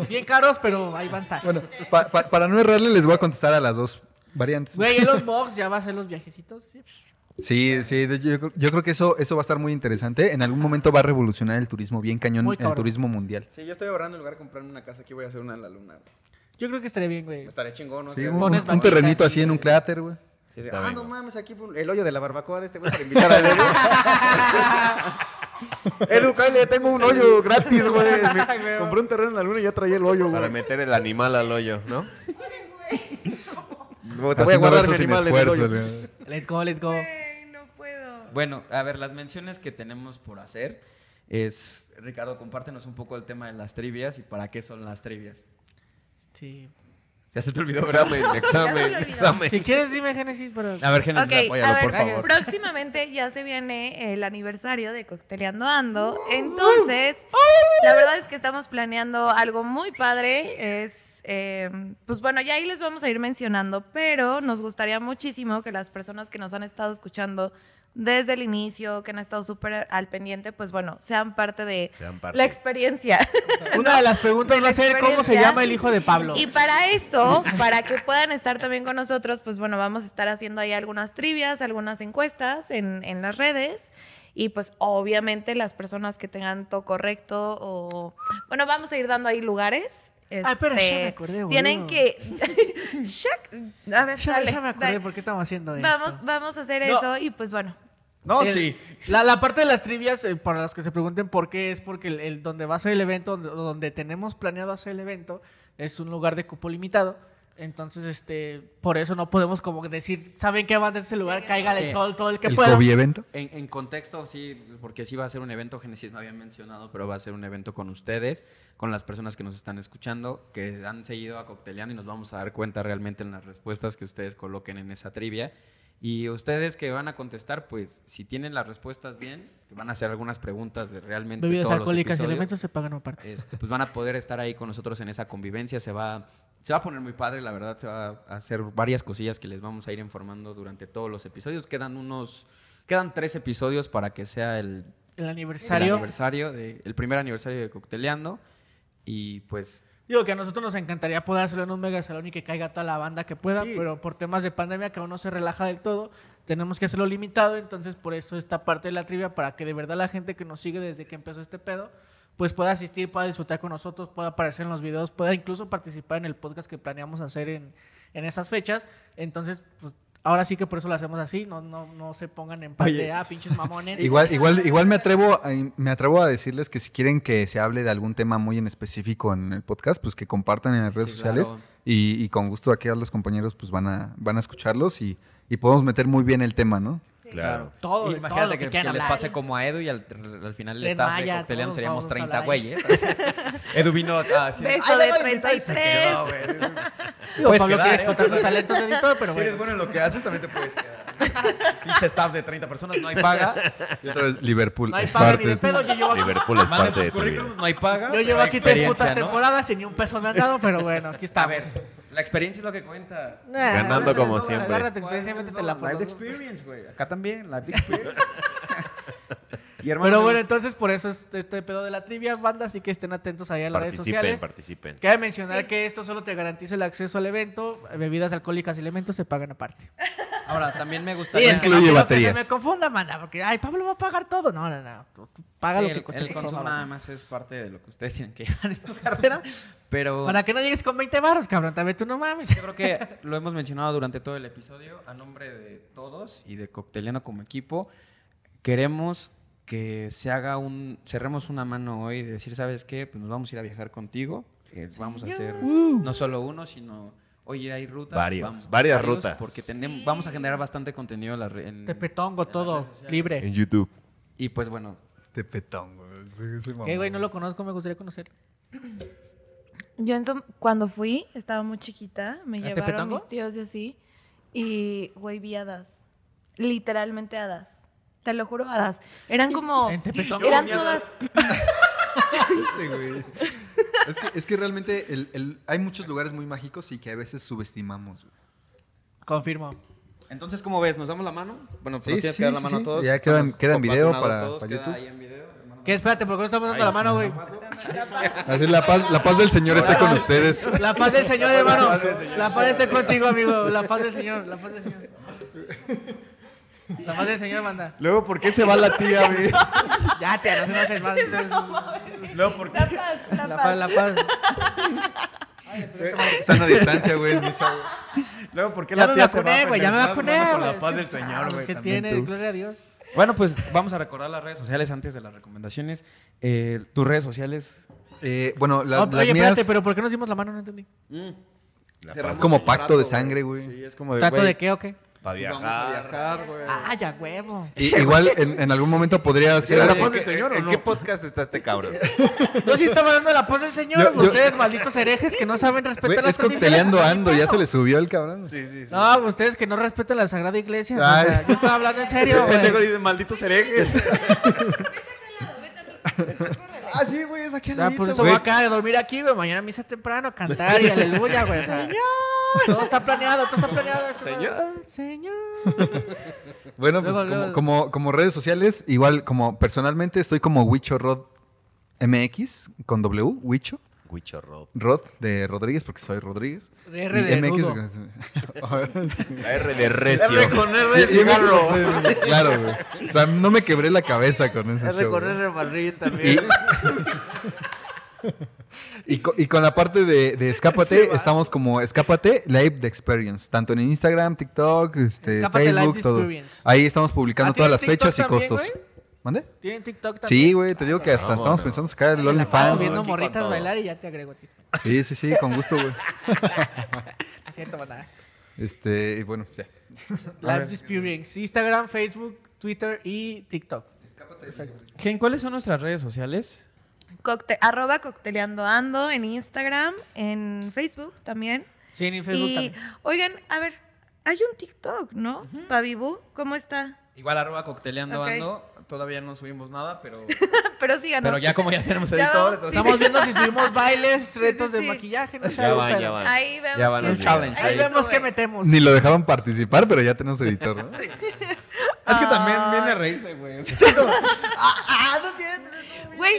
va. Bien caros, pero ahí van tal.
Bueno, pa- pa- para no errarle, les voy a contestar a las dos variantes.
Güey, Elon Musk ya va a hacer los viajecitos. ¿sí?
Sí, sí, de- yo, creo- yo creo que eso, eso va a estar muy interesante. En algún momento va a revolucionar el turismo, bien cañón,
Muy
el
cabrón.
turismo mundial.
Sí, yo estoy ahorrando en lugar de comprarme una casa. Aquí voy a hacer una en la luna. güey.
Yo creo que estaría bien, güey.
Estaré chingón, ¿no?
Sí,
Estaré-
un,
Pones
un
banquitas
terrenito así
y-
en un cráter, güey.
Sí, de-
Está
ah,
bien,
no
güey.
mames, aquí pon- el hoyo de la barbacoa de este güey para invitar a Edu. Edu, (laughs) cállate, tengo un hoyo gratis, güey. Me- Compré un terreno en la luna y ya traía el hoyo,
Para
güey.
meter el animal al hoyo, ¿no?
No, Te voy a
Haciendo
guardar mi
retos sin
animal en el
esfuerzo,
hoyo.
güey.
Let's go, let's go.
Güey, no puedo.
Bueno, a ver, las menciones que tenemos por hacer es... Ricardo, compártenos un poco el tema de las trivias y para qué son las trivias.
Sí.
Ya se te olvidó, ¿verdad?
Examen,
Ya se
examen,
me olvidó.
examen.
Si quieres, dime Génesis, pero.
A ver, Genesis,
Ok,
apóyalo,
a ver,
por favor.
próximamente ya se viene el aniversario de Cocteleando Ando. Entonces, la verdad es que estamos planeando algo muy padre. Es, eh, pues bueno, ya ahí les vamos a ir mencionando, pero nos gustaría muchísimo que las personas que nos han estado escuchando desde el inicio, que han estado súper al pendiente, pues bueno, sean parte de
Sean parte.
la experiencia.
Una de las preguntas
de
va
la
a ser cómo se
experiencia.
llama el hijo de Pablo.
Y para eso, para que puedan estar también con nosotros, pues bueno, vamos a estar haciendo ahí algunas trivias, algunas encuestas en, en las redes. Y pues obviamente las personas que tengan todo correcto o... Bueno, vamos a ir dando ahí lugares.
Ah, espera, ya me
Este,
acordé, boludo.
Tienen que... (laughs) Shac- a ver,
Ya,
dale,
ya me acordé
dale.
por qué estamos haciendo esto.
Vamos, vamos a hacer
No.
eso y pues bueno.
No,
El-
sí.
La, la parte de las trivias, eh, para los que se pregunten por qué, es porque el, el donde va a ser el evento, donde, donde tenemos planeado hacer el evento, es un lugar de cupo limitado. Entonces, este, por eso no podemos como decir, ¿saben qué van de ese lugar? Cáigale
Sí.
todo, el- todo el que
El
pueda.
COVID evento.
En, en contexto, sí, porque sí va a ser un evento, Genesis no había mencionado, pero va a ser un evento con ustedes, con las personas que nos están escuchando, que han seguido a Cocteleando y nos vamos a dar cuenta realmente en las respuestas que ustedes coloquen en esa trivia. Y ustedes que van a contestar, pues si tienen las respuestas bien, que van a hacer algunas preguntas de realmente
Bebidas
todos los
alcohólicas y
episodios,
alimentos se pagan aparte.
este, pues van a poder estar ahí con nosotros en esa convivencia, se va, se va a poner muy padre, la verdad, se va a hacer varias cosillas que les vamos a ir informando durante todos los episodios. Quedan unos, quedan tres episodios para que sea el,
El
el
aniversario.
aniversario de- el primer aniversario de Cocteleando y pues
Digo que a nosotros nos encantaría poder hacerlo en un mega salón y que caiga toda la banda que pueda,
Sí.
pero por temas de pandemia que aún no se relaja del todo, tenemos que hacerlo limitado, entonces por eso esta parte de la trivia, para que de verdad la gente que nos sigue desde que empezó este pedo, pues pueda asistir, pueda disfrutar con nosotros, pueda aparecer en los videos, pueda incluso participar en el podcast que planeamos hacer en, en esas fechas. Entonces, pues, ahora sí que por eso lo hacemos así, no, no, no se pongan en parte de, ah,
(laughs)
pinches mamones.
Igual, igual, igual me atrevo, a, me atrevo a decirles que si quieren que se hable de algún tema muy en específico en el podcast, pues que compartan en las redes
Sí,
sociales
claro.
y, y con gusto aquí a los compañeros pues van a, van a escucharlos y, y podemos meter muy bien el tema,
(laughs)
¿no?
Claro.
Todo, todo
imagínate
lo que
que, que
quieran
les
hablar.
pase como a Edu y al, al final el
Les
staff
vaya,
de Cocteleando
todos
seríamos
vamos a
30
hablar.
güeyes. Edu vino así de,
Beso
"Ay,
de
vengo a invitar", y se
33.
quedó, güey.
Digo,
Puedes
Pablo
quedar,
quiere
¿eh?
explotar sus talentos de editor, pero
Si
bueno.
eres bueno en lo que haces, también te puedes
(laughs)
quedar. Pinche staff de 30 personas, no hay paga.
Y otra vez, Liverpool.
No hay
es
paga ni
parte
de
tu-
pedo, yo llevo aquí
Liverpool es
Manden
parte
tus
de tu
currículums,
vida.
no hay paga.
Yo llevo
La
aquí tres
experiencia,
putas
¿no?
temporadas y ni un peso me han dado, pero bueno, aquí está. Eh,
A ver, la experiencia es lo que cuenta.
Nah,
Ganando
agárrate-
como siempre.
Agárrate experiencia, métetela por
Live
los-
experience, güey. Acá también, live
(laughs)
experience. y hermano,
Pero bueno, entonces por eso es este pedo de la trivia, banda, así que estén atentos ahí a las redes
Participen,
sociales.
participen.
Cabe mencionar que esto solo te garantiza el acceso al evento, bebidas alcohólicas y alimentos se pagan aparte.
Ahora, también me
Y
gustaría...
es que no
incluye
quiero que se
baterías.
me confunda, mana, porque, ay, Pablo va a pagar todo. No, no, no. tú Paga
Sí,
lo que
el-
cueste.
el,
por
consumo
favor.
nada más es parte de lo que ustedes tienen que llevar en su cartera, pero
Para que no llegues con 20 baros, cabrón. También tú no mames.
yo creo que lo hemos mencionado durante todo el episodio a nombre de todos y de Cocteliano como equipo. Queremos que se haga un cerremos una mano hoy y decir, ¿sabes qué? Pues nos vamos a ir a viajar contigo, que vamos a hacer
Uh.
no solo uno, sino Oye, hay rutas.
Varios, varias rutas.
Porque tenemos, vamos a generar bastante contenido en la re- en-
Tepetongo, todo. Libre.
En YouTube.
Y pues bueno,
Te petón, güey. Sí, soy
Que,
mamón,
güey, no
(laughs)
lo conozco, me gustaría conocer.
Yo en su- cuando fui, estaba muy chiquita, me
¿A
llevaron
Tepetongo?
mis tíos y así, y güey, vi hadas. Literalmente hadas. Te lo juro, hadas. Eran como...
En Tepetongo.
Eran todas... (laughs)
Sí, güey. Es que, es que realmente el- el- hay muchos lugares muy mágicos y que a veces subestimamos. güey.
Confirmo.
Entonces, ¿cómo ves? ¿Nos damos la mano? Bueno, pues
Sí,
nos tienes
sí,
que dar la
sí,
mano
sí.
a todos.
Ya queda en-
Estamos
queda en video
copatinados
para-
todos,
para
queda
YouTube.
ahí en video, hermano.
¿Qué? Espérate, ¿por qué no estamos dando la mano, güey?
Así la paz, la paz del Señor está con ustedes.
La paz del Señor, hermano. La paz esté contigo, amigo. La paz del Señor. La paz del Señor. La paz del Señor, manda.
Luego, ¿por qué se va la tía, güey?
Ya te no se me haces más.
No, porque
La paz, la paz.
(laughs) Sana distancia, güey. en misa, güey.
Luego, ¿por qué
Ya
la
me
tía se va
vacuné,
a
güey, ya me
penetrar,
vacuné,
hermano, Con
güey. Ah,
la paz del Señor, güey.
¿Qué
también
tiene?
tú?
Gloria a Dios.
Bueno, pues vamos a recordar las redes sociales antes de las recomendaciones. Eh, tus redes sociales.
Eh, bueno, la-
Oh,
las
Oye,
mías
espérate, pero ¿por qué nos dimos la mano? No entendí.
es como pacto de sangre, güey.
Sí, es como de.
¿Taco
güey,
de qué o qué?
Para
Vamos
viajar.
a viajar, güey.
Ah, ya huevo.
I- igual en, en algún momento podría hacer...
¿En,
paz del
qué-
Señor o
en
no?
qué podcast está este cabrón?
Yo sí estaba dando la paz del Señor.
Yo- yo-
Ustedes, malditos herejes, que no saben respetar
Güey,
las
es cocteleando ando, ya se le subió el cabrón.
Sí, sí, sí.
No, pues ustedes que no respetan la Sagrada Iglesia. o
Ay.
sea, yo estaba hablando
(laughs)
en serio. güey.
dice, malditos herejes. (laughs) ah, sí, güey, es aquí al
Ah,
ladito,
por eso
güey.
voy acá de dormir aquí, güey. Mañana misa temprano, cantar y aleluya, güey. O sea, Todo está planeado, todo está planeado. esto-
Señor.
Señor.
Bueno,
Luego,
pues como-
luego.
Como, como redes sociales, igual como personalmente estoy como Wicho Rod MX con W, Wicho
Huicho Rod.
Rod de Rodríguez, porque soy Rodríguez.
R
Y
de
MX. (laughs)
rudo. (laughs)
La R de Recio.
Y- y- sí, Claro, güey. O sea, no me quebré la cabeza con ese show, güey.
también.
(laughs) Y, co- y con la parte de, de Escápate, estamos como Escápate Live the Experience, tanto en Instagram, TikTok, este,
Escápate Live
Facebook,
The
todo.
Experience.
Ahí estamos publicando
¿Ah,
todas las
tienes TikTok
fechas y
también,
costos.
güey?
¿Mande?
¿Tienen TikTok también?
Sí, güey, te digo
Ah,
que hasta
Vámonos.
estamos pensando sacar
Me
el
la paso
OnlyFans.
viendo
aquí con
morritas
todo.
bailar y ya te agrego a ti.
Sí, sí, sí, con gusto, güey.
Es Ah, cierto, maná.
Este, y bueno,
(laughs)
ya.
Live Experience. Instagram, Facebook, Twitter y TikTok.
Gen, ¿cuáles son nuestras redes sociales?
Cocte- arroba cocteleando ando en Instagram, en Facebook también.
Sí, en Facebook
y
también.
oigan, a ver, hay un TikTok, ¿no? Pavibu, ¿cómo está? (laughs)
Igual arroba cocteleando
Ok.
ando. Todavía no subimos nada,
(laughs)
pero,
Pero síganos.
pero ya como ya tenemos
Ya
editor,
vamos,
entonces-
sí.
Estamos viendo si subimos bailes, retos de
sí.
maquillaje. No sé,
Ya van,
pero-
ya van.
Ahí vemos
Ya van
qué-
los
El challenge.
Ahí
Ahí
vemos
sube.
qué metemos.
Ni lo dejaban participar, pero ya tenemos editor, ¿no?
(laughs)
Es que también
Ah.
viene a reírse, güey.
(laughs) Güey,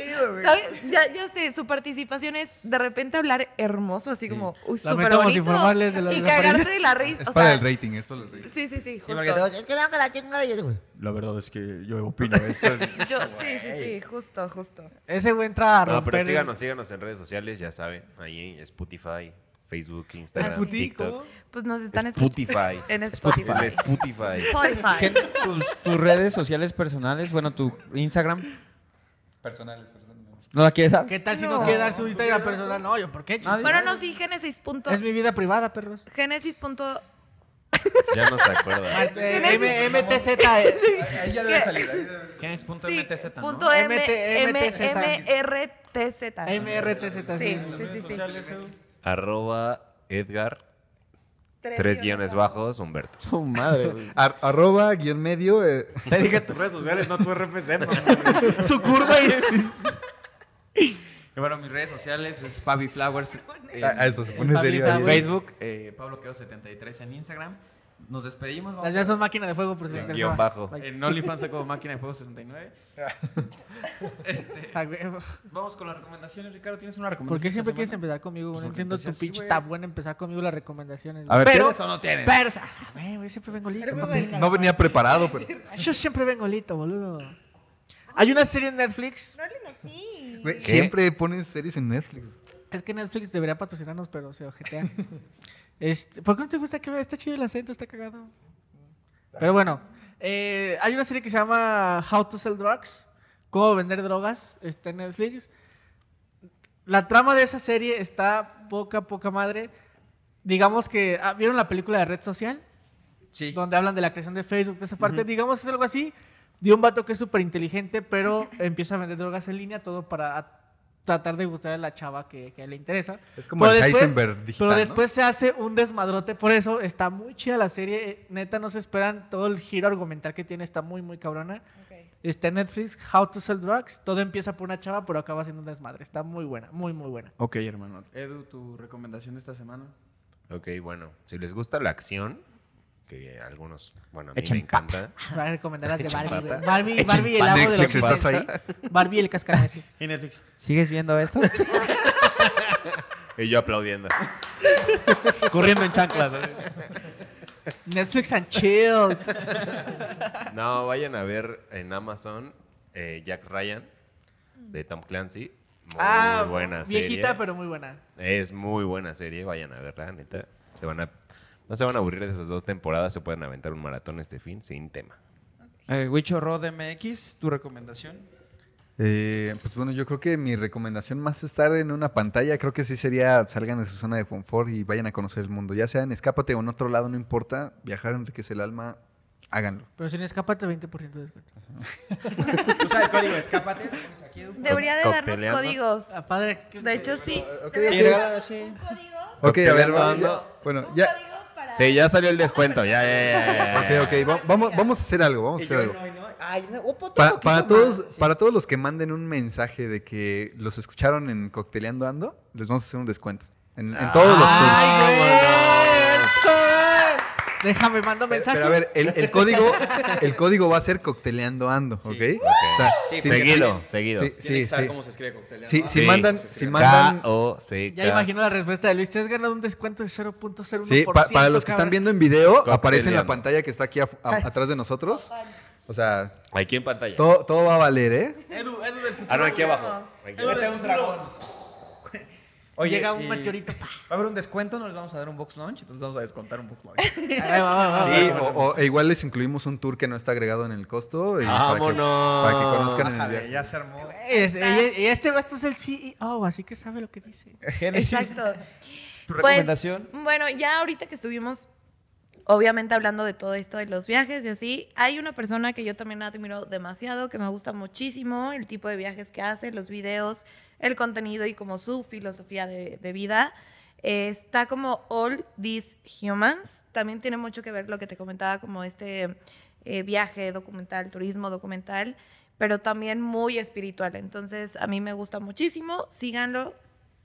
¿sabes? Ya, ya sé, su participación es de repente hablar hermoso, así como uy, súper
Lamentamos
bonito.
informarles de la
y
desaparición.
cagarte de la risa.
Es
o
para
sea,
el rating, es para el rating.
Sí, sí, sí, justo.
Es que no, que la chingada y eso, güey.
La verdad es que yo opino
(laughs)
esto.
Yo, sí, sí, sí, justo, justo.
Ese güey entra a romper.
No, pero
el-
síganos, síganos en redes sociales, ya saben. Ahí en Spotify, Facebook, Instagram,
Spotify,
TikTok.
¿cómo?
Pues nos están escuchando
Spotify.
en Spotify.
En Spotify.
Spotify.
tus, tus redes sociales personales, bueno, tu Instagram,
Personales, personales.
¿no la quieres dar?
¿Qué tal si no, quiere dar su Instagram personal? No, yo, ¿por qué? chus?
Bueno, no, sí, Génesis. Punto,
Es mi vida privada, perros.
Génesis. Punto,
Ya no se acuerda.
M- E, MTZ.
Ahí ya (laughs) debe salir, ahí debe salir.
es punto
sí,
MTZ, ¿no?
punto M,
MT,
M,
MTZ.
MRTZ.
MRTZ.
Sí,
sí.
sí, sí. sí.
Arroba Edgar, tres guiones bajos, Humberto.
Su madre, güey.
Ar- arroba, guión medio. eh,
(laughs) Te dije tus redes sociales, no tu RFC, (laughs)
Su curva y...
Bueno, mis redes sociales es Pavi Flowers. en-
ah, ah, esto se pone
Papi
serio.
Sabu.
ahí.
En Facebook, eh, Pablo Queo73 en Instagram. Nos despedimos. vamos
Las mías son máquina de fuego, por si te
Guión
interesa.
bajo.
Like,
En OnlyFans saco máquina de fuego 69.
Eh,
a huevo.
Vamos con las recomendaciones, Ricardo. ¿Tienes una recomendación?
¿Por qué siempre
esta
quieres
semana?
empezar conmigo?
Pues porque
no entiendo
empecé
tu
así,
pinche
güey.
tab bueno empezar conmigo las recomendaciones.
A ver,
pero,
¿tienes o no tienes?
pero, o sea, ah, güey, yo siempre vengo listo, papi.
No venía preparado, pero.
Yo siempre vengo listo, boludo. Hay una serie en Netflix.
No hablen así.
Güey, Siempre pones series en Netflix.
Es que Netflix debería patrocinarnos, pero se ojetea. Este, ¿Por qué no te gusta que vea? Está chido el acento, está cagado. Pero bueno, eh, hay una serie que se llama How to Sell Drugs, Cómo Vender Drogas, está en Netflix. La trama de esa serie está poca, poca madre. Digamos que, ah, ¿vieron la película de Red Social?
Sí.
donde hablan de la creación de Facebook, de esa parte. Digamos que es algo así de un vato que es súper inteligente,
(laughs)
pero empieza a vender drogas en línea, todo para a- tratar de gustar a la chava que, que le interesa.
Es como el Heisenberg digital,
Pero
¿no?
después se hace un desmadrote, por eso está muy chida la serie. eh, Neta, no se esperan todo el giro argumental que tiene, está muy, muy cabrona. Está en Netflix, How to Sell Drugs. Todo empieza por una chava, pero acaba siendo un desmadre. Está muy buena, muy, muy
(laughs)
buena.
Ok, hermano. Edu, tu recomendación de esta semana.
Ok, bueno. Si les gusta la acción, que algunos, bueno, a mí
Echen
me encanta.
Voy a recomendar las de
Echen
Barbie. güey.
pata.
Barbie, Barbie, el amo de los
Netflix, ¿estás ahí?
Barbie, el
(laughs)
cascanueces.
¿Sigues viendo esto?
Y yo aplaudiendo.
Corriendo en chanclas.
Netflix and chill.
No, vayan a ver en Amazon eh, Jack Ryan de Tom Clancy. Muy buena serie.
Ah, viejita, pero muy buena.
Es muy buena serie, vayan a verla, neta. Se van a, no se van a aburrir de esas dos temporadas, se pueden aventar un maratón este fin sin tema.
Eh, Wicho Rod MX, tu recomendación.
Eh, pues bueno, yo creo que mi recomendación más estar en una pantalla, creo que sí sería salgan de su zona de confort y vayan a conocer el mundo. Ya sea en escápate o en otro lado, no importa. Viajar enriquece el alma, háganlo.
Pero si no escapate, 20% de descuento.
Usa el código, escápate.
Debería de darnos
Cocteleando.
códigos.
Ah, padre, ¿qué-
De hecho, sí.
ok,
Debería
ok.
de
Sí.
un código.
Ok, a ver,
Cocteleando,
vamos,
¿no?
ya- bueno,
un
ya.
código para-
Sí, ya salió el descuento, ya, ya, ya, ya, ya.
Ok, ok, va- vamos, vamos a hacer algo, vamos a hacer algo. Pa- para, todos, para todos los que manden un mensaje de que los escucharon en Cocteleando Ando, les vamos a hacer un descuento. En,
Ah,
en todos los tours.
¡Ay, güey! Déjame, mando mensaje.
Pero a ver, el, el código, el código va a ser Cocteleando Ando, ¿ok? O sea,
Sí,
si-
Seguido, seguido.
Sí,
Tiene que
sí,
saber
sí.
cómo se escribe Ah, coctelera.
Sí,
¿no?
si
Sí.
mandan, si mandan,
K-O-C-K.
ya imagino la respuesta de Luis. Te has ganado un descuento de 0.01%.
sí, pa- para los que están
cabrón.
viendo en video,
Cocteleando.
aparece en la pantalla que está aquí af- a- atrás de nosotros. O sea,
Aquí en pantalla.
todo, todo va a valer, ¿eh?
Edu, Edu del futuro.
Ah, no, aquí abajo. Aquí abajo.
Mete un dragón.
Llega un
y-
meteorito. pa.
Va a haber un descuento, no les vamos a dar un box lunch, entonces vamos a descontar un box
(laughs)
lunch.
Ahí va, va,
Ah,
va, va.
Sí, o, o- e igual les incluimos un tour que no está agregado en el costo. y para que-
Vámonos.
Para que, conozcan el
Ájale,
viaje.
Ah, ya se armó.
Es- ella- ella- este vato es el CEO, así que sabe lo que dice.
Génesis,
Exacto.
tu
Pues,
recomendación.
bueno, ya ahorita que estuvimos, obviamente hablando de todo esto de los viajes y así, hay una persona que yo también admiro demasiado, que me gusta muchísimo, el tipo de viajes que hace, los videos, el contenido y como su filosofía de, de vida. Eh, está como All These Humans. También tiene mucho que ver lo que te comentaba, como este eh, viaje documental, turismo documental, pero también muy espiritual. Entonces, a mí me gusta muchísimo. Síganlo.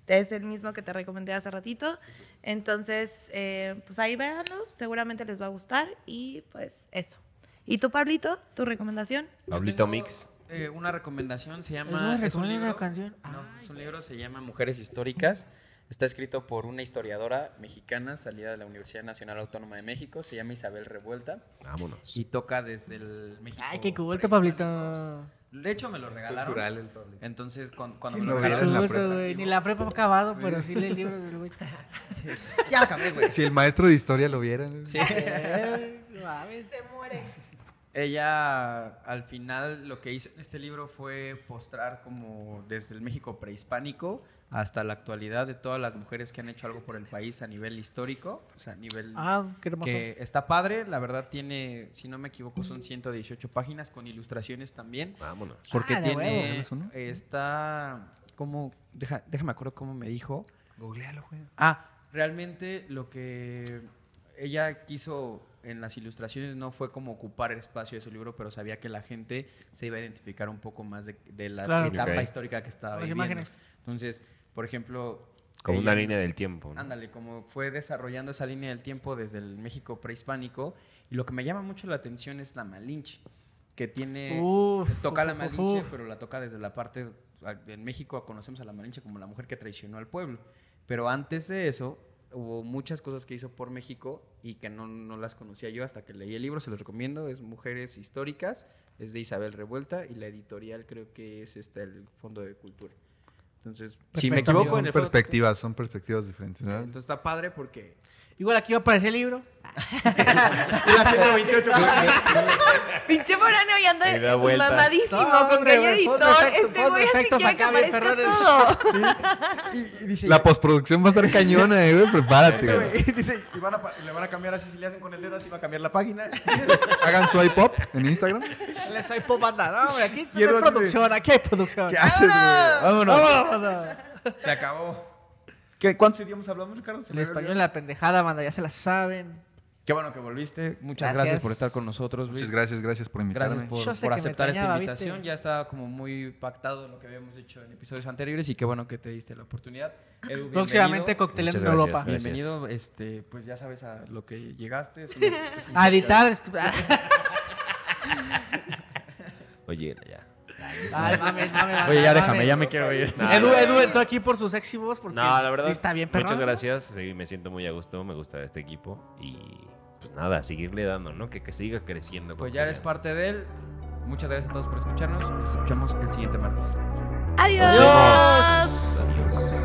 Es el mismo que te recomendé hace ratito. Entonces, eh, pues ahí véanlo. Seguramente les va a gustar. Y pues eso. ¿Y tú, Pablito? ¿Tu recomendación?
Pablito Mix.
Eh, una recomendación se
¿Les
llama.
voy a
es un
recomendar una
libro-
canción? Ah,
No,
Ay,
es un libro, se llama Mujeres Históricas. Está escrito por una historiadora mexicana salida de la Universidad Nacional Autónoma de México. Se llama Isabel Revuelta
Vámonos.
y toca desde el México.
Ay, qué culto,
prehispánico.
Pablito.
De hecho, me lo regalaron.
Cultural el Pablito.
Entonces, cuan- cuando,
¿Quién
me lo
lo hubiera
regalaron.
en la
Gusto,
prepa.
pues, güey.
(laughs)
Ni la prepa ha acabado, pero sí lee libros del (laughs) güey.
Ya lo cambié,
(laughs)
güey.
Si el maestro de historia lo viera. ¿no?
Sí.
Eh, no mames.
Se muere.
Ella al final lo que hizo en este libro fue postrar como desde el México prehispánico hasta la actualidad de todas las mujeres que han hecho algo por el país a nivel histórico, o sea, a nivel
Ah, qué hermoso.
que está padre, la verdad tiene, si no me equivoco, son 118 páginas con ilustraciones también,
Vámonos.
porque
Ah, de huevo.
tiene
¿Eso no?
está como deja- déjame acuerdo cómo me dijo.
Googlealo, güey.
Ah, realmente lo que ella quiso en las ilustraciones no fue como ocupar el espacio de su libro, pero sabía que la gente se iba a identificar un poco más de, de la
Claro.
etapa
Ok.
histórica que estaba
Las
viviendo.
imágenes.
Entonces, por ejemplo,
Como
Ahí
una
en-
línea del tiempo. ¿no?
Ándale, como fue desarrollando esa línea del tiempo desde el México prehispánico. Y lo que me llama mucho la atención es la Malinche, que tiene.
Uf,
toca
uf,
la
uf,
Malinche, pues.
uf.
pero la toca desde la parte. En México conocemos a la Malinche como la mujer que traicionó al pueblo. Pero antes de eso, hubo muchas cosas que hizo por México y que no, no las conocía yo hasta que leí el libro. Se los recomiendo. Es Mujeres Históricas. Es de Isabel Revuelta y la editorial creo que es este, el Fondo de Cultura. Entonces, si me
Perfecto,
equivoco en
Son
el Fondo-
perspectivas, son perspectivas diferentes. ¿verdad?
Entonces está padre porque
Igual aquí va a aparecer el libro.
Pinche Morano y anda
Y da vueltas.
mamadísimo
No,
con
hombre,
gallo
güey,
editor.
ponte efectos,
este güey
ponte
así
efectos
quiere que
acá, bien
aparezca
perrones.
todo.
La postproducción va a estar cañona, eh, güey. Prepárate, güey.
(laughs) dice, si van a pa- le van a cambiar así, si le hacen con el dedo así va a cambiar la
(laughs)
página.
Hagan su iPop en Instagram.
Le soy popata. No, hombre, aquí
Y el
hay
otro
producción, aquí hay producción.
¿Qué haces, güey? Vámonos.
Vámonos.
Se acabó. ¿Qué, ¿Cuántos idiomas hablamos, Ricardo? Se
El
me había
español
olvidado.
la pendejada, manda, ya se la saben.
Qué bueno que volviste. Muchas gracias,
Gracias.
por estar con nosotros, Luis.
Muchas gracias, gracias por invitarme.
Gracias por,
Yo
por
sé que me
aceptar esta
extrañaba,
invitación.
¿viste?
Ya estaba como muy pactado lo que habíamos dicho en episodios anteriores y qué bueno que te diste la oportunidad. Edu,
Próximamente
bienvenido.
coctelando
Muchas
en
gracias.
Europa.
Gracias.
Bienvenido, este, pues ya sabes a lo que llegaste. es un-
(laughs)
es un
A editar. estu- Ah,
Oye, ya.
Ay, ah, mames, mames,
Oye, ya
mames.
déjame, ya me quiero ir.
No,
Edu,
no,
Edu
no.
entró aquí por sus éximos porque
No, la verdad.
está bien, perrón.
Muchas gracias. Sí, me siento muy a gusto. Me gusta este equipo. Y pues nada, seguirle dando, ¿no? Que, que siga creciendo.
Pues ya eres
Coquelea.
parte de él. Muchas gracias a todos por escucharnos. Nos escuchamos el siguiente martes.
Adiós.
Adiós.